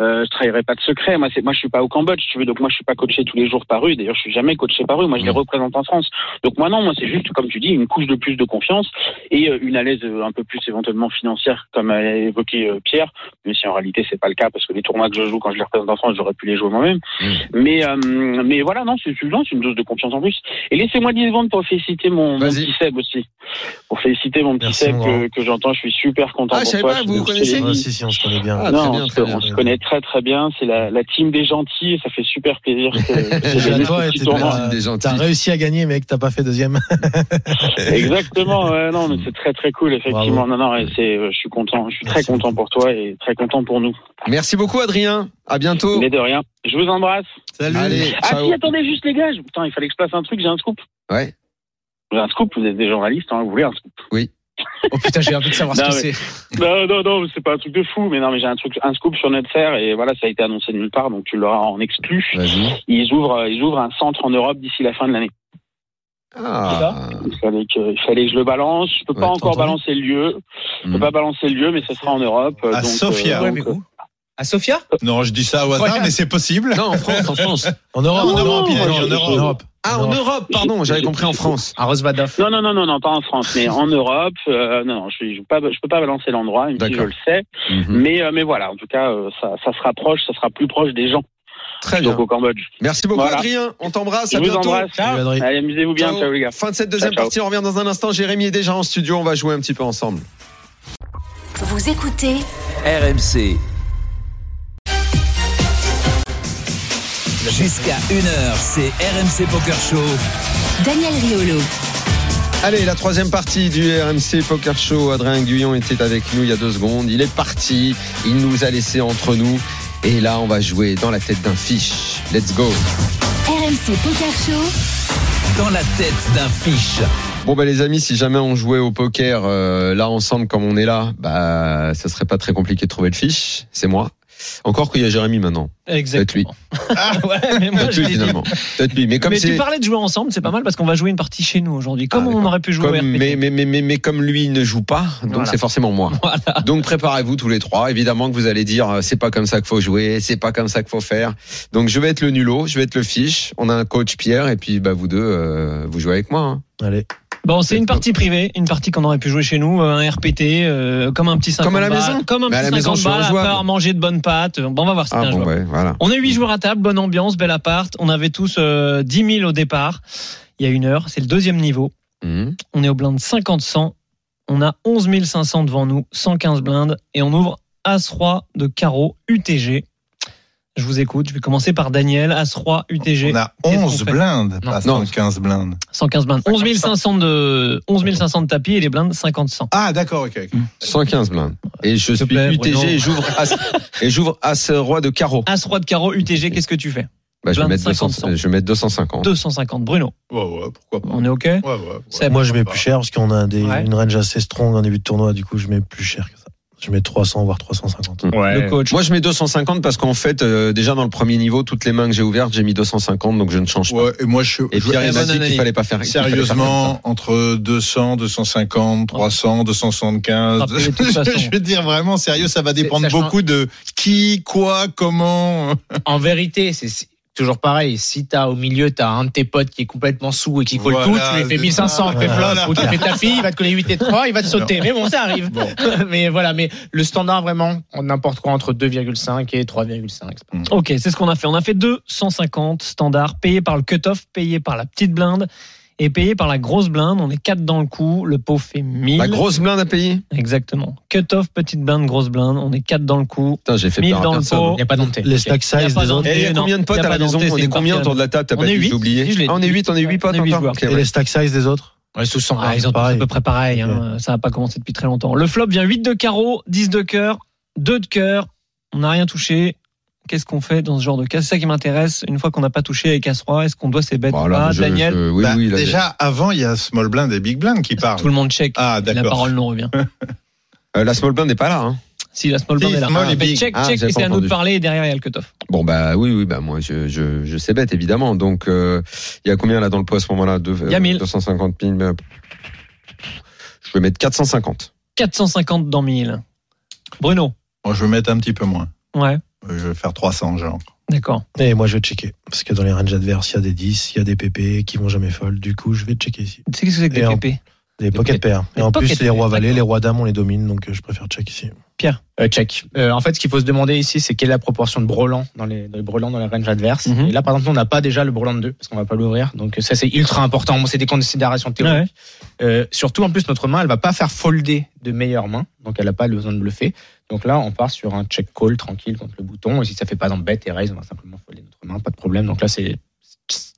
[SPEAKER 12] euh, je trahirais pas de secret. Moi, c'est moi, je suis pas au Cambodge, tu veux. Donc moi, je suis pas coaché tous les jours par eux. D'ailleurs, je suis jamais coaché par eux. Moi, je les représente en France. Donc moi, non, moi, c'est juste comme tu dis, une couche de plus de confiance et euh, une à l'aise un peu plus éventuellement financière, comme a évoqué euh, Pierre. Même si en réalité, c'est pas le cas parce que les tournois que je joue quand je les représente en France, j'aurais pu les jouer moi-même. Mmh. Mais mais voilà, non, c'est une dose de confiance en plus. Et laissez-moi 10 secondes pour féliciter mon, mon petit Seb aussi, pour féliciter mon petit Seb que, que j'entends, je suis super content
[SPEAKER 6] ah,
[SPEAKER 12] pour
[SPEAKER 6] toi. Pas, vous vous connaissez
[SPEAKER 9] ah, si, si, on se connaît bien. Ah,
[SPEAKER 12] non, très bien, très on, se, bien. on, se, connaît très très bien. C'est la, la, team des gentils et ça fait super plaisir.
[SPEAKER 9] T'as réussi à gagner, mec, t'as pas fait deuxième.
[SPEAKER 12] Exactement, ouais, non, mais c'est très très cool, effectivement. Bravo. Non, non, c'est, euh, je suis content, je suis Merci très content beaucoup. pour toi et très content pour nous.
[SPEAKER 6] Merci beaucoup, Adrien. À bientôt.
[SPEAKER 12] Mais de rien. Je vous embrasse.
[SPEAKER 6] Salut. Allez,
[SPEAKER 12] ah, si, attendez juste, les gars. Putain, il fallait que je passe un truc, j'ai un scoop.
[SPEAKER 6] Ouais.
[SPEAKER 12] J'ai un scoop, vous êtes des journalistes, hein, vous voulez un scoop.
[SPEAKER 6] Oui.
[SPEAKER 7] Oh putain, j'ai envie de savoir
[SPEAKER 12] non,
[SPEAKER 7] ce que
[SPEAKER 12] c'est. Non, non, non, c'est pas un truc de fou, mais non, mais j'ai un truc, un scoop sur Netser et voilà, ça a été annoncé de nulle part, donc tu l'auras en exclu. Ils ouvrent, ils ouvrent un centre en Europe d'ici la fin de l'année.
[SPEAKER 6] Ah.
[SPEAKER 12] Il, fallait que, il fallait que je le balance. Je peux ouais, pas encore balancer le lieu. Je
[SPEAKER 6] Mm.
[SPEAKER 12] peux mmh. pas balancer le lieu, mais ça sera en Europe.
[SPEAKER 3] À
[SPEAKER 12] donc,
[SPEAKER 3] Sofia.
[SPEAKER 7] Euh, donc, ouais, à Sofia
[SPEAKER 3] Non, je dis ça au hasard, ouais. mais c'est possible.
[SPEAKER 6] Non, en France, en France.
[SPEAKER 9] En Europe,
[SPEAKER 6] non,
[SPEAKER 9] en Europe,
[SPEAKER 6] non,
[SPEAKER 9] en Europe. En Europe.
[SPEAKER 6] Ah, en Europe, pardon, j'avais compris en France.
[SPEAKER 7] À Rosbadov.
[SPEAKER 12] euh, Non, non, non, non, non, pas en France, mais en Europe. Euh, non, non, je ne pas, je peux pas balancer l'endroit, même si je le sais. Mm -hmm.
[SPEAKER 6] Mhm.
[SPEAKER 12] Mais, euh, mais voilà, en tout cas, euh, ça, ça se rapproche, ça sera plus proche des gens.
[SPEAKER 6] Très bien.
[SPEAKER 12] au Cambodge.
[SPEAKER 6] Merci beaucoup, voilà. Adrien. On t'embrasse. À
[SPEAKER 12] vous
[SPEAKER 6] bientôt.
[SPEAKER 12] Embrasse. Allez, Allez amusez-vous bien. Ciao. ciao. les gars.
[SPEAKER 6] Fin de cette deuxième ciao, partie. On revient dans un instant. Jérémy est déjà en studio. On va jouer un petit peu ensemble.
[SPEAKER 11] Vous écoutez
[SPEAKER 4] RMC. Jusqu'à 1h, c'est RMC Poker Show.
[SPEAKER 11] Daniel Riolo.
[SPEAKER 6] Allez, la troisième partie du RMC Poker Show. Adrien Guyon était avec nous il y a deux secondes. Il est parti. Il nous a laissé entre nous. Et là, on va jouer dans la tête d'un fiche. Let's go.
[SPEAKER 11] RMC Poker Show.
[SPEAKER 4] Dans la tête d'un fiche.
[SPEAKER 6] Bon bah les amis, si jamais on jouait au poker euh, là ensemble comme on est là, bah ça serait pas très compliqué de trouver le fiche. C'est moi. Encore qu'il y a Jérémy maintenant.
[SPEAKER 13] Exactement.
[SPEAKER 6] Peut-être lui. Ah ouais, mais moi, Peut-être lui finalement. Peut-être lui. Mais comme
[SPEAKER 13] mais
[SPEAKER 6] c'est- Ah,
[SPEAKER 13] tu parlais de jouer ensemble, c'est pas mal parce qu'on va jouer une partie chez nous aujourd'hui. Comme on aurait pu jouer
[SPEAKER 6] Comme-
[SPEAKER 13] au RPT.
[SPEAKER 6] mais, mais, mais, mais, mais comme lui il ne joue pas, donc
[SPEAKER 13] Voilà.
[SPEAKER 6] c'est forcément moi. Donc préparez-vous tous les trois. Évidemment que vous allez dire euh, c'est pas comme ça qu'il faut jouer, c'est pas comme ça qu'il faut faire. Donc je vais être le nulot, je vais être le fiche. On a un coach Pierre et puis bah vous deux euh, vous jouez avec moi. hein.
[SPEAKER 9] Allez.
[SPEAKER 13] Bon, c'est une partie privée, une partie qu'on aurait pu jouer chez nous, euh, un RPT, euh, comme un petit 50
[SPEAKER 6] Comme à la
[SPEAKER 13] balles,
[SPEAKER 6] maison.
[SPEAKER 13] comme un
[SPEAKER 6] Mais à
[SPEAKER 13] petit
[SPEAKER 6] la maison,
[SPEAKER 13] 50
[SPEAKER 6] c'est
[SPEAKER 13] balles, à
[SPEAKER 6] injouable.
[SPEAKER 13] part manger de bonnes pâtes. Euh, Bon, on va voir, c'est
[SPEAKER 6] Ah
[SPEAKER 13] bien
[SPEAKER 9] bah.
[SPEAKER 6] bon ouais, voilà.
[SPEAKER 13] On est huit joueurs à table, bonne ambiance, bel appart. On avait tous euh, 10 000 au départ. Il y a une heure, c'est le deuxième niveau.
[SPEAKER 6] Mhm.
[SPEAKER 13] On est au blind 50-100. On a 11 500 devant nous, 115 blindes. Et on ouvre As-Roi de carreau UTG. Je vous écoute, je vais commencer par Daniel, As-Roi UTG.
[SPEAKER 3] On a
[SPEAKER 13] Qu'est-ce qu'on
[SPEAKER 3] 11
[SPEAKER 13] fait
[SPEAKER 3] blindes,
[SPEAKER 13] Non.
[SPEAKER 3] pas 115 blindes.
[SPEAKER 13] 115 blindes. 11 500 de, 11 500 de tapis et les blindes 50-100.
[SPEAKER 3] Ah, d'accord, ok.
[SPEAKER 6] Mm.
[SPEAKER 3] ok.
[SPEAKER 6] 115 blindes. Et je suis
[SPEAKER 13] plaît, Bruno.
[SPEAKER 6] UTG et j'ouvre as, et j'ouvre as roi de carreau.
[SPEAKER 13] As-Roi de carreau UTG, qu'est-ce que tu fais
[SPEAKER 6] Bah, je vais
[SPEAKER 13] Blindes
[SPEAKER 6] mettre 200
[SPEAKER 13] 50.
[SPEAKER 6] je vais mettre 250.
[SPEAKER 13] 250. Bruno,
[SPEAKER 3] Ouais, ouais, pourquoi pas.
[SPEAKER 13] on est OK
[SPEAKER 3] Ouais, ouais.
[SPEAKER 13] Seb,
[SPEAKER 9] Moi, je mets plus cher parce qu'on a des-
[SPEAKER 13] Ouais.
[SPEAKER 9] une range assez strong en début de tournoi. Du coup, je mets plus cher que ça. Je mets 300 voire 350.
[SPEAKER 13] le coach.
[SPEAKER 6] Moi, je mets 250 parce qu'en fait, euh, déjà dans le premier niveau, toutes les mains que j'ai ouvertes, j'ai mis 250, donc je ne change pas.
[SPEAKER 3] Ouais, et moi, je,
[SPEAKER 6] Et
[SPEAKER 3] je-
[SPEAKER 6] Pierre, il m'a
[SPEAKER 13] bonne
[SPEAKER 6] dit qu'il
[SPEAKER 13] analyse.
[SPEAKER 6] fallait pas faire. qu'il fallait pas faire comme
[SPEAKER 3] sérieusement, entre 200, 250, 300, 275.
[SPEAKER 13] Rappelez de toute façon.
[SPEAKER 3] je veux dire vraiment sérieux, ça va dépendre
[SPEAKER 7] sachant-
[SPEAKER 3] beaucoup de qui, quoi, comment.
[SPEAKER 7] En vérité, c'est c'est toujours pareil. Si t'as au milieu, t'as un de tes potes qui est complètement sous et qui colle
[SPEAKER 3] Voilà,
[SPEAKER 7] tout, tu lui
[SPEAKER 3] c'est
[SPEAKER 7] fais 1500,
[SPEAKER 3] ça.
[SPEAKER 7] tu fais flop,
[SPEAKER 3] Voilà.
[SPEAKER 7] ou tu fais tapis, il va te coller 8 et 3, il va te sauter. Mais bon, ça arrive.
[SPEAKER 3] Bon.
[SPEAKER 7] mais voilà, mais le standard vraiment, on n'importe quoi entre 2,5 et 3,5.
[SPEAKER 13] OK, c'est ce qu'on a fait. On a fait 250 standards payés par le cut-off, payés par la petite blinde et payés par la grosse blinde. On est 4 dans le coup. Le pot fait 1000.
[SPEAKER 6] ça. La grosse blinde à payer.
[SPEAKER 13] Exactement. Cut-off, petite blinde, grosse blinde. On est 4 dans le coup.
[SPEAKER 6] Putain, j'ai fait
[SPEAKER 13] 1000
[SPEAKER 6] peur à
[SPEAKER 13] dans le
[SPEAKER 6] personne.
[SPEAKER 13] pot.
[SPEAKER 7] Il n'y a pas d'onté.
[SPEAKER 9] Les stack
[SPEAKER 13] Il y a
[SPEAKER 9] size
[SPEAKER 13] pas
[SPEAKER 9] des
[SPEAKER 13] d'entrée,
[SPEAKER 9] autres.
[SPEAKER 6] Et il y a
[SPEAKER 13] non.
[SPEAKER 6] Eh, combien de potes
[SPEAKER 13] Il y a
[SPEAKER 6] à la
[SPEAKER 13] pas
[SPEAKER 6] maison
[SPEAKER 13] d'entrée,
[SPEAKER 6] On
[SPEAKER 13] c'est
[SPEAKER 6] est
[SPEAKER 13] une
[SPEAKER 6] combien
[SPEAKER 13] partie
[SPEAKER 6] autour de la table T'as
[SPEAKER 13] On
[SPEAKER 6] pas
[SPEAKER 13] est
[SPEAKER 6] dit,
[SPEAKER 13] huit.
[SPEAKER 6] j'ai oublié.
[SPEAKER 13] Si, je l'ai
[SPEAKER 6] Ah, on est
[SPEAKER 13] dit.
[SPEAKER 6] 8, on est 8 potes.
[SPEAKER 13] On est huit
[SPEAKER 6] encore.
[SPEAKER 13] joueurs.
[SPEAKER 6] Ok,
[SPEAKER 9] Et
[SPEAKER 6] ouais.
[SPEAKER 9] les stack size des autres
[SPEAKER 7] Ouais, sous 100
[SPEAKER 13] Ah, ils ont tous à
[SPEAKER 9] pareil.
[SPEAKER 13] peu près pareil.
[SPEAKER 9] Ok.
[SPEAKER 13] hein. Ça n'a pas commencé depuis très longtemps. Le flop vient 8 de carreau, 10 de cœur, 2 de cœur. On n'a rien touché. Qu'est-ce qu'on fait dans ce genre de cas C'est ça qui m'intéresse. Une fois qu'on n'a pas touché avec As-Roi, est-ce qu'on doit ses bêtes
[SPEAKER 6] Bon,
[SPEAKER 13] ou
[SPEAKER 6] alors,
[SPEAKER 13] pas
[SPEAKER 6] je-
[SPEAKER 13] Ah, Daniel,
[SPEAKER 6] je- oui,
[SPEAKER 3] Bah,
[SPEAKER 6] oui, là,
[SPEAKER 3] déjà, avant, il y a Small Blind et Big Blind qui parlent.
[SPEAKER 13] tout le monde check.
[SPEAKER 3] Ah,
[SPEAKER 13] la
[SPEAKER 3] d'accord.
[SPEAKER 13] parole nous revient.
[SPEAKER 6] euh, la small blind n'est pas là. hein.
[SPEAKER 13] Si la small blind
[SPEAKER 3] Si,
[SPEAKER 13] est là.
[SPEAKER 3] small et
[SPEAKER 13] Mais
[SPEAKER 3] big.
[SPEAKER 13] check,
[SPEAKER 6] Ah,
[SPEAKER 13] check.
[SPEAKER 6] j'avais
[SPEAKER 13] Et
[SPEAKER 6] pas
[SPEAKER 13] c'est à nous de
[SPEAKER 6] entendu.
[SPEAKER 13] parler. Et derrière, il y a le cut-off.
[SPEAKER 6] Bon bah oui, oui, bah moi je je je sais bête évidemment. Donc euh, il y a combien là dans le pot à ce moment-là Deux-
[SPEAKER 13] Il y a
[SPEAKER 6] euh,
[SPEAKER 13] 1000.
[SPEAKER 6] 250 000. mais, euh, Je vais mettre 450.
[SPEAKER 13] 450 dans 1000. Bruno.
[SPEAKER 3] Bon, je vais mettre un petit peu moins.
[SPEAKER 13] Ouais,
[SPEAKER 3] Euh, Je vais faire 300, genre.
[SPEAKER 13] d'accord.
[SPEAKER 9] Et moi, je vais checker. Parce que dans les ranges adverses, il y a des 10, il y a des PP qui vont jamais fold. Du coup, je vais checker ici.
[SPEAKER 13] C'est qu'est-ce que c'est que
[SPEAKER 9] Et
[SPEAKER 13] des
[SPEAKER 9] en-
[SPEAKER 13] PP
[SPEAKER 9] Des pocket pairs. Et
[SPEAKER 13] Des
[SPEAKER 9] en
[SPEAKER 13] pocket
[SPEAKER 9] plus, les
[SPEAKER 13] pairs,
[SPEAKER 9] rois valets,
[SPEAKER 13] d'accord.
[SPEAKER 9] les rois dames, on les domine. Donc, euh, je préfère check ici.
[SPEAKER 7] Euh, check. Euh, en fait, ce qu'il faut se demander ici, c'est quelle est la proportion de brelans dans les, dans les brelans dans la range adverse.
[SPEAKER 13] Mhm.
[SPEAKER 7] Et là, par exemple, on n'a pas déjà le brelan de 2 parce qu'on va pas l'ouvrir. Donc ça, c'est ultra important. Bon, c'est des considérations théoriques.
[SPEAKER 13] Ouais.
[SPEAKER 7] Euh, surtout, en plus, notre main, elle va pas faire folder de meilleures mains. Donc elle n'a pas le besoin de bluffer. Donc là, on part sur un check call tranquille contre le bouton. Et si ça fait pas dans bet et raise, on va simplement folder notre main, pas de problème. Donc là, c'est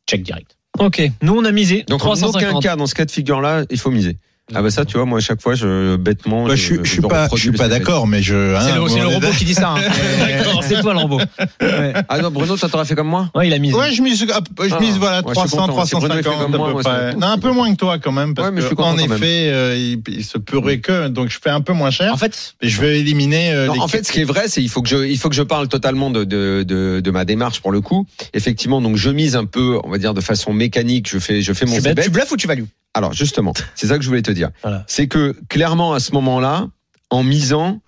[SPEAKER 7] check direct.
[SPEAKER 13] Ok, nous on a misé
[SPEAKER 6] Donc en aucun
[SPEAKER 13] 350.
[SPEAKER 6] cas dans ce cas de figure là, il faut miser. Ah bah ça tu vois moi à chaque fois je bêtement
[SPEAKER 3] Bah, je, je suis pas, je suis
[SPEAKER 6] reproduis
[SPEAKER 3] pas
[SPEAKER 6] les
[SPEAKER 3] d'accord, mais je.
[SPEAKER 7] c'est
[SPEAKER 3] hein,
[SPEAKER 7] le,
[SPEAKER 3] bon,
[SPEAKER 7] c'est le
[SPEAKER 3] on est
[SPEAKER 7] robot qui dit ça. hein.
[SPEAKER 13] D'accord, c'est toi Lambeau. Ouais.
[SPEAKER 6] Ah non, Bruno, toi, t'aurais fait comme moi
[SPEAKER 13] Ouais, il a misé.
[SPEAKER 3] Ouais, je mise, hop, je
[SPEAKER 6] Ah,
[SPEAKER 3] mise voilà,
[SPEAKER 6] ouais, je suis
[SPEAKER 3] 300,
[SPEAKER 6] content. C'est Bruno qui fait
[SPEAKER 3] 350
[SPEAKER 6] comme moi,
[SPEAKER 3] à peu
[SPEAKER 6] moi,
[SPEAKER 3] près.
[SPEAKER 6] c'est-
[SPEAKER 3] Non, un peu moins que toi quand même, parce
[SPEAKER 6] Ouais, mais je suis
[SPEAKER 3] que
[SPEAKER 6] content
[SPEAKER 3] en
[SPEAKER 6] quand même.
[SPEAKER 3] effet, euh, il, il se pourrait que, donc je fais un peu moins cher.
[SPEAKER 7] en fait,
[SPEAKER 3] et je vais éliminer euh,
[SPEAKER 6] Non,
[SPEAKER 3] les.
[SPEAKER 6] en fait, ce qui est vrai, c'est il faut que je, il faut que je parle totalement de, de, de, de ma démarche pour le coup. Effectivement, donc je mise un peu, on va dire de façon mécanique, je fais, je fais mon
[SPEAKER 7] tu, bluffes-
[SPEAKER 6] bet.
[SPEAKER 7] tu bluffes ou tu values
[SPEAKER 6] Alors justement, c'est ça que je voulais te dire.
[SPEAKER 9] Voilà.
[SPEAKER 6] C'est que clairement à ce moment-là, en misant,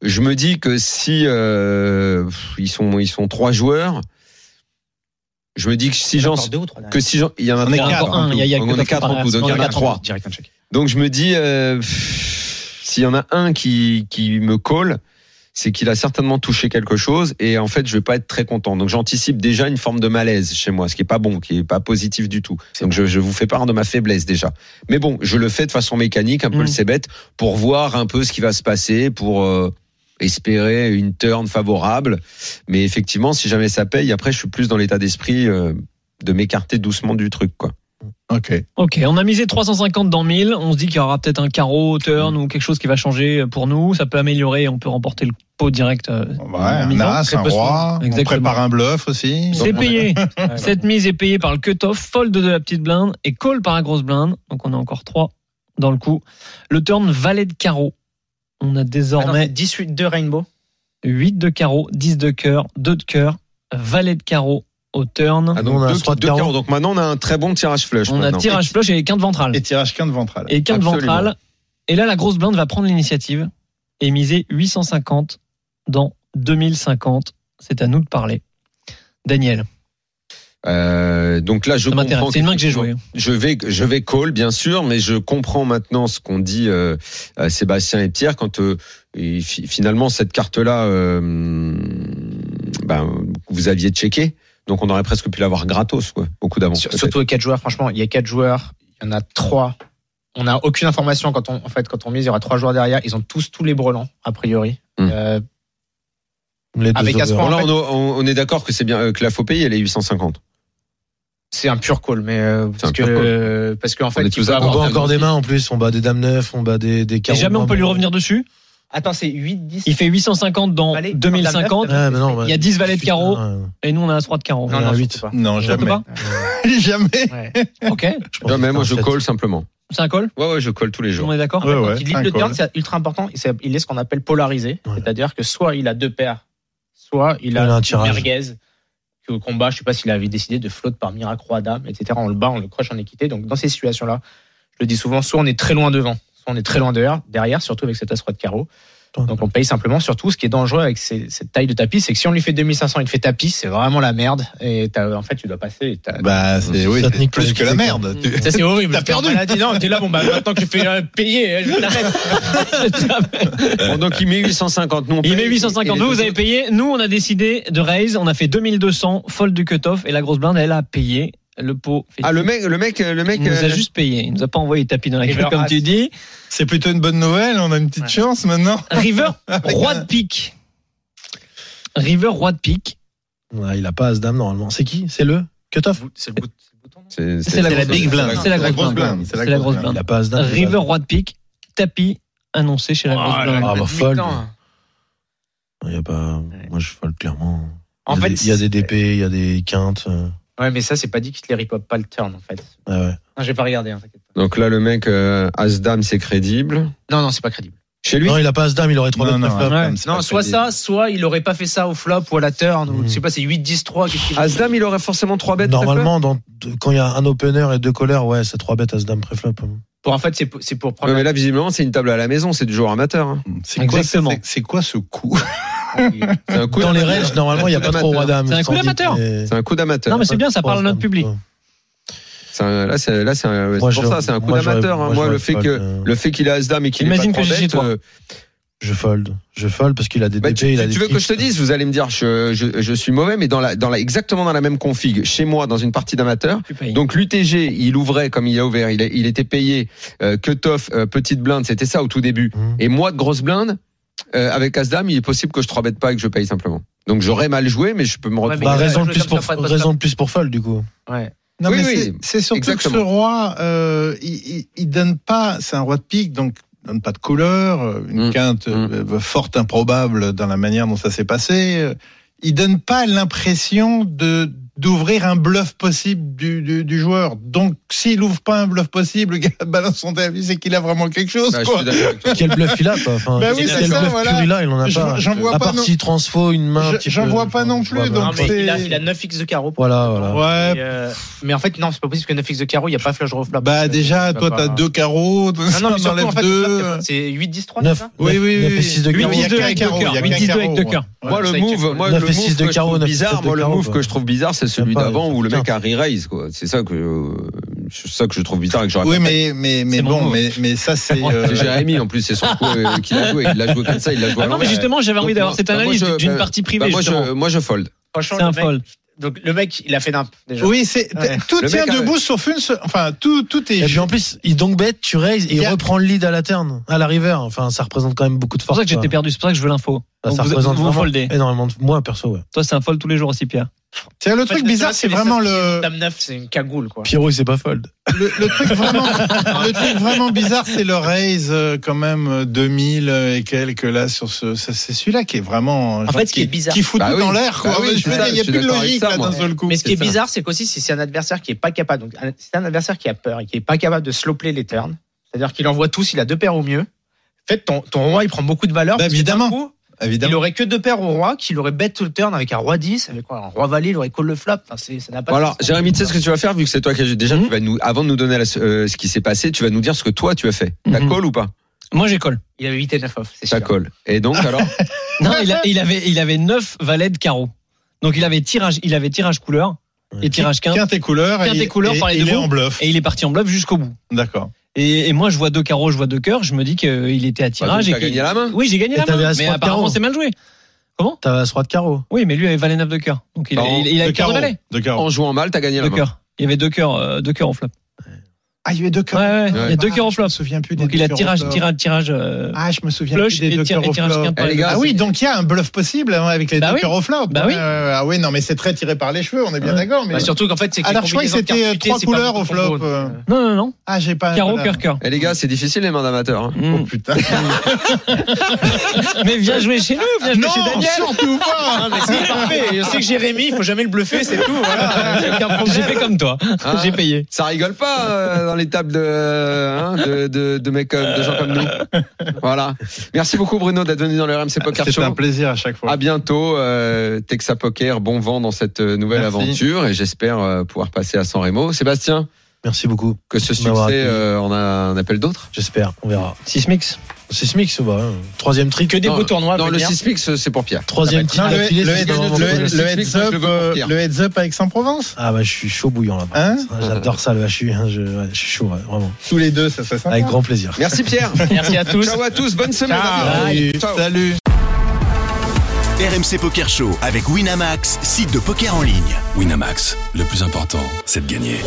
[SPEAKER 6] je me dis que si euh, pff, ils sont, ils sont trois joueurs, je me dis que si j'en,
[SPEAKER 7] Encore deux ou trois derrière.
[SPEAKER 6] que si j'en, il y en a
[SPEAKER 3] On est
[SPEAKER 6] trois,
[SPEAKER 3] quatre.
[SPEAKER 6] en
[SPEAKER 7] hein,
[SPEAKER 13] Un,
[SPEAKER 6] tout.
[SPEAKER 13] il y a- il y a que
[SPEAKER 6] hein. on
[SPEAKER 13] quatre
[SPEAKER 6] est quatre en
[SPEAKER 13] par-
[SPEAKER 6] tout, donc il y en a
[SPEAKER 13] quatre.
[SPEAKER 6] trois.
[SPEAKER 7] Direct un check.
[SPEAKER 6] Donc je me dis, euh, pff, s'il y en a un qui, qui me colle, c'est qu'il a certainement touché quelque chose et en fait je vais pas être très content. Donc j'anticipe déjà une forme de malaise chez moi, ce qui est pas bon, qui est pas positif du tout. Donc je, je vous fais part de ma faiblesse déjà. Mais bon, je le fais de façon mécanique, un peu
[SPEAKER 13] Mm.
[SPEAKER 6] le cébette, pour voir un peu ce qui va se passer, pour euh, espérer une turn favorable. Mais effectivement, si jamais ça paye, après je suis plus dans l'état d'esprit euh, de m'écarter doucement du truc, quoi.
[SPEAKER 3] Ok.
[SPEAKER 13] Ok, on a misé 350 dans 1000. On se dit qu'il y aura peut-être un carreau, turn ou quelque chose qui va changer pour nous. Ça peut améliorer et on peut remporter le pot direct. Euh,
[SPEAKER 3] ouais, un as, un roi. On prépare un bluff aussi.
[SPEAKER 13] C'est payé. Cette mise est payée par le cut-off, fold de la petite blinde et call par la grosse blinde. Donc on a encore 3 dans le coup. Le turn valet de carreau. On a désormais.
[SPEAKER 7] Ah 18 de rainbow.
[SPEAKER 13] 8 de carreau, 10 de cœur, 2 de cœur, valet de carreau, au turn.
[SPEAKER 6] Ah, donc, on a deux, deux carreaux. Donc maintenant, on a un très bon tirage flush.
[SPEAKER 13] On
[SPEAKER 6] maintenant.
[SPEAKER 13] a tirage flush et quinte ventrale.
[SPEAKER 3] Et tirage quinte ventrale.
[SPEAKER 13] Et quinte ventrale. Et là, la grosse blinde va prendre l'initiative et miser 850 dans 2050. C'est à nous de parler. Daniel.
[SPEAKER 6] Euh, donc là, je comprends.
[SPEAKER 13] C'est une main que j'ai jouée.
[SPEAKER 6] Je vais, je vais call, bien sûr, mais je comprends maintenant ce qu'on dit euh, à Sébastien et Pierre quand euh, et finalement cette carte-là, euh, ben, vous aviez checké. Donc on aurait presque pu l'avoir gratos, quoi. Beaucoup d'avance.
[SPEAKER 7] Surtout les quatre joueurs, franchement, il y a quatre joueurs, il y en a trois. On n'a aucune information quand on, en fait, quand on mise, il y aura trois joueurs derrière. Ils ont tous tous les brelans, a priori.
[SPEAKER 9] Hmm.
[SPEAKER 7] Mmh. Euh,
[SPEAKER 6] avec Aspar, en fait, on, on, est d'accord que c'est bien euh, que la faux paye, elle est 850.
[SPEAKER 7] C'est un pur call, mais euh, parce, que, euh, parce que parce qu'en fait,
[SPEAKER 9] on, bat encore des mains en plus, on bat des dames neuf, on bat des des.
[SPEAKER 13] Et jamais on peut lui revenir dessus.
[SPEAKER 7] Attends, c'est 8, 10.
[SPEAKER 13] Il fait 850 dans Valet, 2050. Ah, mais non, bah, il y a 10 valets de carreau.
[SPEAKER 9] Ah,
[SPEAKER 13] Et nous, on a un 3 de carreau.
[SPEAKER 7] Non, non, 8. Pas.
[SPEAKER 3] Non, jamais. Pas jamais.
[SPEAKER 13] Ouais. Ok.
[SPEAKER 6] Je jamais, moi, je colle simplement.
[SPEAKER 13] C'est un call
[SPEAKER 6] Ouais, ouais, je colle tous les jours.
[SPEAKER 13] On est d'accord
[SPEAKER 3] ouais, ouais,
[SPEAKER 7] il lit le turn, c'est ultra important. Il est ce qu'on appelle polarisé. C'est-à-dire que soit il a deux paires, soit il a, il a un tirage. merguez. Au combat, je sais pas s'il avait décidé de flotte par miracle roi dame, etc. On le bat, on le croche en équité. Donc, dans ces situations-là, je le dis souvent, soit on est très loin devant, on est très loin derrière, derrière surtout avec cet as-roi de carreau. Donc on paye simplement. Surtout, ce qui est dangereux avec ces, cette taille de tapis, c'est que si on lui fait 2500 il te fait tapis, c'est vraiment la merde. Et as, en fait, tu dois passer.
[SPEAKER 13] Mmh.
[SPEAKER 3] Bah, c'est oui, ça plus, plus que, que la merde.
[SPEAKER 7] Ça, c'est horrible.
[SPEAKER 3] T'as perdu.
[SPEAKER 7] Maladie. Non, t'es là, bon, bah, maintenant que tu fais euh, payer, je t'arrête.
[SPEAKER 6] bon, donc il met 850. Nous, on
[SPEAKER 13] il met 850. Vous, vous avez payé. Nous, on a décidé de raise. On a fait 2200, fold du cut-off. Et la grosse blinde, elle a payé le pot.
[SPEAKER 6] Ah le mec, le mec, le mec.
[SPEAKER 13] Il nous a euh... juste payé. Il nous a pas envoyé tapis dans la gueule
[SPEAKER 7] ah,
[SPEAKER 13] comme tu dis.
[SPEAKER 3] C'est plutôt une bonne nouvelle. On a une petite ouais. chance maintenant.
[SPEAKER 13] River, roi de pique. River, roi de pique.
[SPEAKER 9] Ouais, il a pas as dame normalement. C'est qui C'est le cutoff.
[SPEAKER 7] C'est le bout.
[SPEAKER 13] C'est la, la, big blinde. C'est la, la grosse blinde. C'est la grosse blinde.
[SPEAKER 9] Il a Ah, pas as dame.
[SPEAKER 13] River, roi de pique. Tapis annoncé chez la grosse oh, blinde.
[SPEAKER 9] Ah bah folle. Il y a pas. Moi je folle clairement. En fait, il y a des DP, il y a des quintes. euh.
[SPEAKER 7] Ouais, mais ça, c'est pas dit qu'il te les ripop pas le turn, en fait.
[SPEAKER 9] Ah ouais.
[SPEAKER 7] Non, j'ai pas regardé, hein,
[SPEAKER 6] Donc là, le mec, euh, As-Dame, c'est crédible.
[SPEAKER 7] Non, non, c'est pas crédible.
[SPEAKER 6] Chez lui
[SPEAKER 9] Non, il a pas As-Dame, il aurait 3
[SPEAKER 7] Non,
[SPEAKER 9] non,
[SPEAKER 7] flop, ouais. non soit crédible. ça, soit il aurait pas fait ça au flop ou à la turn, ou je sais pas, c'est 8, 10, 3.
[SPEAKER 6] As-Dame, il aurait forcément 3 bêtes.
[SPEAKER 9] Normalement, dans, quand il y a un opener et deux collars, ouais, c'est 3 bêtes As-Dame préflop.
[SPEAKER 7] Pour en fait, c'est pour, pour prendre.
[SPEAKER 6] Ouais, mais là, visiblement, c'est une table à la maison, c'est du joueur amateur. Hein.
[SPEAKER 13] Exactement.
[SPEAKER 3] C'est quoi ce coup
[SPEAKER 9] un coup dans les règles, normalement, il n'y a pas trop roi dame.
[SPEAKER 13] C'est un coup d'amateur.
[SPEAKER 6] C'est un coup d'amateur.
[SPEAKER 13] Non, mais c'est bien, ça parle à notre public.
[SPEAKER 6] Un, là, c'est là, c'est pour ça, c'est un coup d'amateur. hein. Moi, moi, le fait fold, que euh... le fait qu'il a as dame et qu'il
[SPEAKER 13] imagine pas que j'ai chez toi. Euh...
[SPEAKER 9] Je fold, je fold parce qu'il a des.
[SPEAKER 6] Bah,
[SPEAKER 9] DP, tu, il
[SPEAKER 6] tu
[SPEAKER 9] a des
[SPEAKER 6] veux que je te dise Vous allez me dire, je, je, je, suis mauvais, mais dans la, dans la, exactement dans la même config chez moi, dans une partie d'amateur. Donc l'UTG, il ouvrait comme il a ouvert, il, a, il était payé euh, que tof petite blinde, c'était ça au tout début. Mmh. Et moi de grosse blinde, euh, avec Asdam, il est possible que je 3 bête pas et que je paye simplement. Donc j'aurais mal joué, mais je peux me retrouver.
[SPEAKER 9] Bah, raison, de plus pour, raison de plus pour fold, du coup.
[SPEAKER 7] Ouais.
[SPEAKER 3] Non, oui, mais oui, c'est surtout exactement. que ce roi, euh, il, il, il, donne pas, c'est un roi de pique, donc il donne pas de couleur, une mmh. quinte mmh. forte, improbable dans la manière dont ça s'est passé. euh, Il donne pas l'impression de d'ouvrir un bluff possible du, du, du joueur. Donc, s'il ouvre pas un bluff possible, le gars balance son avis, c'est qu'il a vraiment quelque chose.
[SPEAKER 6] Bah,
[SPEAKER 3] quoi.
[SPEAKER 9] quel bluff il a quoi. Enfin,
[SPEAKER 3] bah oui,
[SPEAKER 9] quel, quel
[SPEAKER 3] ça,
[SPEAKER 9] bluff hein,
[SPEAKER 3] voilà.
[SPEAKER 9] il a, il en a pas.
[SPEAKER 3] J'en vois
[SPEAKER 9] à
[SPEAKER 3] pas.
[SPEAKER 9] part
[SPEAKER 3] non...
[SPEAKER 9] s'il transfo une main.
[SPEAKER 3] J'en vois pas non plus. Vois, donc
[SPEAKER 7] non, il, a, il a 9x de carreau.
[SPEAKER 9] Voilà, voilà.
[SPEAKER 3] Ouais.
[SPEAKER 7] Euh... mais en fait, non, c'est pas possible que 9x de carreau, il n'y a pas flush draw flop.
[SPEAKER 3] Bah, déjà, toi, t'as deux carreaux. Ah
[SPEAKER 7] non, mais surtout, en fait,
[SPEAKER 3] euh,
[SPEAKER 7] c'est 8, 10, 3, 9.
[SPEAKER 3] Oui, oui, oui.
[SPEAKER 9] 8, 6
[SPEAKER 3] de
[SPEAKER 9] carreau.
[SPEAKER 13] 8, 10, 2 avec deux carreaux. 8, 10, 2 avec deux carreaux.
[SPEAKER 6] Moi, le move, moi, le move bizarre, moi, le move que je trouve bizarre, c'est celui d'avant où le mec a re-raise, quoi. C'est ça que, c'est ça que je trouve bizarre et que j'aurais
[SPEAKER 3] Oui, mais, mais, mais bon, bon mais, mais ça, c'est.
[SPEAKER 6] Euh... Jérémy, en plus, c'est son coup euh, qu'il a joué. Il l'a joué comme ça, il l'a joué.
[SPEAKER 13] Ah non, mais justement, j'avais envie d'avoir cette analyse bah d'une bah, partie privée.
[SPEAKER 6] Bah moi, je, moi, je fold.
[SPEAKER 13] C'est un fold.
[SPEAKER 7] Donc le mec, il a fait dump déjà.
[SPEAKER 3] Oui, c'est ouais. tout le tient debout a... sur Funs. Enfin, tout tout est.
[SPEAKER 9] Et puis en plus, il donc bête, tu raises et il a... reprend le lead à la turn, à la river. Enfin, ça représente quand même beaucoup de force.
[SPEAKER 13] C'est pour ça que j'étais perdu. C'est pour ça que je veux l'info.
[SPEAKER 9] ça, ça vous, représente vous, vous foldez. énormément. De... Moi perso, ouais.
[SPEAKER 13] Toi, c'est un fold tous les jours aussi, Pierre.
[SPEAKER 3] C'est le en fait, truc bizarre, c'est vraiment le.
[SPEAKER 14] Dame 9, c'est une cagoule, quoi.
[SPEAKER 9] Pierrot, c'est pas fold.
[SPEAKER 3] Le, le, truc, vraiment, le truc vraiment bizarre, c'est le raise, euh, quand même, 2000 et quelques, là, sur ce. C'est celui-là qui est vraiment.
[SPEAKER 14] En fait, ce qui, qui est bizarre.
[SPEAKER 3] Qui fout bah tout oui. en l'air, quoi. Bah oui, je veux dire, il n'y a plus de logique, ça, là, d'un seul coup.
[SPEAKER 14] Mais ce qui est, est bizarre, c'est qu'aussi, si c'est un adversaire qui est pas capable, donc, c'est un adversaire qui a peur et qui est pas capable de sloper les turns, c'est-à-dire qu'il envoie tous, il a deux paires au mieux. En fait, ton, ton roi, il prend beaucoup de valeur.
[SPEAKER 3] Bah, évidemment. Évidemment.
[SPEAKER 14] Il aurait que deux paires au roi, qu'il aurait bête tout le turn avec un roi 10, avec quoi, un roi valet, il aurait call le flop. Enfin, ça n'a pas
[SPEAKER 6] Alors, Jérémy, tu sais ce que tu vas faire, vu que c'est toi qui as déjà, mm -hmm. tu vas nous, avant de nous donner la, euh, ce qui s'est passé, tu vas nous dire ce que toi tu as fait. Mm -hmm. T'as call ou pas
[SPEAKER 7] Moi, j'ai call.
[SPEAKER 14] Il avait 8 et 9 off, c'est
[SPEAKER 6] T'as call. Et donc, alors
[SPEAKER 7] Non, il, a, il, avait, il avait 9 valets de carreau. Donc, il avait tirage, il avait tirage couleur ouais. et tirage quinte.
[SPEAKER 3] Quinte et couleur.
[SPEAKER 7] Quinte et, et couleur par les
[SPEAKER 3] il
[SPEAKER 7] deux
[SPEAKER 3] est en bluff.
[SPEAKER 7] Et il est parti en bluff jusqu'au bout.
[SPEAKER 3] D'accord.
[SPEAKER 7] Et, et, moi, je vois deux carreaux, je vois deux cœurs. Je me dis qu'il était à tirage.
[SPEAKER 6] Bah, tu as gagné la main.
[SPEAKER 7] Oui, j'ai gagné et la main. Mais apparemment, c'est mal joué. Comment
[SPEAKER 9] T'avais as roi de carreau.
[SPEAKER 7] Oui, mais lui avait valet 9 de cœur. Donc il, non, il, il avait carreau valet.
[SPEAKER 6] De carreau. En jouant mal, t'as gagné la
[SPEAKER 7] main. Cœurs. Il y avait deux cœurs, euh, deux cœurs en flop.
[SPEAKER 3] Ah, il y avait deux cœurs.
[SPEAKER 7] Ouais, ouais, ouais. Il y a deux cœurs en flop. Je
[SPEAKER 3] Ah, me souviens plus des
[SPEAKER 7] Donc il a tirage, tirage, tirage. Euh,
[SPEAKER 3] ah, je me souviens plus des deux cœurs au flop. Ah oui, donc il y a un bluff possible hein, avec les deux cœurs au flop.
[SPEAKER 7] Bah oui.
[SPEAKER 3] Ah oui, non, mais c'est très tiré par les cheveux, on est bien d'accord.
[SPEAKER 7] Bah,
[SPEAKER 3] Mais
[SPEAKER 14] surtout qu'en fait, c'est
[SPEAKER 3] Alors je crois Bah, que c'était euh, trois couleurs au flop. Non,
[SPEAKER 7] non, non.
[SPEAKER 3] Ah, j'ai pas.
[SPEAKER 7] Carreau, cœur, cœur.
[SPEAKER 6] Eh les gars, c'est difficile les mains d'amateurs. hein.
[SPEAKER 3] Oh putain.
[SPEAKER 7] Mais viens jouer chez nous, viens jouer chez Daniel.
[SPEAKER 3] Surtout pas.
[SPEAKER 14] C'est parfait. Je sais que Jérémy, il faut jamais le bluffer, c'est tout.
[SPEAKER 7] J'ai fait comme toi. J'ai payé.
[SPEAKER 6] Ah, Ça rigole pas euh, les tables de, hein, de, de, de, mecs, de gens comme nous. Voilà. Merci beaucoup, Bruno, d'être venu dans le RMC Poker Show.
[SPEAKER 3] C'était un plaisir à chaque fois.
[SPEAKER 6] À bientôt, euh, Texa Poker. Bon vent dans cette euh, nouvelle Merci. aventure et j'espère euh, pouvoir passer à San Remo. Sébastien.
[SPEAKER 9] Merci beaucoup.
[SPEAKER 6] Que ce succès, euh, on a un appel d'autres
[SPEAKER 9] J'espère, on verra.
[SPEAKER 7] Sismix
[SPEAKER 9] Sismix, bah, hein. troisième tri.
[SPEAKER 14] Que des beaux tournois.
[SPEAKER 7] bah,
[SPEAKER 6] Non, le Sismix, c'est pour Pierre.
[SPEAKER 13] Ah
[SPEAKER 9] Troisième
[SPEAKER 13] bah,
[SPEAKER 9] tri.
[SPEAKER 3] Le, le, le, le, heads up, le heads up à Aix-en-Provence.
[SPEAKER 9] Ah, bah, je suis chaud bouillant, là.
[SPEAKER 3] Hein
[SPEAKER 9] J'adore ça, le HU. Je, ouais, je suis chaud, ouais, vraiment.
[SPEAKER 3] Tous les deux, ça serait sympa.
[SPEAKER 9] Avec grand plaisir.
[SPEAKER 6] Merci, Pierre.
[SPEAKER 14] Merci à tous.
[SPEAKER 6] Ciao à tous. Bonne semaine.
[SPEAKER 3] Ciao. Ah, Salut.
[SPEAKER 1] RMC Poker Show avec Winamax, site de poker en ligne.
[SPEAKER 15] Winamax, le plus important, c'est de gagner.